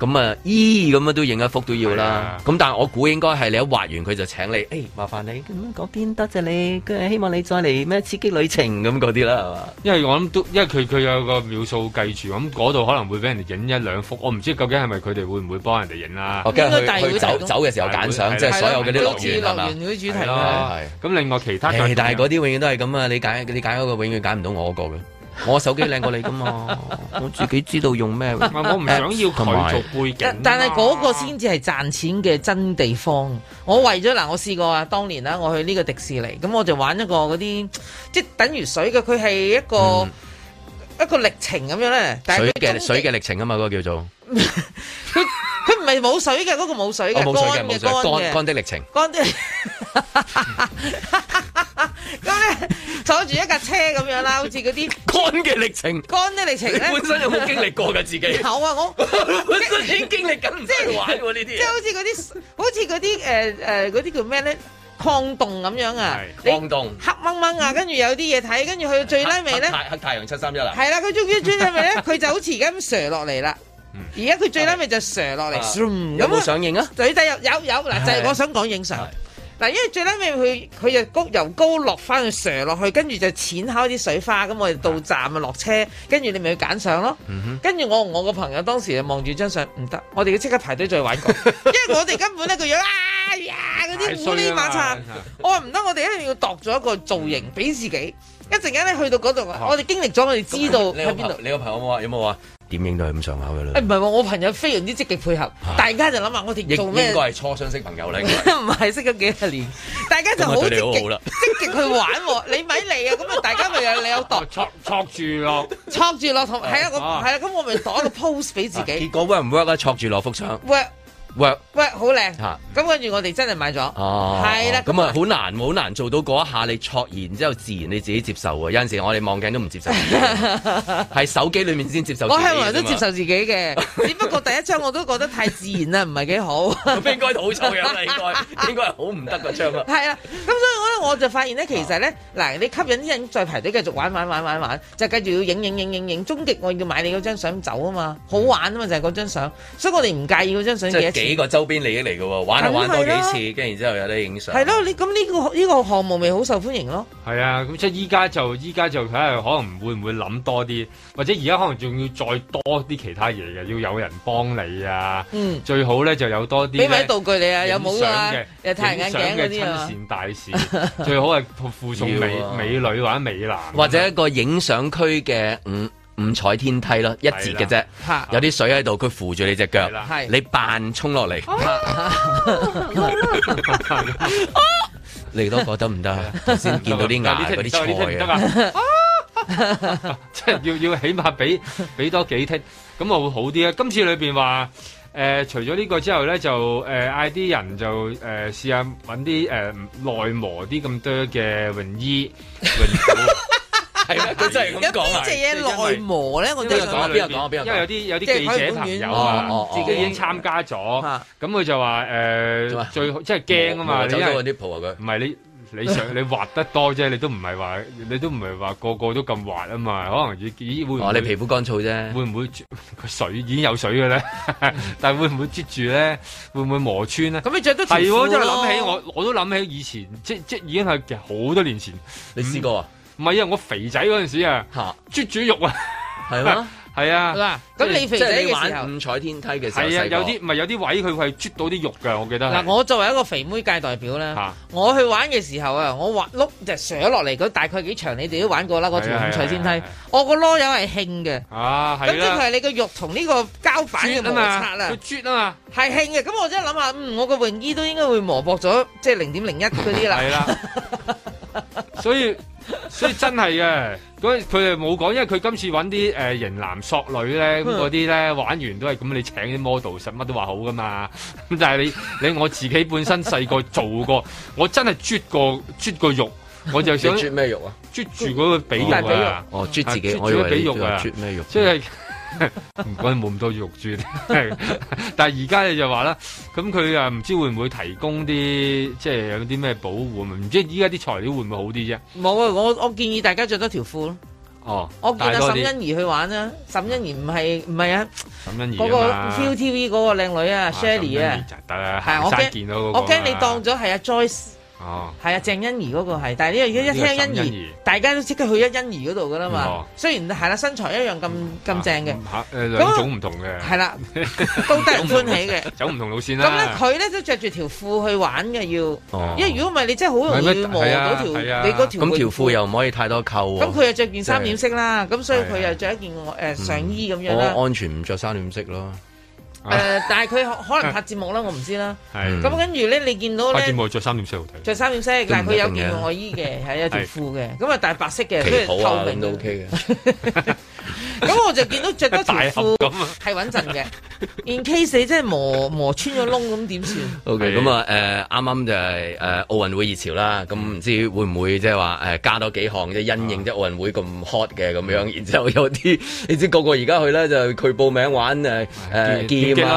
Speaker 2: 咁啊，咦咁啊都影一幅都要啦。咁但係啊我估應該係你一畫完佢就請你，誒、麻煩你咁嗰邊多謝你，佢希望你再嚟咩刺激旅程咁嗰啲啦，係嘛？
Speaker 3: 因為我諗都，因為佢佢有個秒數計住，咁嗰度可能會俾人哋影一兩幅，我唔知究竟係咪佢哋會唔會幫人哋影啦。
Speaker 2: 哦跟住去應該大會去走提供走嘅時候揀相即係所有嗰啲樂園係嘛
Speaker 4: 嗰啲主題
Speaker 3: 係咯。咁另外其他
Speaker 2: 誒但係嗰啲永遠都係咁啊！你揀你揀嗰個永遠揀唔到我嗰個嘅，我手機靚過你噶嘛， 我自己知道用咩。
Speaker 3: 我唔想要
Speaker 2: 同埋
Speaker 3: 佢做背景啊。
Speaker 4: 但係嗰個先至係賺錢嘅真地方。我為咗嗱，我試過啊，當年啦，我去呢個迪士尼，咁我就玩一個嗰啲即係等於水嘅，佢係一個、一個歷程咁樣咧。但係
Speaker 2: 嗯水
Speaker 4: 佢
Speaker 2: 嘅
Speaker 4: 中
Speaker 2: 水嘅歷程啊嘛，嗰、個叫做
Speaker 4: 佢唔係冇水嘅，嗰、個冇水嘅，
Speaker 2: 我冇水嘅
Speaker 4: 乾
Speaker 2: 冇
Speaker 4: 嘅
Speaker 2: 水
Speaker 4: 乾
Speaker 2: 乾
Speaker 4: 嘅
Speaker 2: 乾的歷程。
Speaker 4: 乾啲。 坐住一架車咁樣啦，好似嗰啲
Speaker 2: 乾嘅歷程，
Speaker 4: 乾的歷程
Speaker 2: 你
Speaker 4: 咧。
Speaker 2: 本身有冇經歷過㗎自己
Speaker 4: 有啊， 我
Speaker 2: 本身已經經歷緊唔
Speaker 4: 即
Speaker 2: 使玩喎呢啲嘢
Speaker 4: 即係好似嗰啲，好似嗰啲誒誒嗰啲叫咩咧？礦洞咁樣啊，你
Speaker 2: 放動
Speaker 4: 黑掹掹啊，跟住有啲嘢睇，跟住去到最拉尾咧，
Speaker 2: 嗯黑黑太陽七三一啦，
Speaker 4: 係啦，佢終於最拉尾咧，佢就好似而家咁瀡落嚟啦。而家佢最拉尾就瀡落嚟，
Speaker 2: 嗯啊
Speaker 4: zoom
Speaker 2: 有
Speaker 4: 咁
Speaker 2: 冇
Speaker 4: 啊
Speaker 2: 上映啊？
Speaker 4: 女仔有有有嗱，就係我想講影相。嗱，因為最拉尾佢佢就高由高落翻去瀡落去，跟住就淺烤啲水花，咁我哋到站啊落車，跟住你咪去揀相咯。跟住我同我個朋友當時就望住張相，唔得，我哋要即刻排隊再玩過，因為我哋根本咧個樣啊呀嗰
Speaker 3: 太
Speaker 4: 啲
Speaker 3: 衰
Speaker 4: 烏哩
Speaker 3: 啦嘛
Speaker 4: 馬擦，我話唔得，我哋一定要度咗一個造型俾自己。一陣間咧去到嗰度，我哋經歷咗，我哋知道
Speaker 2: 你
Speaker 4: 喺
Speaker 2: 個
Speaker 4: 邊度
Speaker 2: 朋。你個朋友有冇話有冇話點影都係咁上下㗎
Speaker 4: 誒
Speaker 2: 啦？
Speaker 4: 唔係喎，我朋友非常之積極配合，大家就諗下我
Speaker 2: 亦
Speaker 4: 哋做
Speaker 2: 應
Speaker 4: 咩
Speaker 2: 該？係初相識朋友嚟㗎。
Speaker 4: 唔係識咗幾十年，大家就好積
Speaker 2: 咁啊對你好
Speaker 4: 極
Speaker 2: 好啦
Speaker 4: 積極去玩喎。你咪嚟啊！咁啊，大家咪有你有度，
Speaker 3: 戳戳住咯，
Speaker 4: 戳住落同係啊，我
Speaker 2: 啊
Speaker 4: 係啊，咁我咪度一個 pose 俾自己
Speaker 2: 結。果 work 唔 work 啊？戳住落幅相
Speaker 4: 喂
Speaker 2: work
Speaker 4: 喂，好靚！
Speaker 2: 嚇。
Speaker 4: 咁跟住我哋真係買咗，
Speaker 2: 哦，
Speaker 4: 係啦。
Speaker 2: 咁啊，好難好難做到嗰一下你戳然之後自然你自己接受喎。有陣時我哋望鏡都唔接受，係手機裡面先接受。
Speaker 4: 我向來都接受，自己嘅，只不過第一張我都覺得太自然啦，唔係幾好。
Speaker 2: 應該好醜樣啦，應該應該係好唔得個張啊。
Speaker 4: 係啦，咁所以我咧我就發現咧，其實咧嗱，你吸引啲人再排隊繼續玩玩玩玩玩，就繼續要影影影影影，終極我要買你嗰張相走啊嘛，好玩啊嘛就係嗰張相，所以我哋唔介意嗰張相
Speaker 2: 即
Speaker 4: 幾多
Speaker 2: 係
Speaker 4: 錢。
Speaker 2: 幾個周邊利益嚟嘅喎，玩啊就玩多幾次，跟住然之後有得影相。
Speaker 4: 係咯，你咁呢、個呢、個項目咪好受歡迎咯？
Speaker 3: 係啊，咁即係依家就依家就睇下可能會唔會諗多啲，或者而家可能仲要再多啲其他嘢嘅，要有人幫你啊。
Speaker 4: 嗯
Speaker 3: 最好咧就有多啲
Speaker 4: 俾埋
Speaker 3: 呢
Speaker 4: 啲道具你啊，有冇啊
Speaker 3: 影相嘅？
Speaker 4: 有太陽眼鏡嗰啲啊
Speaker 3: 影相嘅親善大使，最好係附送美
Speaker 2: 要啊
Speaker 3: 美女或者美男，
Speaker 2: 或者一個影相區嘅五五彩天梯咯，一截嘅啫
Speaker 3: 係啦，
Speaker 2: 有啲水喺度，佢扶住你隻腳
Speaker 3: 啦，
Speaker 2: 你扮衝落嚟，
Speaker 4: 哦
Speaker 2: 你都覺得唔得啊？頭先見到啲牙
Speaker 3: 有
Speaker 2: 嗰啲
Speaker 3: 啲剔有啲剔唔得
Speaker 2: 菜
Speaker 3: 啊
Speaker 2: 啊！
Speaker 3: 即係要要起碼俾俾多幾剔，咁啊會好啲啊！今次裏邊話誒，除咗呢個之後咧，就誒嗌啲人就誒試下揾啲誒耐磨啲咁多嘅泳衣泳 褲，係啊
Speaker 2: 咩？佢真係
Speaker 4: 有邊隻嘢內磨咧？我
Speaker 3: 因
Speaker 4: 哋
Speaker 3: 為
Speaker 4: 想
Speaker 3: 講啊
Speaker 4: 問
Speaker 3: 裏邊因為有啲有啲記者朋友啊，哦自己已經參加咗，咁佢就話誒最好即係驚啊嘛，
Speaker 2: 走
Speaker 3: 你因
Speaker 2: 咗
Speaker 3: 為
Speaker 2: 嗰啲鋪啊
Speaker 3: 唔係你。你上你畫得多啫，你都唔係話你都唔係話個個都咁滑啊嘛，可能咦咦會唔
Speaker 2: 佢，
Speaker 3: 會？
Speaker 2: 哦，你皮膚乾燥啫，
Speaker 3: 會唔會個水已經有水 嘅咧？但係會唔會啜住咧？會唔會磨穿咧？
Speaker 4: 咁你着得條
Speaker 3: 係
Speaker 4: 褲
Speaker 3: 喎，真係
Speaker 4: 咯
Speaker 3: 諗起我，我都諗起以前，即即已經係其實好多年前。
Speaker 2: 你試過啊？
Speaker 3: 唔係啊，我肥仔嗰陣時啊，啜住肉 啊，
Speaker 2: 係咩？
Speaker 3: 係啊，
Speaker 4: 嗱咁你肥仔
Speaker 2: 即係
Speaker 4: 嘅
Speaker 2: 你
Speaker 4: 時候
Speaker 2: 玩五彩天梯嘅時候，
Speaker 3: 係啊，
Speaker 2: 細個
Speaker 3: 有啲唔係有啲位佢係啜到啲肉㗎，我記得係。
Speaker 4: 嗱，我作為一個肥妹界代表咧，
Speaker 3: 嚇
Speaker 4: 我去玩嘅時候啊，我滑碌就上落嚟嗰大概幾長，你哋都玩過啦，嗰條
Speaker 3: 係啊
Speaker 4: 五彩
Speaker 3: 係
Speaker 4: 天
Speaker 3: 啊係啊，
Speaker 4: 梯我個籮柚係興嘅。
Speaker 3: 啊，
Speaker 4: 咁
Speaker 3: 係
Speaker 4: 即
Speaker 3: 啦啊
Speaker 4: 係，你個肉同呢個膠板嘅摩擦啦，
Speaker 3: 佢啜啊嘛，
Speaker 4: 係興嘅。咁我真係諗下，嗯，我個泳衣都應該會磨薄咗，即係零點零一嗰啲啦。
Speaker 3: 係啦，所以所以真係嘅，嗰佢哋冇講，因為佢今次揾啲誒型男索女咧，咁
Speaker 13: 嗯
Speaker 3: 嗰啲咧玩完都係咁，你請啲 model 實乜都話好噶嘛。咁但係你你我自己本身細個做過， 我真係啜過啜過肉，我就想
Speaker 2: 你啜咩肉啊？
Speaker 3: 啜住嗰個髀
Speaker 2: 大髀
Speaker 3: 肉
Speaker 2: 肉
Speaker 3: 啊！
Speaker 2: 哦啜自己
Speaker 3: 啊
Speaker 2: 我以為
Speaker 3: 啜住
Speaker 2: 你
Speaker 3: 髀肉啊！
Speaker 2: 啜咩肉
Speaker 3: 即係 唔該冇咁多肉啜。 但係而家你就話啦，咁佢啊唔知會唔會提供啲即係有啲咩保護？唔知依家啲材料會唔會好啲啫？
Speaker 4: 冇啊！我我建議大家着多條褲咯。
Speaker 3: 哦，
Speaker 4: 我見
Speaker 3: 大
Speaker 4: 阿
Speaker 3: 多
Speaker 4: 沈
Speaker 3: 啲
Speaker 4: 欣怡去玩啦，沈欣怡唔係唔係啊，
Speaker 3: 沈欣怡
Speaker 4: 嗰個
Speaker 3: 啊嘛
Speaker 4: ViuTV 嗰個靚女啊，Shelly 啊
Speaker 3: 咁，就得啦，
Speaker 4: 係我
Speaker 3: 行山見到
Speaker 4: 驚
Speaker 3: 嗰個啊
Speaker 4: 我驚你當咗係阿 Joyce。
Speaker 3: 哦，
Speaker 4: 係啊，鄭欣宜嗰個係，但係呢個一
Speaker 3: 呢個
Speaker 4: 聽
Speaker 3: 沈
Speaker 4: 欣
Speaker 3: 欣
Speaker 4: 宜
Speaker 3: 宜，
Speaker 4: 大家都即刻去咗欣宜嗰度噶啦
Speaker 3: 哦
Speaker 4: 嘛。雖然係啦，身材一樣咁咁正嘅，
Speaker 3: 嗯嚇誒兩種唔同嘅，
Speaker 4: 係啦，都得人歡喜嘅。
Speaker 3: 走唔同路線
Speaker 4: 咁咧，
Speaker 3: 啦。
Speaker 4: 佢咧都着住條褲去玩嘅
Speaker 2: 哦
Speaker 4: 要，因為如果唔係你真係好容易磨到條你嗰條
Speaker 2: 啊咁
Speaker 4: 泳
Speaker 2: 條褲。又唔可以太多扣喎。
Speaker 4: 咁佢又着件三點式啦，咁所以
Speaker 2: 係
Speaker 4: 佢
Speaker 2: 啊
Speaker 4: 又着一件
Speaker 3: 嗯
Speaker 4: 誒上衣咁樣啦。
Speaker 2: 我安全唔着三點式咯。
Speaker 3: 啊
Speaker 4: 誒，但係佢可能拍節目啦，我唔知啦。
Speaker 3: 係
Speaker 2: 嗯
Speaker 4: 咁跟住咧，你見到
Speaker 3: 嗯拍
Speaker 4: 咧
Speaker 3: 節目着三點四號睇。
Speaker 4: 着三點式，但係佢有件外衣嘅，係有條
Speaker 3: 係
Speaker 4: 褲嘅，咁啊但係白色嘅，
Speaker 3: 旗
Speaker 4: 跟住
Speaker 3: 袍啊
Speaker 4: 透
Speaker 2: 咁
Speaker 4: 明
Speaker 2: 都 OK
Speaker 4: 嘅。咁我就見到着多 條
Speaker 3: 大
Speaker 4: 褲
Speaker 3: 盒咁啊
Speaker 4: 係穩陣嘅。In case 你真係磨磨穿咗窿咁點算？
Speaker 2: O K，咁啊誒，啱啱就係誒奧運會熱潮啦，咁
Speaker 3: 嗯
Speaker 2: 唔知會唔會即係話誒加多幾項即係因
Speaker 3: 啊
Speaker 2: 應即係奧運會咁 hot 嘅咁樣， 然之後有啲你知個個而家去咧就佢報名玩誒誒
Speaker 3: 啊劍
Speaker 2: 劍
Speaker 3: 擊
Speaker 2: 啊，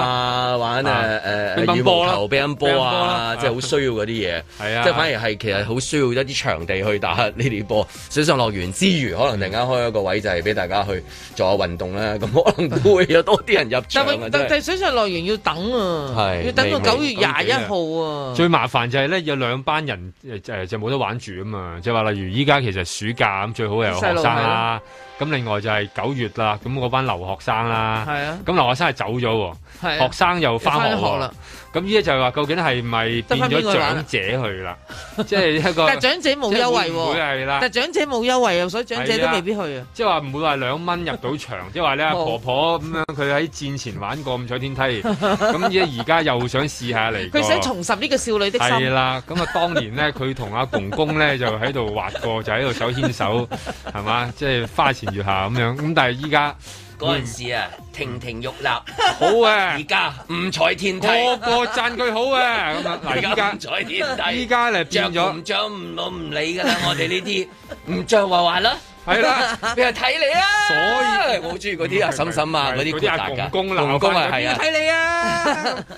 Speaker 3: 啦
Speaker 2: 玩
Speaker 3: 啊
Speaker 2: 誒誒
Speaker 3: 乒乓
Speaker 2: 羽
Speaker 3: 波
Speaker 2: 毛
Speaker 3: 啦
Speaker 2: 球、乒乓波啊，
Speaker 3: 乒乓波啦
Speaker 2: 即係好需要嗰啲嘢，
Speaker 3: 係啊
Speaker 2: 即係反而係其實好需要一啲場地去打呢啲波。水上樂園之餘，可能突然間開一個位就係俾大家去做下運動啦，咁可能都會有多啲人入
Speaker 4: 但
Speaker 2: 場啊
Speaker 4: 係
Speaker 2: 真
Speaker 4: 但
Speaker 2: 係
Speaker 4: 係水上樂園要等啊，
Speaker 3: 係
Speaker 4: 要等到
Speaker 3: 未
Speaker 4: 九月廿一號啊。
Speaker 3: 最麻煩就係咧，有兩班人誒誒就冇得玩住啊嘛，即係話例如依家其實暑假咁最好有學生啦，咁另外就係九月啦，咁嗰班留學生啦，
Speaker 4: 係啊
Speaker 3: 咁留學生係走咗
Speaker 4: 係
Speaker 3: 喎，
Speaker 4: 啊
Speaker 3: 學生又翻學
Speaker 4: 又返學
Speaker 3: 喎
Speaker 4: 啦，
Speaker 3: 咁依家就係話究竟係咪變
Speaker 4: 得返邊個
Speaker 3: 咗
Speaker 4: 玩
Speaker 3: 長者去啦？即係一個，
Speaker 4: 但係長者冇優惠
Speaker 3: 即係會唔會係
Speaker 4: 喎，
Speaker 3: 啦
Speaker 4: 但係長者冇優惠啊，所以長者
Speaker 3: 係
Speaker 4: 都
Speaker 3: 啊
Speaker 4: 未必去啊。
Speaker 3: 即係話唔會話兩蚊入到場，即係話咧
Speaker 4: 冇
Speaker 3: 婆婆咁樣佢喺戰前玩過五彩 天梯，咁依家而家又想試下嚟過。
Speaker 4: 佢想重拾呢個少女的
Speaker 3: 係
Speaker 4: 心。
Speaker 3: 啦，咁啊，當年咧，佢同阿公公咧就喺度畫過，就喺度手牽 手，係嘛，即係花前月下咁樣。咁但係依家
Speaker 2: 嗰陣時啊，亭亭玉立，
Speaker 3: 好啊！而
Speaker 2: 家五彩天梯，
Speaker 3: 個個讚佢好啊！咁啊，嗱，依家
Speaker 2: 五彩天梯，
Speaker 3: 依家咧變
Speaker 2: 着唔
Speaker 3: 咗
Speaker 2: 着唔我唔理噶啦，我哋呢啲唔着話話啦，
Speaker 3: 係啦，
Speaker 2: 俾人睇你啊！
Speaker 3: 所以
Speaker 2: 我好中意嗰啲阿嬸嬸啊，嗰啲豁達
Speaker 3: 阿
Speaker 2: 㗎
Speaker 3: 公公
Speaker 2: 公
Speaker 3: 鬧
Speaker 2: 公
Speaker 3: 返
Speaker 2: 啊，
Speaker 3: 佢
Speaker 2: 係啊，
Speaker 4: 睇你啊，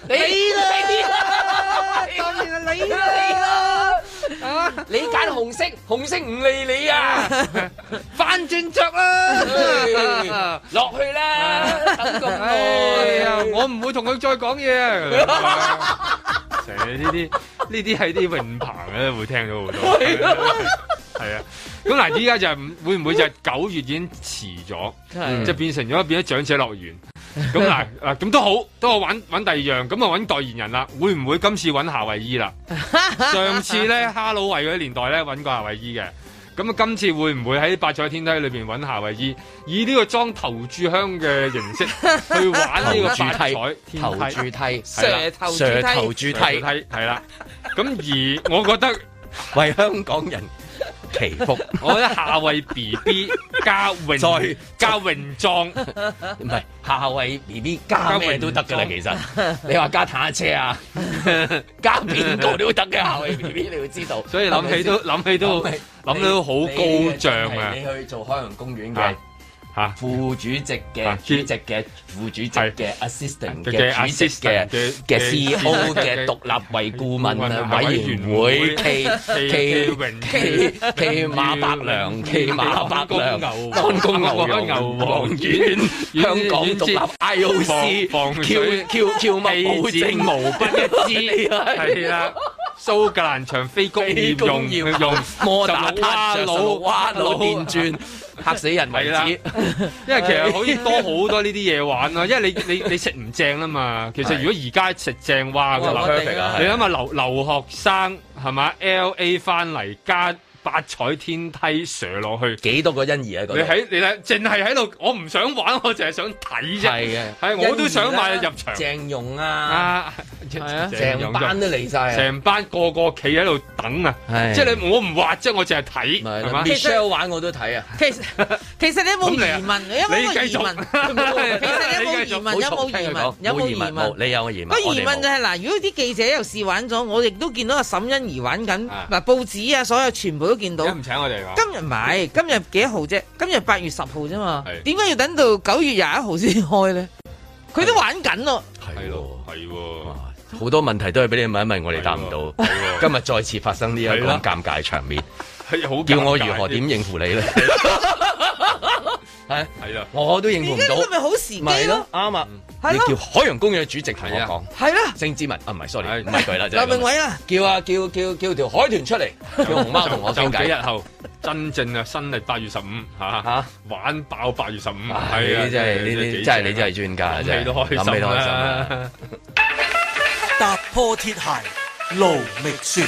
Speaker 4: 你啦，當然係你啦，你啦，
Speaker 2: 你揀紅色，紅色唔理你啊，
Speaker 4: 翻轉着啦，
Speaker 2: 落去啦，等咁
Speaker 3: 哎呀
Speaker 2: 耐，，
Speaker 3: 我唔會同佢再講嘢 啊。成日呢啲呢啲係啲泳棚咧會聽到好多，係啊。咁嗱，依家就係唔會唔會就係九月已經遲
Speaker 4: 係
Speaker 2: 嗯
Speaker 3: 咗，就變成咗變咗長者樂園。咁 嗱嗱，咁都好，都我揾揾第二樣，咁啊揾代言人啦。會唔會今次揾夏威夷 啦？上次咧哈魯維嗰啲年代咧揾過夏威夷嘅，咁啊今次會唔會喺八彩天梯裏邊揾夏威夷，以呢個裝頭炷香嘅形 式去玩呢個八彩天
Speaker 2: 頭柱梯，
Speaker 3: 係啦
Speaker 2: 蛇頭柱
Speaker 3: 上頭
Speaker 2: 梯
Speaker 3: 柱，梯係啦。咁而我覺得
Speaker 2: 為香港人祈福。
Speaker 3: 我覺得夏威 B B 加泳
Speaker 2: 再
Speaker 3: 加泳裝
Speaker 2: 唔係夏威 B B 加咩都得㗎啦，其實 你話加坦克車啊， 加邊個都得嘅夏威 B B，你要知道。
Speaker 3: 所以諗起都諗起都
Speaker 2: 諗起
Speaker 3: 諗到好高漲啊
Speaker 2: 你去做海洋公園嘅
Speaker 3: 啊。嚇
Speaker 2: 副主席嘅、
Speaker 3: 啊
Speaker 2: 主席嘅、副主席嘅、assistant 嘅、主
Speaker 3: 嘅
Speaker 2: 席嘅
Speaker 3: assistant 嘅、
Speaker 2: 嘅
Speaker 3: 嘅
Speaker 2: CEO 嘅
Speaker 3: 嘅
Speaker 2: 獨立為顧問
Speaker 3: 顧問
Speaker 2: 啊
Speaker 3: 啊
Speaker 2: 委員會、
Speaker 3: 委員
Speaker 2: 暨
Speaker 3: 會暨
Speaker 2: 暨暨
Speaker 3: 榮
Speaker 2: 暨馬伯良、暨馬伯良、
Speaker 3: 安公牛
Speaker 2: 安公牛
Speaker 3: 安公牛
Speaker 2: 王
Speaker 3: 王
Speaker 2: 院
Speaker 3: 院、
Speaker 2: 香港
Speaker 3: 院
Speaker 2: 獨立
Speaker 3: 防
Speaker 2: IOC、
Speaker 3: 防
Speaker 2: Q
Speaker 3: 水
Speaker 2: Q Q 乜保
Speaker 3: 地
Speaker 2: 證
Speaker 3: 址啊無不一
Speaker 2: 係
Speaker 3: 致，
Speaker 2: 啦
Speaker 3: 係啦。蘇格蘭場非公
Speaker 2: 非
Speaker 3: 業
Speaker 2: 公
Speaker 3: 用
Speaker 2: 要
Speaker 3: 用
Speaker 2: 摩打塔上
Speaker 3: 十六
Speaker 2: 佬
Speaker 3: 蛙
Speaker 2: 蛙佬電轉，嚇死人為
Speaker 3: 係啦
Speaker 2: 止。
Speaker 3: 因為其實可以多好多呢啲嘢 玩啦，因為你你你食唔正啦嘛。其實如果而家食正哇，
Speaker 2: 哇
Speaker 3: 咁
Speaker 2: perfect 啊係
Speaker 3: 你諗下留留學生係嘛？L A 翻嚟加八彩天梯射落去，
Speaker 2: 幾多個欣兒喺嗰度
Speaker 3: 你喺你睇，淨係喺度，我唔想玩，我淨係想睇啫。
Speaker 2: 係啊嘅，
Speaker 3: 係我都想買入場。
Speaker 2: 鄭融啊，
Speaker 3: 啊，係
Speaker 2: 啊成班都嚟晒啊
Speaker 3: 成班個個企喺度等啊
Speaker 2: 係！
Speaker 3: 即係你我唔畫啫，我淨係睇，係嘛？
Speaker 2: ，Michelle 玩我都睇啊。
Speaker 4: 其實其實你有冇
Speaker 3: 咁你啊
Speaker 4: 疑問？有冇個
Speaker 3: 你
Speaker 4: 疑
Speaker 3: 繼續
Speaker 4: 問？ 其實你有冇疑問？有冇疑問？有冇疑問？
Speaker 2: 冇，你有個疑問。
Speaker 4: 個
Speaker 2: 我
Speaker 4: 疑
Speaker 2: 哋
Speaker 4: 問
Speaker 2: 冇
Speaker 4: 就係、嗱，如果啲記者又試玩咗，我亦都見到阿沈欣怡玩緊嗱報紙啊，所有全部都見到。
Speaker 3: 唔請我哋㗎。
Speaker 4: 今日唔係，今日幾多號啫？今日八月十號啫嘛，
Speaker 3: 係
Speaker 4: 點解要等到九月廿一號先開咧？佢都玩緊咯，
Speaker 3: 係咯，係
Speaker 2: 哦
Speaker 3: 喎，
Speaker 2: 好多問題都係俾你問一問，我哋答唔到。今日再次發生呢一
Speaker 3: 係
Speaker 2: 個
Speaker 3: 啦
Speaker 2: 尷尬場面，
Speaker 3: 係好。
Speaker 2: 叫我如何點？應付你咧？係
Speaker 3: 係啦，
Speaker 2: 我都應付唔
Speaker 4: 而家呢個咪
Speaker 2: 到。
Speaker 4: 好時機
Speaker 2: 咪係
Speaker 4: 咯
Speaker 2: 咯，，啱啊！
Speaker 4: 係
Speaker 2: 你
Speaker 4: 咯
Speaker 2: 叫海洋公園嘅主席同我講，
Speaker 4: 係啦，
Speaker 2: 盛之文啊，唔係，sorry，唔係佢啦，就係
Speaker 4: 劉
Speaker 2: 咁
Speaker 4: 明偉啊，
Speaker 2: 叫啊叫叫叫條海豚出 嚟，叫熊貓同我
Speaker 3: 就
Speaker 2: 傾
Speaker 3: 幾日
Speaker 2: 偈。
Speaker 3: 後，真正啊，新歷八月十五嚇
Speaker 2: 嚇，
Speaker 3: 玩爆八月十五，
Speaker 2: 唉
Speaker 3: 係啊，
Speaker 2: 真係呢啲真係你真係專家，啊真
Speaker 3: 諗
Speaker 2: 係
Speaker 3: 起都開
Speaker 2: 諗起
Speaker 3: 心
Speaker 2: 都開心啊
Speaker 3: 啦。
Speaker 1: 踏破鐵鞋路未雪。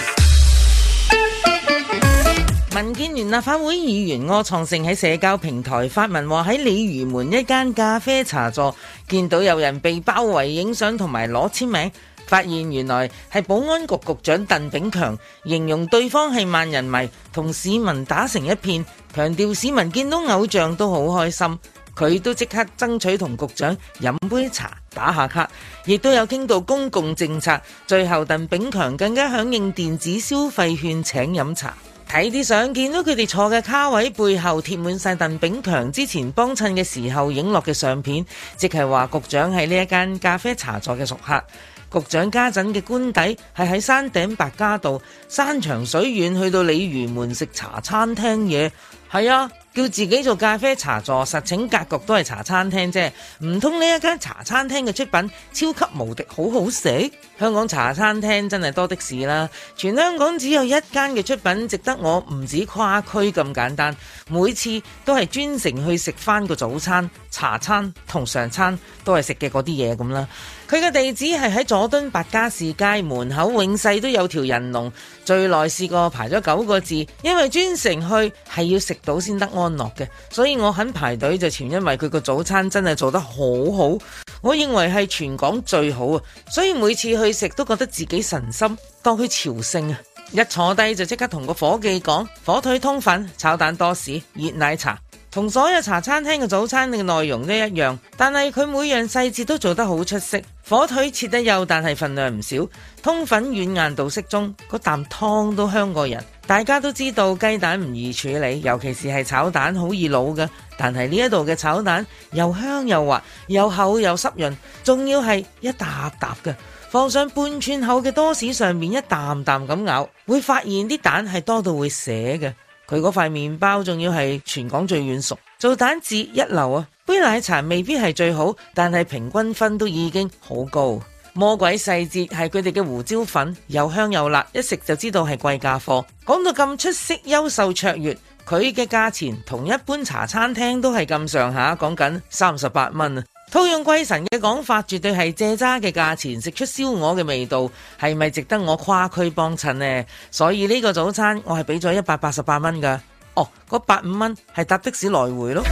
Speaker 4: 民建聯立法會議員柯創盛喺社交平台發文話喺鯉魚門一間咖啡茶座見到有人被包圍影相同埋攞簽名，發現原來係保安局局長鄧炳強，形容對方係萬人迷，同市民打成一片，強調市民見到偶像都好開心。佢都即刻爭取同局長飲杯茶打下卡，亦都有傾到公共政策。最後，鄧炳強更加響應電子消費券請飲茶。睇啲相，見到佢哋坐嘅卡位背後貼滿晒鄧炳強之前幫襯嘅時候影落嘅相片，即係話局長係呢一間咖啡茶座嘅熟客。局長家陣嘅官邸係喺山頂白加道，山長水遠去到鯉魚門食茶餐廳嘢。係啊，叫自己做咖啡茶座，實情格局都係茶餐廳啫。唔通呢一間茶餐廳嘅出品超級無敵好好食？香港茶餐廳真係多的是啦，全香港只有一間嘅出品值得我唔止跨區咁簡單，每次都係專程去食翻個早餐、茶餐同常餐，都係食嘅嗰啲嘢咁啦。佢嘅地址係喺佐敦白加士街門口，永世都有條人龍，最耐試過排咗九個字，因為專程去係要食到先得安樂嘅，所以我肯排隊就全因為佢個早餐真係做得好好，我認為係全港最好啊，所以每次去食都覺得自己神心，當佢朝聖啊！一坐低就即刻同個伙計講火腿通粉、炒蛋多士、熱奶茶，同所有茶餐廳嘅早餐嘅內容都一樣，但係佢每樣細節都做得好出色。火腿切得幼，但係份量唔少；通粉軟硬度適中，嗰啖湯都香過人。大家都知道雞蛋唔易處理，尤其是係炒蛋好易老嘅。但係呢一度嘅炒蛋又香又滑，又厚又濕潤，仲要係一沓沓嘅。放上半寸厚嘅多士上面一啖啖咁咬，會發現啲蛋係多到會瀉嘅。佢嗰塊麵包仲要係全港最軟熟，做蛋治一流啊！杯奶茶未必係最好，但係平均分都已經好高。魔鬼細節係佢哋嘅胡椒粉，又香又辣，一食就知道係貴價貨。講到咁出色、優秀、卓越，佢嘅價錢同一般茶餐廳都係咁上下，講緊三十八蚊啊！套用貴神嘅講法，絕對係借渣嘅價錢食出燒鵝嘅味道，係咪值得我跨區幫襯呢？所以呢個早餐我係俾咗一百八十八蚊㗎。哦，嗰八五蚊係搭的士來回咯。